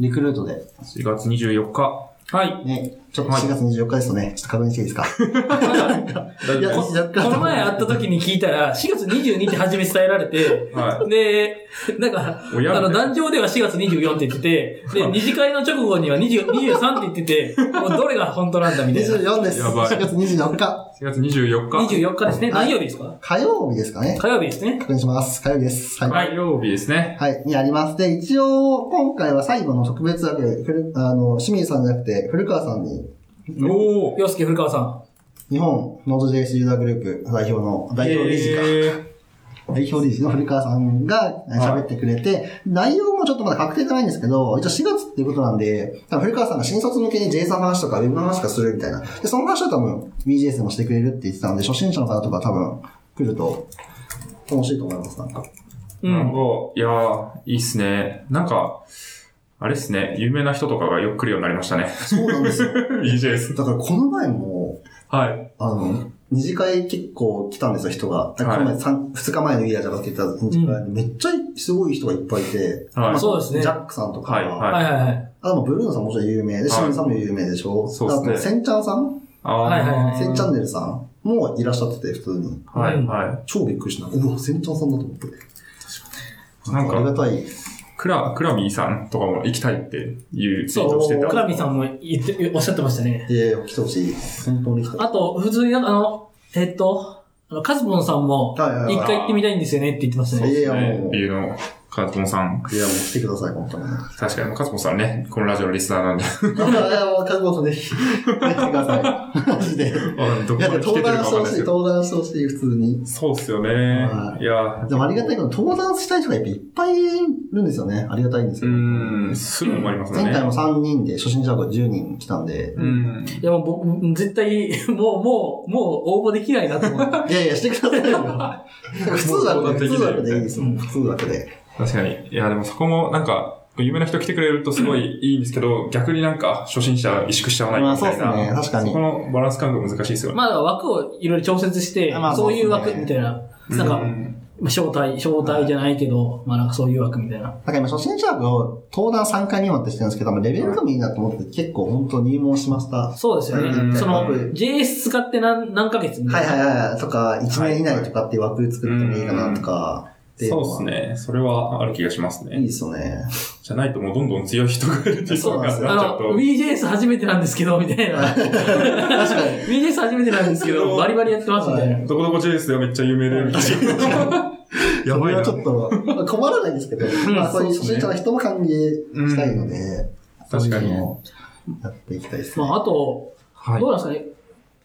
リクルートで、
4月24日。
はい。
ね、ちょっと
はい
4月24日ですよね。ちょっと確認していいですか
大丈夫です。
24日
この前会った時に聞いたら、4月22日初め伝えられて、
は
で、なんか、あ
親みたい
の、壇上では4月24って言ってて、 で、二次会の直後には20 23って言ってて、もうどれが本当なんだみたいな。
24です。
やばい
4月24日。
い。4月24日。
24日ですね。
はい
何曜日ですか
火曜日ですかね。
火曜日ですね。
確認します。火曜日です。はい。
火曜日ですね。
はい、にあります。で、一応、今回は最後の特別枠で、ふるあの、清水さんじゃなくて、古川さんに、
おー。
洋介古川さん。
日本ノード JS ユーザーグループ代表の代表理事が、
え
代表理事の古川さんがえー
はい
喋ってくれて、内容もちょっとまだ確定じゃないんですけど、一応4月っていうことなんで、多分古川さんが新卒向けに JS の話とか Web の話とかするみたいな。で、その話は多分 BJS でもしてくれるって言ってたので、初心者の方とか多分来ると面白いと思います、なんか。
う
なん
ん。
か、いやー、いいっすね。なんか、あれですね、有名な人とかがよく来るようになりましたね。
そうなんですよ。
BJ です。
だからこの前も、
はい。
あの、二次会結構来たんですよ、人が。だからこの前、三二日前のイヤーじゃなくて言った二次会、めっちゃすごい人がいっぱいいて、
は
ま
い
あ
そうですね
ジャックさんとか、
はいはい
はいはいはい。
あ、でもブルーノさんもちろん有名で、
い
シムさんも有名でしょ。
そうですね
あとセンちゃんさん
ああ、
はいはいはい
センチャンネルさんもいらっしゃってて、普通に。
はい
うん
は
超びっくりした。うわ、センちゃんさんだと思って。
い。な
あ
ん
り
か、
がたい。
クラ、クラミーさんとかも行きたいっていうツイートをして
そう、
た。
クラミさんも言って、おっしゃってましたね。
ええ、来てほしい。本当に来てほし
あと、普通になんかあの、えっと、あの、カズボンさんも
はいはいは、い
一回行ってみたいんですよねって言ってました
い。
ね。
いや、
ね
もう、い
理由の、カズモさん。
や、もう来てください、本 当に。
確かに、カズモさんね、このラジオのリスナーなんで。
い や、もう、覚悟とね、来てくださ い。マジで。い
どこ
や、
ま
で
で
も
来て
登
てるか
壇
わ
し
か
てほ
んないで
し
す
い、
けど。
登壇してほしい、普通に。
そうっすよね
は。い
いや、
でもありがたいけど、登壇したい人がやっぱいっぱいいるんですよね。ありがたいんです
う
よ。
ん、すぐ埋まりますよ
前回
ね。
も3人で、初心者が10人来たんで。
うん。
いや、もう僕、絶対、もう、もう、もう応募できないなと思って。
いやいや、してくださいよ。普通枠で、普通枠でいいですもん。普通枠で。
確かに。いや、でもそこも、なんか、有名な人来てくれるとすごいいいんですけど、逆になんか、初心者萎縮しちゃわない
まあ、
み
そう
た
で
い
す
な。
ね。確か
そ
に
こ。のバランス感覚難し いですよね。
まあ、だから枠をいろいろ調節して
まあ、
そういう
そうで
枠
すね
みたいな。なんか
う、ん
まあ招待、招待じゃないけど、まあなんかそういう枠みたいな。
なんか今、初心者枠を登壇3回にもってしてるんですけど、レベルがもいいなと思って、結構本当入門しました。は
そうですよ
うん
ね。その、
うん
JS 使って何、何ヶ月み
い
た
はいい
な。
はい。とか、1年以内とかっていう枠作ってもいいかなとか。っていう
そ
のは
うです。ね。それはある気がします
いい
ね。
ですよね。
じゃないともうどんどん強い人がいるってい う
そう
感
なん
じ
ですよ
になっちゃ
あ
う
の、
と。
VJS 初めてなんですけど、みたいな。
確かに。
VJS 初めてなんですけど、バリバリやってます、みたいな。
どこどこ JS ではめっちゃ有名で、みたいな。やばいな。
それ
確
はちょっと困らないんですけど、まあそういう初心者の人も歓迎したいので、
か
そうい
に
う。のをやっていきたいですね。
まあ、あと、
はい
どうなんですかね。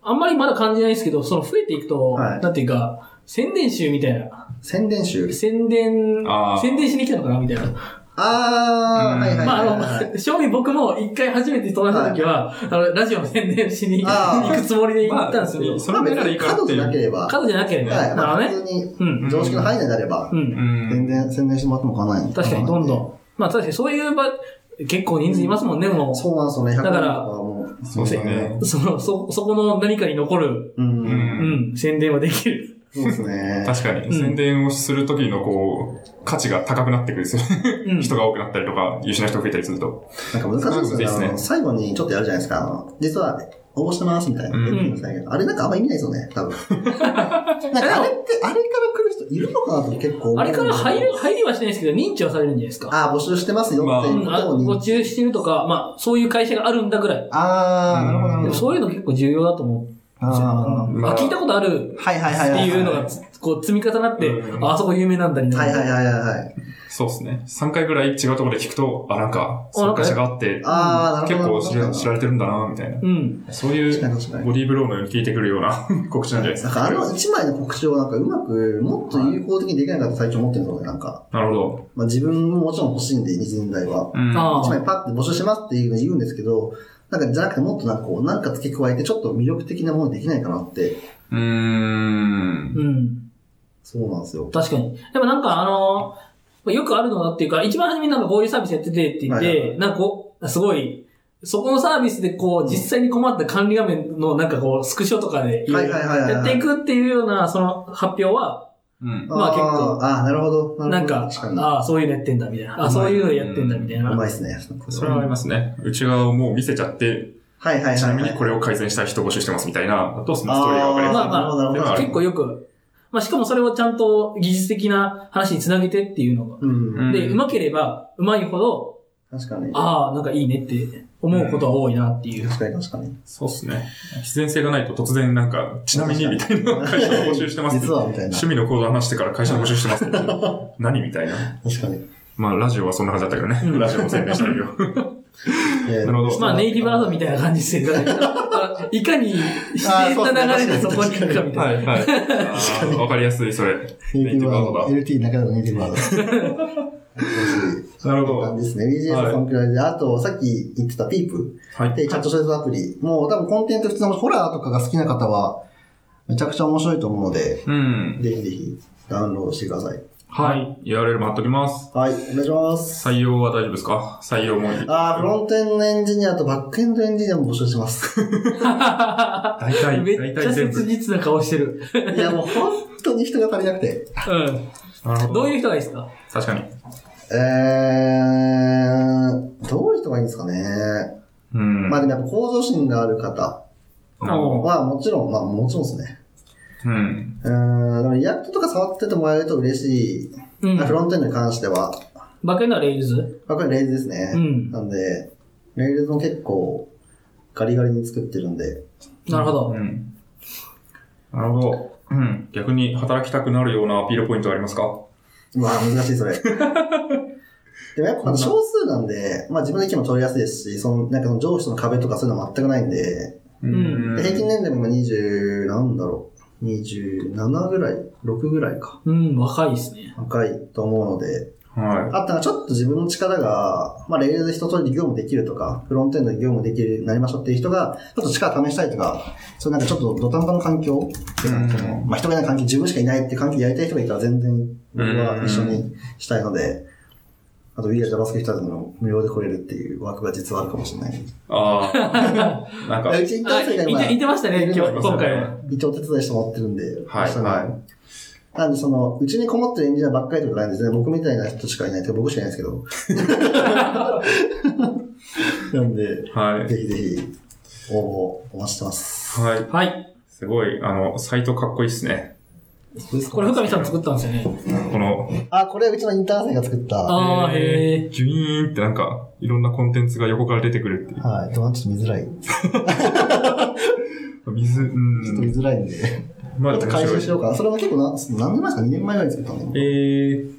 あんまりまだ感じないですけど、その増えていくと、
はい
なんていうか、宣伝集みたいな。
宣伝集。
宣伝
あー、
宣伝しに来たのかなみたいな。
あー、はいはい
まあ、
はい
あ
はい。
の、正味僕も一回初めて登壇した時は、あの、ラジオの宣伝しに
あー
行くつもりで行ったんです
ま
よ
あ。それはみんなでいいからってい
じゃなけ
う。
れば、は
数じゃなけれ
い、
ば。だから
まあ
ね。
普通に
うん。
常識の範囲内であれば
う、ん。
ん
全然宣伝してもらっても構わない。
確かに、どんど
ん。
ん。まあ、確かにそういう場、結構人数いますもんね、もう。
そうなんですよね、100人と
だか
からはもう。
そうですね。
その、そ、そこの何かに残る、
う。
うん。
うんん、宣伝はでき る。
そうですね。
確かに、
ん
宣伝をするときのこう、価値が高くなってくるんですよね。
うん。
人が多くなったりとか、優秀な人が増えたりすると。
なんか難しいですよね。
そうですね
あの最後にちょっとやるじゃないですか。あの実は、応募してますみたいな。
うん
言ってくださいけどあれなんかあんま意味ないですよね、多 分。なんかあれって、あれから来る人いるのかなと結構思うん
あ
で
れ
すよ
から入る、入りはしないですけど、認知はされるんじゃないですか。
ああ、募集してますよっていう
うん、あ
こと
募
に。
集してるとか、まあ、そういう会社があるんだぐらい。
ああ、なるほど、な
で
る
も
ほど。
そういうの結構重要だと思う。
あ
うん
ま
あ
あ
聞いたことある
ーはいはい
っ
は
て
いはい。
いうのが、こう、積み重なって、
うん
ああそこ有名なんだにな
はい
る
はいはいはいはい。
そうですね。3回ぐらい違うところで聞くと、あ、なんか、
あな
参
んか
加者があって、
ああ、なる
結
ほ
構
ど。
知ら知られてるんだな、みたいな。
うん。
そういう
確かに確かに
ボディーブローのように聞いてくるような 告知なんじゃないです
なん
か。
かあの一枚の告知をなんかうまく、もっと有効的にできないかと最初思ってるので、なんか。
なるほど。
まあ自分ももちろん欲しいんで、二次年代は。
うん
あ
一枚パッて募集しますっていうの言うんですけど、なんかじゃなくてもっとなんかこう、なんか付け加えてちょっと魅力的なものできないかなって。
うーん。
うん。
そうなんですよ。
確かに。でもなんか、あのーよくあるのだっていうか、一番初めになんかこういうサービスやっててって言って、
はいはいは
なんかこう、すごい、そこのサービスでこう、実際に困った管理画面のなんかこう、スクショとかで、
はいはいはいはいはい
やっていくっていうような、その発表は、
うん。
まあ結構
あーあー、なるほど。るほど
なんか
確か、に。
ああ、そういうのやってんだ、みたいな。ああ、そういうのやってんだ、みたいうな。
まいっすね。
それはありますね。内側をもう見せちゃって、
はいはいはいはい。
ちなみにこれを改善したい人募集してますみたいな、あとそのストーリーが分かりやすい。
まあ
なるほどなるほ
まあ
ど。
結構よく、まあしかもそれをちゃんと技術的な話につなげてっていうのが。
うん。
うん
で、うまければ、うまいほど、
確かに。
ああ、なんかいいねって思うことは多いなっていう。
確かに確かに。
そうですね。必然性がないと突然なんか、ちなみにみたいな会社を募集してま す。
実はみたい な。
趣味の講座話してから会社を募集して ます。何みたいな。
確かに。
まあ、ラジオはそんな感じだったけどね。
うん
ラジオも宣伝したけど。
えー
なるほど
まあネイティブアートみたいな感じですよね。いかに自然な流れでそこに行くかみた
はいい、はいあー。わかりやすい、それ。
ネイティブワー
ネイティブワー
ド。LT の中での
ド
ネイティブワード。
なるほ
感
ど。
じですね。BGS はそのくらいで、あと、さっき言ってたピープ
は
で
い。
チャットショートアプリ。もう多分コンテンツ普通のホラーとかが好きな方は、めちゃくちゃ面白いと思うので、
うん。
ぜひぜひダウンロードしてください。
はい。URL も貼っときます。
はい、お願いします。
採用は大丈夫ですか採用もいい。
あー、フロントエンドエンジニアとバックエンドエンジニアも募集してます。
大体、
め
大
っち
体
ゃ
全
切
部。
実な顔してる。
いや、もう本当に人が足りなくて。
う
なるほ
ん。
ど。
どういう人がいいですか
確かに。
えー、どういう人がいいんですかね。
うん。
まあでもやっぱ向上心がある方
お
はもちろん、まあもちろんですね。
うん。
うーん、でもリアクトとか触っててもらえると嬉しい。
うん。
フロントエンドに関しては、
バックエンドはレイルズ
まあこれレイルですね。
うん
なんで、レイルズも結構ガリガリに作ってるんで。
なるほど
う。ん。なるほど。うん。逆に働きたくなるようなアピールポイントはありますか
うわ難しい それ。でもやっぱ少数なんで、まあ自分の意見も取りやすいですし、その、なんかその上司との壁とかそういうのは全くないんで、
うん
で平均年齢も20、なんだろう、27ぐらい、6ぐらいか。
うん、若いですね。
若いと思うので、
は
あとはちょっと自分の力が、まあレールで一通り業務できるとか、フロントエンドで業務できるようになりましたっていう人が、ちょっと力試したいとか、そういうなんかちょっと土壇場の環境っていうか、その
う
まあ人がいない環境、自分しかいないって環境でやりたい人がいたら全然僕は一緒にしたいので、あと We are JavaScript の無料で来れるっていう枠が実はあるかもしれない。
い。ああ。なんか、
うちインターン生が今
あいて、いてましたね、今日、
いましたね
今回は。
一応お手伝いしてもらってるんで、
はい
明日ね
は
なんでその、うちにこもってるエンジニアばっかりとかないんですね。僕みたいな人しかいないとか僕しかいないですけど。 なんで、
はい。
ぜひぜひ、応募お待ちしてます。
はい。
はい。
すごい、あの、サイトかっこいいっすね。
これ、深見さん作ったんですよね。
この、
あ、これはうちのインターン生が作った。は
あー、へー。
ジュイーンってなんか、いろんなコンテンツが横から出てくるっていう。
い。でもちょっと見づらい。ち
水、う
ょっと見
ん。
づらいんで。ち
ま
ょっと回収しよ
う。
うかな。それも結構な、何年前ですか ?2 年前ぐらいに作ったの
えー、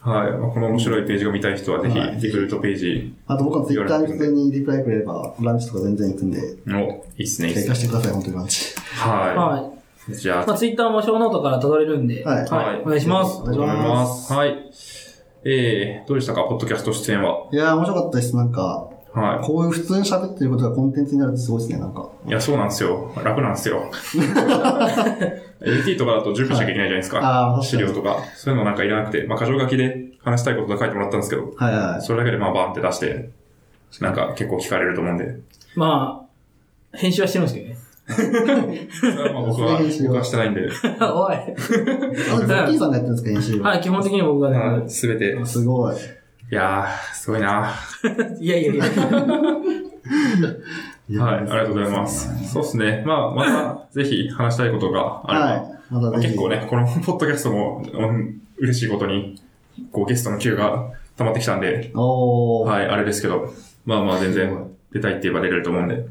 はい。まあこの面白いページを見たい人は、ぜひ、
はい
リクルートページ
あと僕のツイッターに普通にリプライくれれば、ランチとか全然行くんで、
の、いいっすね、いいっ
経
す
過
ね。
してください、本当にランチ。
は
はい。
い。じゃあ、
まあ、ツイッターもショーノートから辿れるんで、
はい
はい。お願いします
お。
ありがとうございます。はい。えー、どうでしたか、ポッドキャスト出演は。
いやー、面白かったです。なんか、
は
こういう普通に喋ってることがコンテンツになるってすごいですね、なんか。
い。いや、そうなんですよ。楽なんです よ。LT とかだと準備しなきゃいけないじゃないですか。
ああ、
資料とか、そういうのなんかいらなくて、まあ、箇条書きで話したいことが書いてもらったんですけど、
はいはい。
それだけでまあバンって出して、なんか結構聞かれると思うん で。
まあ、編集はしてるんですけ
それはまあ僕は、僕はしてないんで、
どね。おい。
あ、ズッキーさんがやってるんですか、編集。
はい、基本的に僕がね、
すべて。
すごい。
いやー、すごいな。はい
やいやいや。
い、ありがとうございます。そうですね。まあ、また、ぜひ話したいことがあれば、
はい。ま
ま
た
あ
ぜひ。
結構ね、このポッドキャストも、うん、嬉しいことに、こうゲストの Q が溜まってきたんで、
おー。
はい、あれですけど、まあまあ全
すごい
然出たいって言えば出れると思うんで、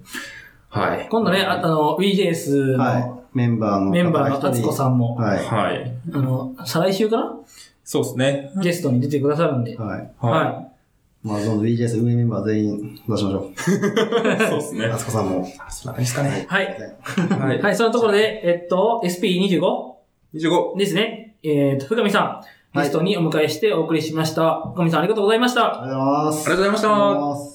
はい。
今度ね、ああの、VJS の
はい。メンバーの。
メンバーの敦子
ん。
さんも、
はい。
はい。
あの、再来週かな
そうですね。
ゲストに出てくださるんで。
はい。
は
は
まあ、その BJS 運営メンバー全員出しましょう。
い。 そうですね。
敦子さんも。
あそんな感じですかね。
い。はい。
は。
はいい、そのところで、えっと、SP25
25。
ですね。えっと、深見さん、ゲストにお迎えしてお送りしました。深見さんありがとうございました。
ありがとうございます。
ありがとうございました
ありがとうございます。